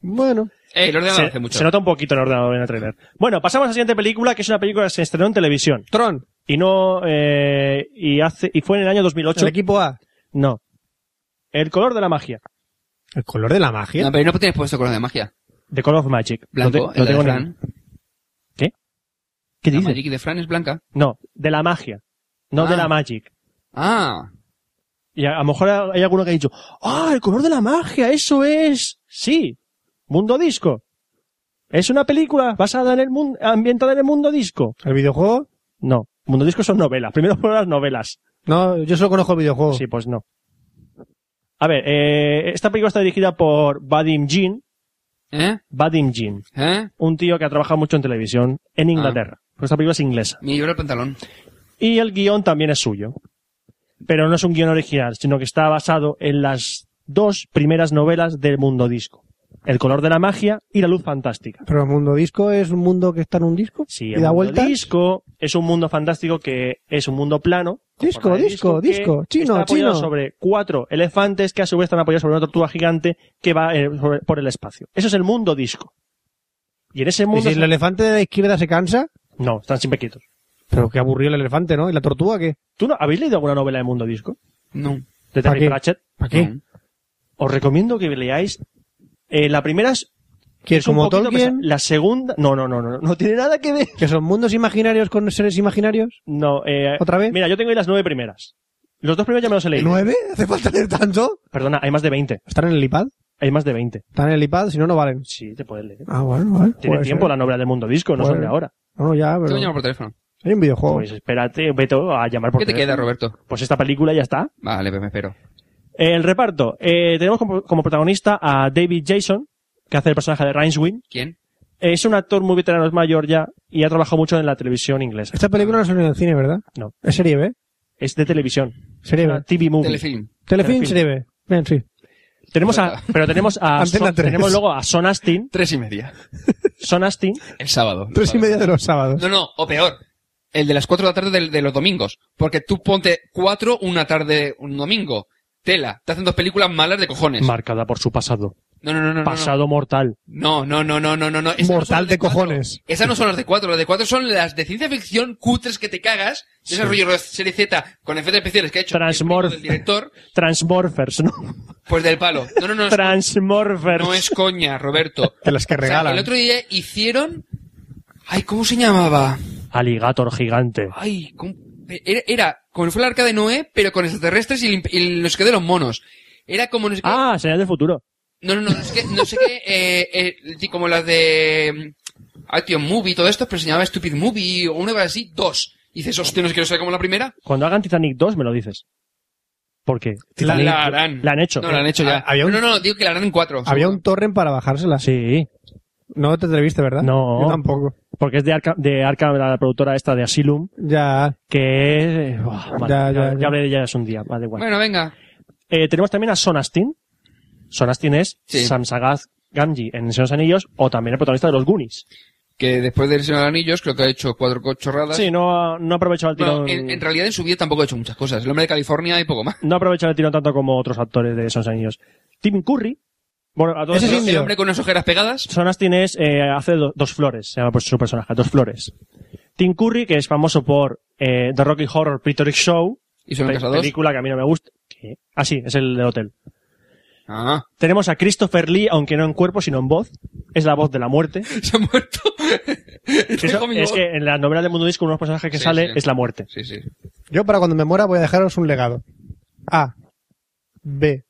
D: Bueno.
E: Eh, el ordenador
A: se,
E: hace mucho.
A: se nota un poquito en el ordenador en el trailer. Bueno, pasamos a la siguiente película, que es una película que se estrenó en televisión.
D: Tron,
A: Y no, eh, y hace, y fue en el año 2008.
D: el equipo A.
A: No. El color de la magia.
D: El color de la magia.
E: No, pero no tienes puesto color de magia.
A: The Color of Magic.
E: Blanco,
A: No te- no
E: el de
A: tengo ni-
E: Fran.
A: ¿Qué
E: La
A: dices?
E: Magic de Fran es blanca.
A: No, de la magia. No
E: Ah.
A: de la Magic.
E: Ah,
A: Y a, a lo mejor hay alguno que ha dicho, ¡ah, el color de la magia! ¡Eso es! Sí. Mundo Disco. Es una película basada en el mundo, ambientada en el mundo disco.
D: ¿El videojuego?
A: No. Mundo Disco son novelas. Primero fueron las novelas.
D: No, yo solo conozco el videojuego.
A: Sí, pues no. A ver, eh, esta película está dirigida por Vadim Jean.
E: ¿eh?
A: Vadim Jean.
E: ¿Eh?
A: un tío que ha trabajado mucho en televisión en Inglaterra. Porque esta película es inglesa.
E: Me llora el pantalón.
A: Y el guión también es suyo. Pero no es un guión original, sino que está basado en las dos primeras novelas del mundo disco. El color de la magia y la luz fantástica.
D: Pero el mundo disco es un mundo que está en un disco.
A: Sí,
D: y
A: el
D: da
A: mundo
D: vuelta.
A: disco es un mundo fantástico que es un mundo plano. con
D: Disco,
A: forma de
D: disco,
A: que
D: disco, chino,
A: está apoyado
D: chino.
A: sobre cuatro elefantes que a su vez están apoyados sobre una tortuga gigante que va eh, sobre- por el espacio. Eso es el mundo disco. Y en ese
D: Y si
A: mundo...
D: el elefante de la izquierda se cansa,
A: No, están siempre quietos.
D: pero qué aburrido el elefante, ¿no? ¿Y la tortuga qué?
A: ¿Tú no, habéis leído alguna novela de Mundo Disco?
E: No.
A: De
D: ¿Para
A: Terry
D: qué?
A: Pratchett.
D: ¿Para qué?
E: No.
A: Os recomiendo que leáis. eh, la primera es,
D: Que
A: es un
D: como
A: poquito
D: Tolkien,
A: pesada. La segunda. No, no, no, no. No tiene nada que ver.
D: que son mundos imaginarios con seres imaginarios.
A: No, eh,
D: ¿Otra vez?
A: Mira, yo tengo ahí las nueve primeras. Los dos primeros ya me los he leído.
D: ¿Nueve? ¿Hace falta leer tanto?
A: Perdona, hay más de 20.
D: ¿Están en el iPad?
A: Hay más de 20.
D: ¿Están en el iPad? Si no, no valen.
A: Sí, te puedes leer.
D: Ah, bueno, vale.
A: Tiene
D: Puede
A: tiempo
D: ser.
A: la novela del Mundo Disco, no
D: Puede
A: son de
D: ser.
A: ahora.
D: No, no, ya,
E: Te voy a
D: pero...
E: llamar por teléfono.
F: Hay un videojuego.
A: Pues espérate, Beto, a llamar por
E: ¿Qué te
A: teléfono.
E: queda, Roberto?
A: Pues esta película ya está.
E: Vale, pues me espero.
A: El reparto. Eh, tenemos como, como protagonista a David Jason, que hace el personaje de Rainswin.
E: ¿Quién?
A: Es un actor muy veterano, es mayor ya, y ha trabajado mucho en la televisión inglesa.
F: Esta película no salió en el cine, ¿verdad?
A: No.
F: Es serie B.
A: Es de televisión.
F: Serie
A: Una
F: B.
A: TV movie.
E: Telefilm.
F: Telefilm,
A: Telefilm.
F: serie B. Bien, sí.
A: Tenemos a, pero tenemos a,
F: Antena
A: Son-
F: tres.
A: tenemos luego a Son Astin.
E: Tres y media.
A: Son Astin.
E: El sábado.
F: Tres y media de los sábados.
E: No, no, o peor. El de las cuatro de la tarde del- de, los domingos. Porque tú ponte cuatro una tarde, un domingo. Tela. Te hacen dos películas malas de cojones.
A: Marcada por su pasado.
E: no, no, no, no, no.
A: pasado mortal.
E: No, no, no, no, no, no. no. Esas no son
F: Mortal
E: las
F: de
E: cuatro.
F: cojones.
E: Esas no son las de cuatro. Las de cuatro son las de ciencia ficción cutres que te cagas. De ese rollo de serie Z con efectos especiales que ha hecho el
A: Transmorph.
E: primo del director.
A: Transmorphers, ¿no?
E: Pues del palo. No, no, no. es-
A: Transmorphers.
E: No es coña, Roberto.
F: De las que
E: O sea,
F: regalan.
E: el otro día hicieron. Ay, ¿cómo se llamaba?
A: Alligator gigante.
E: Ay, ¿cómo? Era, era como si fuera el arca de Noé, pero con extraterrestres y, el imp- y los que de los monos. Era como no sé qué.
A: Ah, señal del futuro.
E: No, no, no, no sé qué. No sé qué eh, eh, sí, como las de. mm, Action Movie y todo esto, pero se llamaba Stupid Movie o una cosa así, dos. Y dices, hostia, no sé qué, no sé cómo la primera.
A: Cuando hagan Titanic 2 me lo dices. ¿Por qué?
E: La,
A: Titanic-
E: harán.
A: La han hecho.
E: No, la han hecho ya.
F: Ah, había un-
E: No, no, no, digo que la harán en cuatro.
F: Había
E: seguro.
F: un torrent para bajársela.
A: Sí,
F: No te atreviste, ¿verdad?
A: No.
F: Yo tampoco.
A: porque es de Arca, de Arca, la productora esta de Asylum,
F: Ya.
A: que es... Buah, vale,
F: Ya,
A: ya,
F: ya, ya.
A: ya hablé de ellas un día, vale, igual.
E: Bueno, venga.
A: Eh, tenemos también a Sonastin. Sonastin es
E: Sí.
A: Sam Sagaz Gamji en El Señor de los Anillos o también el protagonista de los Goonies.
E: Que después del Señor de los Anillos, creo que ha hecho cuatro co- chorradas.
A: Sí, no, ha- no ha aprovechado el
E: Bueno,
A: tirón.
E: en, en realidad en su vida tampoco ha hecho muchas cosas. El hombre de California y poco más.
A: No ha aprovechado el tirón tanto como otros actores de Señor de los Anillos. Tim Curry. Bueno, a todos
F: Ese es
A: estos-
E: El
F: indio.
E: hombre con las ojeras pegadas.
A: Sonastin es, eh, hace do- dos flores, se llama por su personaje, dos flores. Tim Curry, que es famoso por eh, The Rocky Horror Picture Show,
E: Y son
A: pe-
E: casados.
A: película que a mí no me gusta. ¿Qué? Ah, sí, es el del hotel.
E: Ah,
A: Tenemos a Christopher Lee, aunque no en cuerpo, sino en voz. Es la voz de la muerte.
E: se ha muerto.
A: Que eso-
E: Dejo mi
A: es
E: voz.
A: que en la novela de Mundo Disco uno de los personajes que
E: Sí,
A: sale
E: sí.
A: es la muerte.
E: Sí, sí.
F: Yo para cuando me muera voy a dejaros un legado. A. B.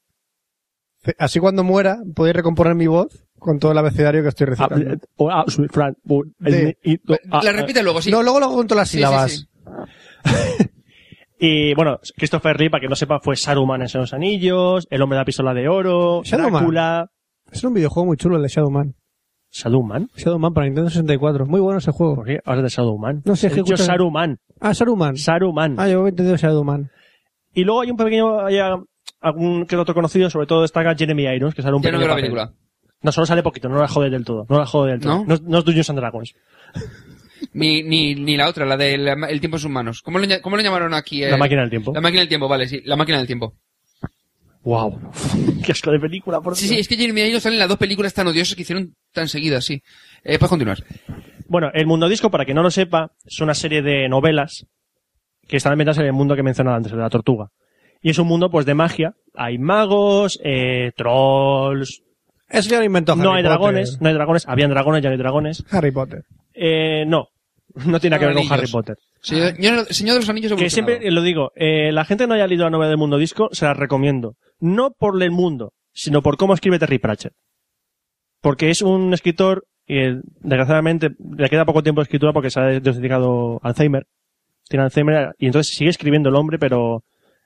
F: C. Así cuando muera podéis recomponer mi voz con todo el abecedario que estoy
A: Ah,
F: recitando.
A: eh, oh, ah, su- Fran, oh,
F: De-
A: eh, y- oh, ah,
E: la
A: eh.
E: repite luego, sí.
F: No, luego lo hago con todas las
E: Sí, sí,
F: sílabas.
E: sí.
A: Y bueno, Christopher Lee, para que no sepa, fue Saruman en los Anillos, El Hombre de la Pistola de Oro,
F: Saruman.
A: Drácula,
F: Es un videojuego muy chulo el de Shadowman.
A: Saruman.
F: Shadowman para Nintendo 64. Muy bueno ese juego.
A: ¿Por qué? Ahora de Saruman.
F: No sé,
A: He dicho
F: ejecuta-
A: Saruman.
F: Ah, Saruman.
A: Saruman.
F: ah, yo he entendido Shadowman.
A: Y luego hay un pequeño, hay ah, algún que otro conocido, sobre todo destaca Jeremy Irons, que sale un
E: Ya
A: pequeño
E: no veo la
A: papel.
E: película.
A: No, solo sale poquito, no la jode del todo. No la jode del todo.
E: ¿No?
A: No, es- no es Dungeons and Dragons.
E: Ni, ni, ni la otra, la del el tiempo en sus manos. ¿Cómo lo, lla- cómo lo llamaron aquí? eh?
A: La máquina del tiempo.
E: La máquina del tiempo, vale, sí. La máquina del tiempo.
A: Wow. Qué asco de película, por
E: Sí,
A: Dios.
E: sí, es que Jeremy Irons sale en las dos películas tan odiosas que hicieron tan seguidas, sí. Eh, puedes continuar.
A: Bueno, El Mundo Disco, para que no lo sepa, es una serie de novelas que están ambientadas en el mundo que he mencionado antes, el de la tortuga. Y es un mundo, pues, de magia. Hay magos, eh, trolls,
F: Eso ya lo inventó Harry
A: no hay
F: Potter.
A: dragones, no hay dragones, habían dragones, ya no hay dragones.
F: Harry Potter.
A: Eh, no, no tiene nada que ver con
E: Anillos.
A: Harry Potter.
E: Señor, señor- señor de los Anillos
A: Que
E: evolucionado.
A: siempre lo digo, eh, la gente que no haya leído la novela del Mundo Disco, se la recomiendo. No por el mundo, sino por cómo escribe Terry Pratchett. Porque es un escritor, eh, desgraciadamente, le queda poco tiempo de escritura porque se ha diagnosticado Alzheimer. Tiene Alzheimer y entonces sigue escribiendo el hombre, pero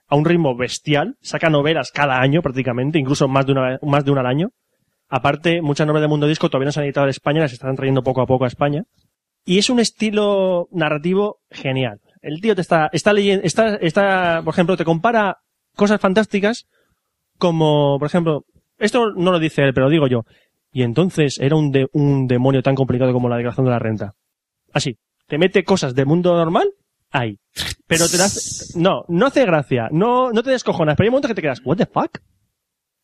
A: a un ritmo bestial. Saca novelas cada año prácticamente, incluso más de una, más de una al año. Aparte, muchas novelas del Mundo Disco todavía no se han editado en España, las están trayendo poco a poco a España. Y es un estilo narrativo genial. El tío te está, está leyendo, está, está, por ejemplo, te compara cosas fantásticas como, por ejemplo, esto no lo dice él, pero lo digo yo. Y entonces era un, de- un demonio tan complicado como la declaración de la renta. Así. Te mete cosas del mundo normal ahí. Pero te das, no, no hace gracia, no, no te descojonas, pero hay momentos que te quedas, what the fuck?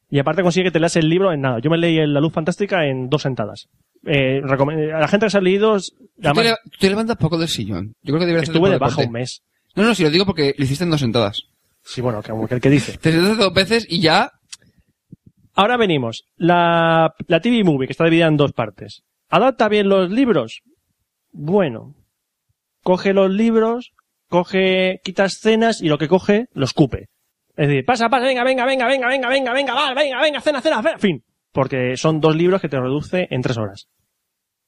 A: Y aparte consigue que te leas el libro en nada. Yo me leí el La Luz Fantástica en dos sentadas. Eh, recome- a la gente que se ha leído,
E: Tú te,
A: además-
E: le- tú te levantas poco del sillón. Yo creo que deberías hacer
A: Estuve de
E: otro
A: baja
E: deporte.
A: un mes.
E: No, no, si lo digo porque lo hiciste en dos sentadas.
A: Sí, bueno, como que el que dice.
E: Te sentaste dos veces y ya
A: Ahora venimos. La, la TV Movie, que está dividida en dos partes. ¿Adapta bien los libros? Bueno. Coge los libros, coge, quita escenas y lo que coge, los cupe. Es decir, pasa, pasa, venga, venga, venga, venga, venga, venga, venga, va, venga, venga, cena, cena, cena, fin. Porque son dos libros que te reduce en tres horas.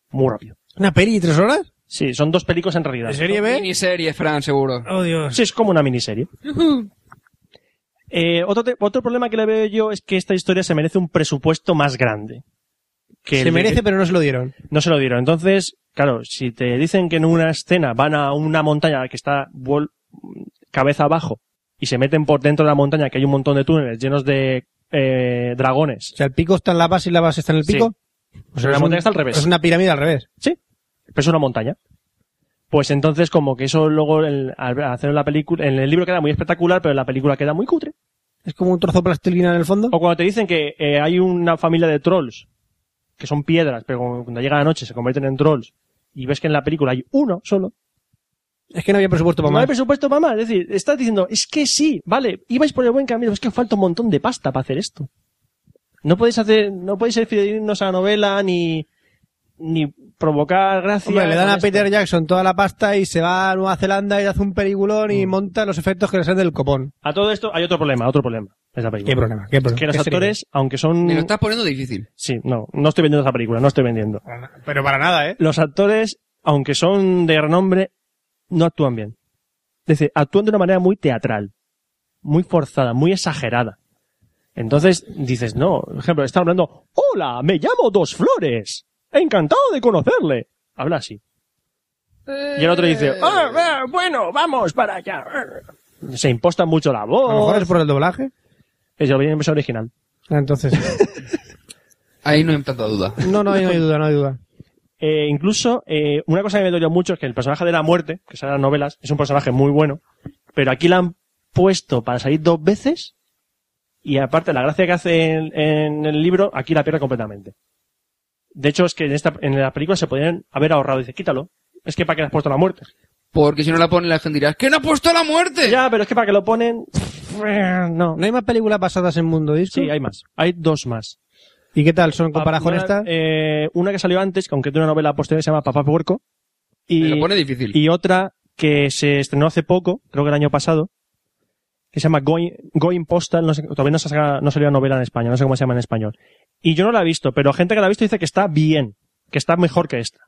A: Muy rápido.
F: ¿Una peli y tres horas?
A: Sí, son dos películas en realidad.
D: ¿De serie B?
E: Miniserie, Fran, seguro.
D: Oh, Dios.
A: Sí, es como una miniserie. Eh, otro, te- otro problema que le veo yo es que esta historia se merece un presupuesto más grande. Que el
D: Se
A: de-
D: merece, pero no se lo dieron.
A: No se lo dieron. Entonces, claro, si te dicen que en una escena van a una montaña que está vuel- cabeza abajo y se meten por dentro de la montaña, que hay un montón de túneles llenos de eh, dragones.
D: O sea, el pico está en la base y la base está en el
A: Sí.
D: pico.
A: O sea, Pues la
D: Es
A: montaña
D: un-
A: está al revés.
D: Es una pirámide al revés.
A: Pero es una montaña. Pues entonces, como que eso luego, el- al hacer la película, en el libro queda muy espectacular, pero en la película queda muy cutre.
D: Es como un trozo de plastilina en el fondo.
A: O cuando te dicen que eh, hay una familia de trolls, que son piedras, pero como cuando llega la noche se convierten en trolls, y ves que en la película hay uno solo,
D: Es que no había presupuesto para
A: no hay
D: más.
A: presupuesto para más. Es decir, estás diciendo, es que sí, vale, ibais por el buen camino, es que os falta un montón de pasta para hacer esto. No podéis hacer, no podéis ser fidedignos a la novela, ni, ni provocar gracia.
D: Hombre, le dan
A: con
D: a
A: esto.
D: Peter Jackson toda la pasta y se va a Nueva Zelanda y hace un peliculón y monta los efectos que le salen del copón.
A: A todo esto hay otro problema, otro problema. de esa película.
D: ¿Qué problema? ¿Qué problema?
A: Que los
D: ¿Qué serie?
A: actores, aunque son...
E: Me lo estás poniendo difícil.
A: Sí, no, no estoy vendiendo esa película, no estoy vendiendo.
F: Pero para nada, ¿eh?
A: los actores, aunque son de renombre, no actúan bien. Es decir, actúan de una manera muy teatral, muy forzada, muy exagerada. Entonces dices, no, por ejemplo, está hablando, hola, me llamo Dos Flores, encantado de conocerle. Habla así. Y el otro dice, "Ah,
D: Eh.
A: ah, bueno, vamos para allá. Se imposta mucho la
D: A lo mejor
A: voz.
D: es por el doblaje.
A: Es la versión original.
D: Ah, Entonces,
E: Ahí no hay tanta duda.
D: no, no, hay- no hay duda, no hay duda.
A: Eh, incluso, eh, una cosa que me dolió mucho es que el personaje de la muerte, que sale en las novelas, es un personaje muy bueno, pero aquí la han puesto para salir dos veces y aparte la gracia que hace en, en el libro, aquí la pierde completamente. De hecho, es que en, esta, en la película se podrían haber ahorrado. Dice, quítalo. Es que para qué le has puesto la muerte.
E: Porque si no la ponen, la gente dirá, "Es que no ha puesto la muerte!
A: Ya, pero es que para que lo ponen... No.
D: ¿No hay más películas basadas en Mundo Disco?
A: Sí, hay más. Hay dos más.
D: ¿Y qué tal? ¿Son comparadas con
A: Una-
D: esta?
A: eh, una que salió antes, que aunque tiene una novela posterior, se llama Papá Puerco. Y...
E: Me lo pone difícil.
A: y otra que se estrenó hace poco, creo que el año pasado, que se llama Going, Going Postal, no sé, todavía no, se ha sacado- no salió la novela en España, no sé cómo se llama en español. Y yo no la he visto, pero gente que la ha visto dice que está bien, que está mejor que esta,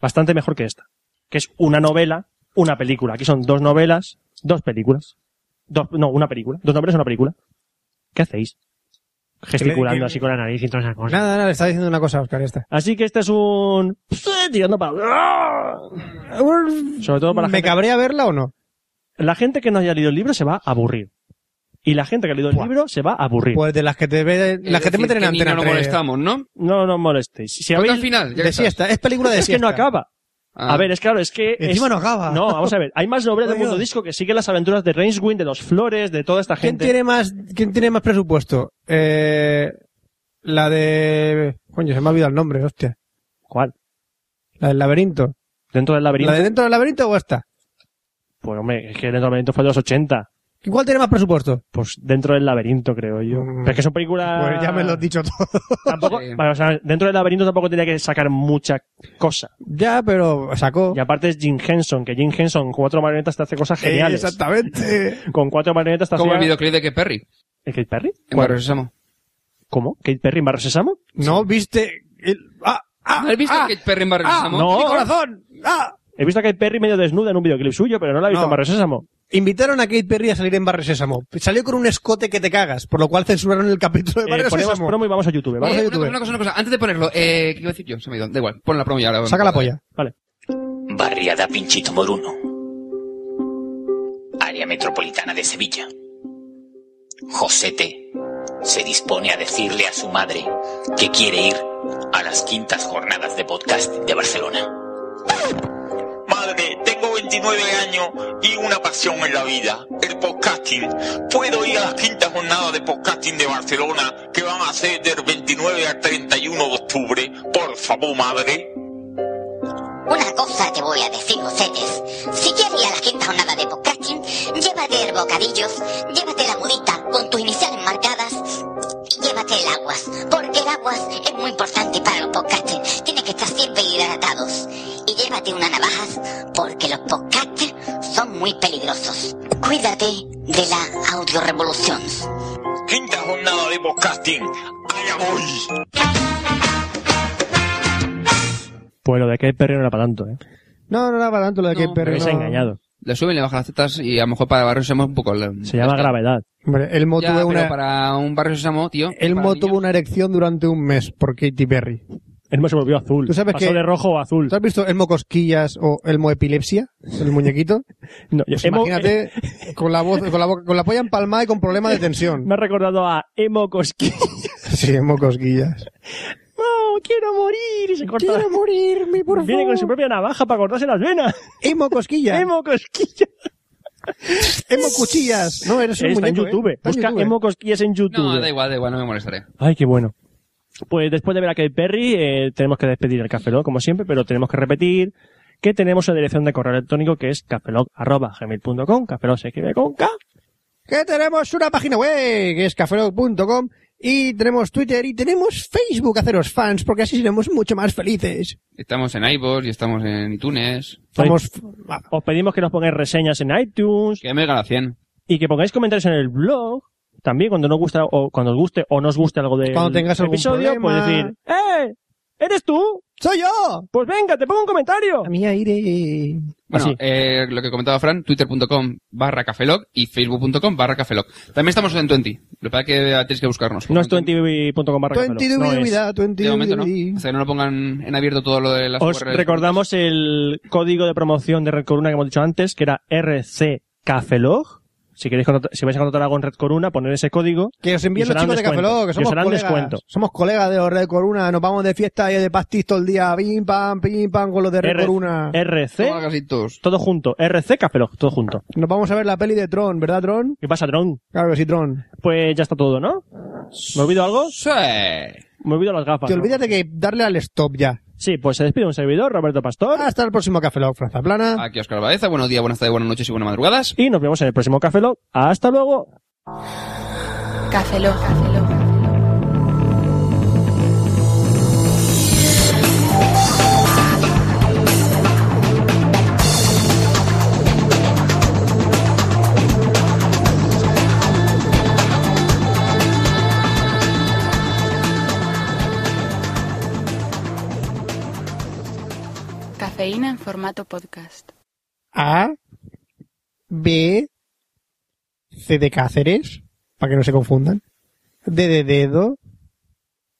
A: bastante mejor que esta, que es una novela, una película. Aquí son dos novelas, dos películas, dos, no, una película, dos novelas, una película. ¿Qué hacéis? Gesticulando así con la nariz y todas esas cosas.
D: Nada, nada, le estaba diciendo una cosa, Oscar, ya está.
A: Así que este es un... tirando para... Sobre todo para la
D: ¿Me
A: gente-
D: cabría verla o no?
A: la gente que no haya leído el libro se va a aburrir. Y la gente que ha leído el
D: Buah.
A: libro se va a aburrir.
D: Pues de las que te, ve,
E: Es
D: las que te
E: decir,
D: meten en
E: que ni
D: antena.
E: No nos
D: tres.
E: molestamos, ¿no?
A: No, no os molestéis. Si
E: Vota al
A: habéis...
E: final. ya
D: De
E: está.
D: siesta, es película Pues de
A: Es
D: siesta.
A: que no acaba.
E: Ah.
A: A ver, es claro, es que...
D: Encima
A: es-
D: no acaba.
A: No, vamos a ver. Hay más novelas de
D: Oye.
A: Mundo Disco que siguen las aventuras de Rainswind, de los Flores, de toda esta
D: ¿Quién
A: gente.
D: tiene más, quién tiene más presupuesto? Eh, la de, coño, se me ha olvidado el nombre, hostia.
A: ¿Cuál?
D: La del laberinto.
A: ¿Dentro del laberinto?
D: ¿La de dentro del laberinto o esta?
A: Pues hombre, es que dentro del laberinto fue de los 80.
D: ¿Y ¿Cuál tiene más presupuesto?
A: Pues dentro del laberinto, creo yo.
D: Mm.
A: Pero es que son películas...
F: Pues ya me lo has dicho todo.
A: Tampoco...
E: Sí.
A: Vale, o sea, dentro del laberinto tampoco tenía que sacar mucha cosa.
D: Ya, pero sacó.
A: Y aparte es Jim Henson, que Jim Henson, cuatro marionetas, te hace cosas geniales.
F: Eh, Exactamente.
A: Con cuatro marionetas te
E: Como el
A: hacía-
E: videoclip de que Perry.
A: ¿El Kate Perry?
E: En Barrio Sésamo.
A: ¿Cómo? ¿Kate Perry en Barrio Sésamo?
F: ¿No viste? el- Ah, ah,
E: ¿Has visto
F: ah,
E: a Kate Perry en Eh, Barrio
F: ah,
E: Sésamo?
A: no.
F: ¡Mi corazón! ¡Ah!
A: He visto a Kate Perry medio desnuda en un videoclip suyo, pero no la he visto
D: No.
A: en Barrio Sésamo.
D: Invitaron a Kate Perry a salir en Barrio Sésamo. Salió con un escote que te cagas, por lo cual censuraron el capítulo de
A: Eh,
D: Barrio
A: ponemos
D: Sésamo.
A: promo y vamos a YouTube,
D: Vamos
A: ¿vale?
D: a
E: Eh, una,
D: YouTube.
E: cosa, una cosa, una cosa. Antes de ponerlo, eh, ¿qué iba a decir yo? Se me ha ido. Da igual, pon la promo y ahora.
D: Saca la polla.
A: Vale.
K: Barriada Pinchito Moruno. Área metropolitana de Sevilla. Josete se dispone a decirle a su madre que quiere ir a las quintas jornadas de podcast de Barcelona.
L: Madre, tengo 29 años y una pasión en la vida, el podcasting. Puedo ir a las quintas jornadas de podcasting de Barcelona que van a ser del 29 al 31 de octubre. Por favor, madre.
K: Una cosa te voy a decir, Josetes. Si quieres ir a la quinta jornada de podcasting, llévate el bocadillos, llévate la mudita con tus iniciales marcadas y llévate el aguas, porque el aguas es muy importante para los podcasting. Tienes que estar siempre hidratados. Y llévate unas navajas, porque los podcasters son muy peligrosos. Cuídate de la audiorevolución.
L: Quinta jornada de podcasting. Allá voy.
A: Pues lo de Kate Perry no era para tanto, ¿eh?
D: No, no era para tanto lo de que Perry.
E: Pero
D: no.
E: Le suben, le bajan las tetas y a lo mejor para Barrio Sésamo es un poco...
A: Se llama gravedad.
D: Hombre, Elmo
E: Ya,
D: tuvo
E: pero
D: una,
E: para un Barrio Sésamo, tío...
D: Elmo tuvo una erección durante un mes por Katy Perry.
A: Elmo se volvió azul.
D: ¿Tú sabes
A: Pasó
D: que-
A: de rojo a azul.
D: ¿Tú has visto Elmo Cosquillas o Elmo Epilepsia? El muñequito.
A: No,
D: Pues
A: Emo-
D: imagínate con la voz, con la, boca- con la polla empalmada y con problemas de tensión.
A: eh, Me ha recordado a Emo Cosquilla.
D: Sí, Elmo Cosquillas.
A: ¡No, quiero morir! Y se corta la-
D: morirme,
A: Viene con su propia navaja para cortarse las venas.
D: Emo Cosquillas.
A: Emo Cosquilla.
D: Emo Cuchillas. No, eres un
A: Está en
D: muñeco, ¿eh?
A: YouTube.
D: Está en
A: Busca
D: YouTube, ¿eh?
A: Emo Cosquillas en YouTube.
E: No, da igual, da igual, no me molestaré.
A: Ay, qué bueno. Pues después de ver a Katy Perry, eh, tenemos que despedir el Café Lock, como siempre, pero tenemos que repetir que tenemos la dirección de correo electrónico que es cafelog.gmail.com. Cafelog se escribe con K.
D: que tenemos una página web que es cafelog.com y tenemos Twitter y tenemos Facebook, haceros fans, porque así seremos mucho más felices.
E: Estamos en iVoox y estamos en iTunes.
D: Somos... Ah,
A: Os pedimos que nos pongáis reseñas en iTunes
E: Que me gana 100.
A: y que pongáis comentarios en el blog. También cuando no gusta o cuando os guste o no os guste algo del
D: Cuando tengas algún
A: episodio,
D: problema.
A: puedes decir, ¡Eh! ¿Eres tú?
D: ¡Soy yo!
A: Pues venga, te pongo un comentario.
D: A mi aire.
E: Bueno,
A: Así.
E: eh, lo que comentaba Fran, twitter.com barra cafelog y facebook.com barra cafelog. También estamos en 20. Lo que pasa es que tenéis que buscarnos.
A: No es 20.com barra Café Lock,
D: Twenty
A: no es.
D: dubidubida, twenty
E: De momento no.
D: dubidubí.
E: O sea, no lo pongan en abierto todo lo de las
A: Os
E: URLs.
A: recordamos el código de promoción de Red Corona que hemos dicho antes, que era RCCafelog. Si queréis contratar- si vais a contratar algo en Red Corona, poner ese código.
D: Que os envíen
A: Y os
D: los
A: harán
D: chicos de Café
A: descuento.
D: Lock, que
A: Y os
D: somos
A: harán
D: colegas.
A: descuento.
D: Somos colegas de los Red Coruna, nos vamos de fiesta y de pastis todo el día, pim pam, pim pam con los de Red
A: R- Eh.
D: Coruna.
A: RC,
E: Toma, gasitos.
A: todo junto. RCCafelog, todo junto.
D: Nos vamos a ver la peli de Tron, ¿verdad Tron?
A: ¿Qué pasa, Tron?
D: Claro que sí, Tron.
A: Pues ya está todo, ¿no? ¿Me olvido algo?
E: Sí.
A: Me olvido las gafas.
D: Te
A: ¿no?
D: olvídate que darle al stop ya.
A: Sí, pues se despide un servidor, Roberto Pastor.
D: Hasta el próximo Café Lock, Franza Plana.
E: Aquí Oscar Baeza. Buenos días, buenas tardes, buenas noches y buenas madrugadas.
A: Y nos vemos en el próximo Café Lock. Hasta luego.
C: Café Lock. Café Lock. Cafeína en formato podcast.
D: A, B, C de Cáceres, para que no se confundan. D de dedo,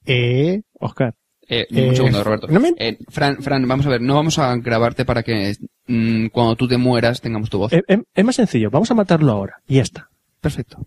D: E.
A: Oscar.
E: Eh, un
D: Eh,
E: segundo, Roberto.
D: no me-
E: Eh, Fran, Fran, vamos a ver. No vamos a grabarte para que mm, cuando tú te mueras tengamos tu voz.
A: Eh, Es, es- es más sencillo. Vamos a matarlo ahora. Y ya está.
E: Perfecto.